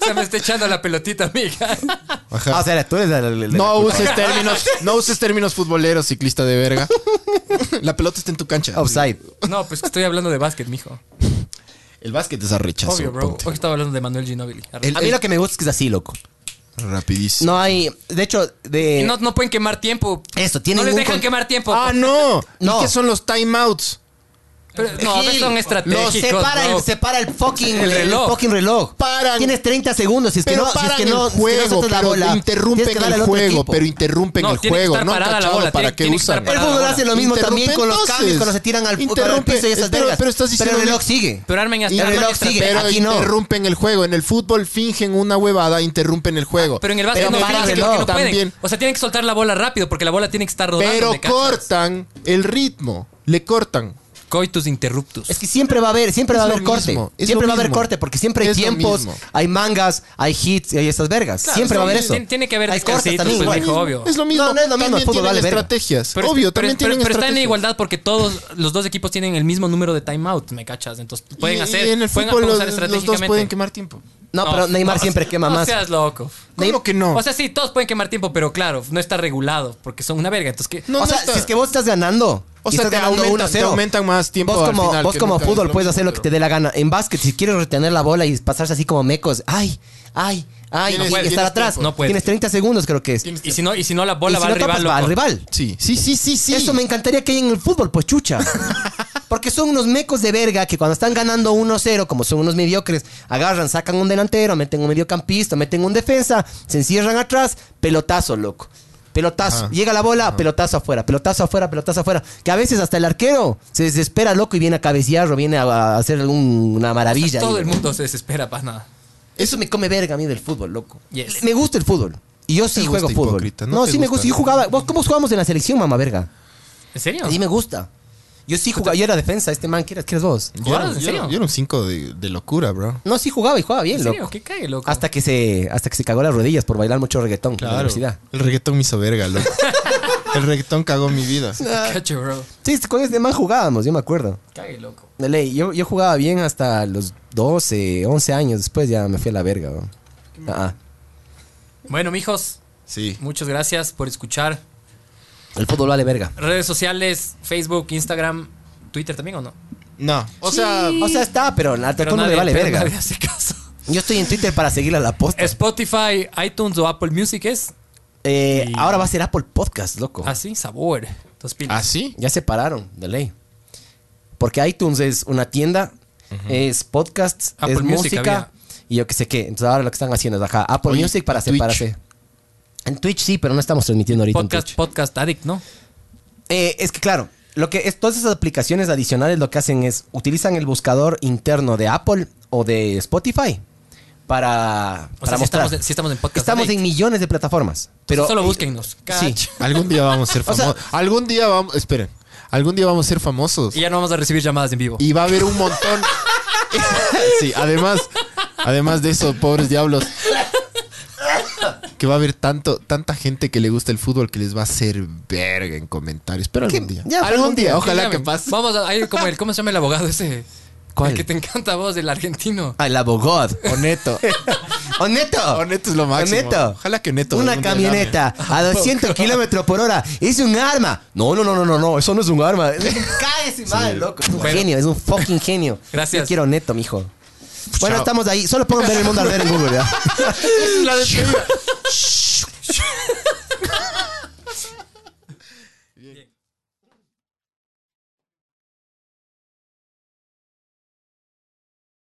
Speaker 3: O sea, me está echando la pelotita, amiga.
Speaker 5: Ajá.
Speaker 2: Ah, o sea, tú eres el- el- el-
Speaker 5: no uses términos, no uses términos futboleros, ciclista de verga. La pelota está en tu cancha.
Speaker 2: offside.
Speaker 3: No, pues que estoy hablando de básquet, mijo.
Speaker 5: El básquet es arrechazo.
Speaker 3: Obvio, bro.
Speaker 5: ponte.
Speaker 3: Hoy estaba hablando de Manuel Ginóbili.
Speaker 2: A mí lo que me gusta es que es así, loco.
Speaker 5: Rapidísimo.
Speaker 2: No hay... De hecho, de...
Speaker 3: Y no, no pueden quemar tiempo.
Speaker 2: Eh, Eso, tienen
Speaker 3: No les
Speaker 2: un
Speaker 3: dejan
Speaker 2: con-
Speaker 3: quemar tiempo.
Speaker 5: Ah, no. ¿Y
Speaker 2: No.
Speaker 5: qué son los timeouts?
Speaker 3: Pero, no, a ver,
Speaker 2: Gil,
Speaker 3: son
Speaker 2: Lo
Speaker 3: estratégicos.
Speaker 2: separa
Speaker 3: bro.
Speaker 2: el, separa el fucking
Speaker 3: El
Speaker 2: el
Speaker 3: reloj.
Speaker 2: reloj. fucking reloj.
Speaker 5: Paran.
Speaker 2: Tienes 30 segundos. Si es que
Speaker 5: Pero
Speaker 2: no, si es
Speaker 5: paran
Speaker 2: que no, si
Speaker 5: el
Speaker 2: es que no
Speaker 5: juego,
Speaker 2: sueltas la
Speaker 5: pero
Speaker 2: bola,
Speaker 5: interrumpen
Speaker 2: tienes que darle al
Speaker 5: el
Speaker 2: otro
Speaker 5: juego,
Speaker 2: equipo.
Speaker 5: pero interrumpen
Speaker 3: No,
Speaker 5: el
Speaker 3: tiene que
Speaker 5: juego.
Speaker 3: estar
Speaker 5: No han
Speaker 3: parada la
Speaker 5: cachado
Speaker 3: bola,
Speaker 5: para
Speaker 3: tiene-
Speaker 5: qué
Speaker 3: tiene que estar
Speaker 5: usan.
Speaker 2: El
Speaker 3: parada.
Speaker 2: fútbol hace lo mismo
Speaker 5: Interrumpe,
Speaker 2: también con los cambios,
Speaker 5: entonces.
Speaker 2: cuando se tiran al puto al
Speaker 5: Interrumpe,
Speaker 2: piso y esas
Speaker 5: pero-
Speaker 2: vergas.
Speaker 5: pero estás diciendo
Speaker 2: el reloj
Speaker 5: que-
Speaker 2: sigue.
Speaker 3: Pero armen hasta
Speaker 2: el
Speaker 3: armen
Speaker 2: reloj
Speaker 3: extra-
Speaker 2: sigue.
Speaker 5: Pero
Speaker 2: Aquí no.
Speaker 5: interrumpen el juego. En el fútbol fingen una huevada, interrumpen el juego.
Speaker 3: Pero en el básquet
Speaker 2: Pero
Speaker 3: no,
Speaker 2: para
Speaker 3: tienen,
Speaker 2: el
Speaker 3: que- porque no
Speaker 2: reloj
Speaker 3: pueden.
Speaker 5: también.
Speaker 3: O sea, tienen que soltar la bola rápido porque la bola tiene que estar rodando.
Speaker 5: Pero
Speaker 3: ¿me cachas?
Speaker 5: cortan el ritmo. Le cortan.
Speaker 3: Coitus interruptus.
Speaker 2: Es que siempre va a haber, siempre va a
Speaker 5: Es lo
Speaker 2: haber corte.
Speaker 5: mismo, es
Speaker 2: siempre
Speaker 5: lo
Speaker 2: va a haber
Speaker 5: mismo.
Speaker 2: corte porque siempre hay
Speaker 5: Es lo
Speaker 2: tiempos,
Speaker 5: mismo.
Speaker 2: hay mangas, hay hits y hay esas vergas.
Speaker 3: Claro,
Speaker 2: siempre
Speaker 3: sí,
Speaker 2: va a haber eso.
Speaker 3: tiene- tiene que haber
Speaker 2: Hay cortes
Speaker 3: descansitos,
Speaker 2: también
Speaker 3: pues,
Speaker 2: igual.
Speaker 3: mijo, obvio.
Speaker 5: Es lo mismo.
Speaker 2: No, no es lo mismo,
Speaker 5: También
Speaker 2: fútbol
Speaker 5: tienen
Speaker 2: vale verga.
Speaker 5: estrategias.
Speaker 3: Pero,
Speaker 5: Obvio,
Speaker 3: pero-
Speaker 5: también
Speaker 3: pero- pero
Speaker 5: tienen
Speaker 3: está en
Speaker 5: estrategias.
Speaker 3: igualdad porque todos los dos equipos tienen el mismo número de timeout, ¿me cachas? Entonces pueden
Speaker 5: Y-
Speaker 3: hacer.
Speaker 5: y en el
Speaker 3: pueden
Speaker 5: fútbol
Speaker 3: usar
Speaker 5: los, los dos
Speaker 3: estratégicamente.
Speaker 5: pueden quemar tiempo.
Speaker 2: No, pero Neymar
Speaker 3: no,
Speaker 2: siempre quema
Speaker 3: no
Speaker 2: más.
Speaker 3: seas loco.
Speaker 5: ¿Cómo que no?
Speaker 3: O sea, sí, todos pueden quemar tiempo, pero claro, no está regulado porque son una verga. Entonces, ¿qué?
Speaker 2: o
Speaker 5: No, no
Speaker 2: sea,
Speaker 5: está.
Speaker 2: si es que vos estás ganando,
Speaker 5: O
Speaker 2: y
Speaker 5: sea,
Speaker 2: estás
Speaker 5: te
Speaker 2: ganando
Speaker 5: aumentan-
Speaker 2: 1-0,
Speaker 5: te aumentan más tiempo
Speaker 2: Vos
Speaker 5: al
Speaker 2: como,
Speaker 5: final,
Speaker 2: vos
Speaker 5: que
Speaker 2: como
Speaker 5: nunca es
Speaker 2: fútbol
Speaker 5: lo
Speaker 2: puedes
Speaker 5: mismo,
Speaker 2: hacer lo que
Speaker 5: pero-
Speaker 2: te dé la gana. En básquet, si quieres retener la bola y pasarse así como mecos, ay, ay, ay,
Speaker 5: Tienes-
Speaker 2: y
Speaker 5: tienes
Speaker 2: estar atrás.
Speaker 5: tiempo.
Speaker 3: No puedes.
Speaker 2: Tienes 30 segundos, creo que es.
Speaker 3: Y si no, y si no la bola
Speaker 2: Y si
Speaker 3: va al
Speaker 2: no
Speaker 3: rival.
Speaker 2: tapas, va al
Speaker 3: loco.
Speaker 2: rival.
Speaker 5: Sí, sí, sí, sí, sí.
Speaker 2: Eso me encantaría que hay en el fútbol, pues chucha. Porque son unos mecos de verga que cuando están ganando 1-0, como son unos mediocres, agarran, sacan un delantero, meten un mediocampista, meten un defensa, se encierran atrás, pelotazo, loco. Pelotazo.
Speaker 5: Ajá.
Speaker 2: Llega la bola, pelotazo afuera, pelotazo afuera, pelotazo afuera. Que a veces hasta el arquero se desespera, loco, y viene a cabecear o viene a, a hacer algún- una maravilla.
Speaker 3: Pues Todo
Speaker 2: ahí,
Speaker 3: el
Speaker 2: ¿no?
Speaker 3: mundo se desespera para nada.
Speaker 2: Eso me come verga a mí del fútbol, loco.
Speaker 3: Yes.
Speaker 2: Me gusta el fútbol. Y yo sí
Speaker 5: gusta,
Speaker 2: juego fútbol.
Speaker 5: hipócrita,
Speaker 2: No,
Speaker 5: no te
Speaker 2: sí me gusta.
Speaker 5: gusta.
Speaker 2: Yo jugaba. ¿Vos cómo jugamos en la selección, mamá verga?
Speaker 3: ¿En serio?
Speaker 2: A mí me gusta. Yo sí jugaba, yo era defensa, este man, ¿quieres, quieres vos?
Speaker 5: Yo
Speaker 3: ¿Jugadas?
Speaker 5: era-
Speaker 3: ¿En
Speaker 5: yo
Speaker 3: serio?
Speaker 5: era- yo era un 5 de, de locura, bro.
Speaker 2: No, sí jugaba y jugaba
Speaker 3: ¿En
Speaker 2: bien,
Speaker 3: serio?
Speaker 2: loco.
Speaker 3: ¿Qué cae, loco?
Speaker 2: Hasta que se hasta que se cagó las rodillas por bailar mucho reggaetón en la universidad.
Speaker 5: El reggaetón me hizo verga, loco. El reggaetón cagó mi vida.
Speaker 3: Cacho, bro.
Speaker 2: Sí, con este man jugábamos, yo me acuerdo.
Speaker 3: Cague, loco.
Speaker 2: De ley, yo, yo jugaba bien hasta los 12, 11 años, después ya me fui a la verga. ¿no? Ah, ah.
Speaker 3: Bueno, mijos,
Speaker 5: Sí.
Speaker 3: muchas gracias por escuchar.
Speaker 2: el fútbol vale verga.
Speaker 3: Redes sociales, Facebook, Instagram, Twitter también o no?
Speaker 5: No. O sea,
Speaker 2: O sea, está, pero al
Speaker 3: Pero
Speaker 2: tú no le
Speaker 3: nadie-
Speaker 2: vale
Speaker 3: pero
Speaker 2: verga.
Speaker 3: nadie hace caso.
Speaker 2: Yo estoy en Twitter para seguir a la posta.
Speaker 3: Spotify, iTunes o Apple Music es
Speaker 2: Eh, Ahora va a ser Apple Podcast, loco.
Speaker 3: así, sabor. Entonces, pilas.
Speaker 5: ¿así?
Speaker 2: Ya se pararon, de ley. Porque iTunes es una tienda, es podcasts,
Speaker 3: Apple
Speaker 2: es
Speaker 3: Music había.
Speaker 2: música y yo qué sé qué. Entonces ahora lo que están haciendo es acá Apple
Speaker 5: Oye,
Speaker 2: Music para
Speaker 5: y Twitch.
Speaker 2: separarse. En Twitch sí, pero no estamos transmitiendo ahorita en
Speaker 3: podcast,
Speaker 2: Twitch.
Speaker 3: podcast addict, ¿no?
Speaker 2: Eh, es que claro, lo que es, todas esas aplicaciones adicionales lo que hacen es utilizan el buscador interno de Apple o de Spotify para,
Speaker 3: O
Speaker 2: para
Speaker 3: sea, si
Speaker 2: mostrar.
Speaker 3: estamos, en- si estamos en podcast
Speaker 2: Estamos en
Speaker 3: addict.
Speaker 2: millones de plataformas. Pero eh,
Speaker 3: Solo
Speaker 2: Sí.
Speaker 3: búsquennos. Cacho.
Speaker 5: Algún día vamos a ser
Speaker 2: O sea-
Speaker 5: famosos. Algún día vamos. Esperen. Algún día vamos a ser famosos.
Speaker 3: Y ya no vamos a recibir llamadas en vivo.
Speaker 5: Y va a haber un montón. sí, además. Además de eso, pobres diablos. Que va a haber tanto, tanta gente que le gusta el fútbol que les va a hacer verga en comentarios. Pero algún
Speaker 2: ¿Qué?
Speaker 5: día.
Speaker 2: Ya, pero
Speaker 5: algún
Speaker 2: algún
Speaker 5: día,
Speaker 2: día.
Speaker 5: ojalá
Speaker 3: Dígame,
Speaker 5: que pase.
Speaker 3: Vamos a ir como el, ¿cómo se llama el abogado ese?
Speaker 2: ¿Cuál?
Speaker 3: El que te encanta a vos, el argentino.
Speaker 2: al abogado.
Speaker 5: Oneto.
Speaker 2: Oneto.
Speaker 5: Oneto es lo máximo.
Speaker 2: Oneto.
Speaker 5: Ojalá que Oneto.
Speaker 2: Una
Speaker 5: algún día
Speaker 2: camioneta a 200 kilómetros por hora es un arma. No, no, no, no, no, no, eso no es un arma. Cállese, madre, loco. Es un
Speaker 3: Bueno.
Speaker 2: genio, es un fucking genio.
Speaker 3: Gracias.
Speaker 2: Yo quiero neto, mijo. Bueno,
Speaker 5: Chao.
Speaker 2: estamos ahí. Solo pongan ver el mundo arder en Google, ¿verdad?
Speaker 5: La despedida.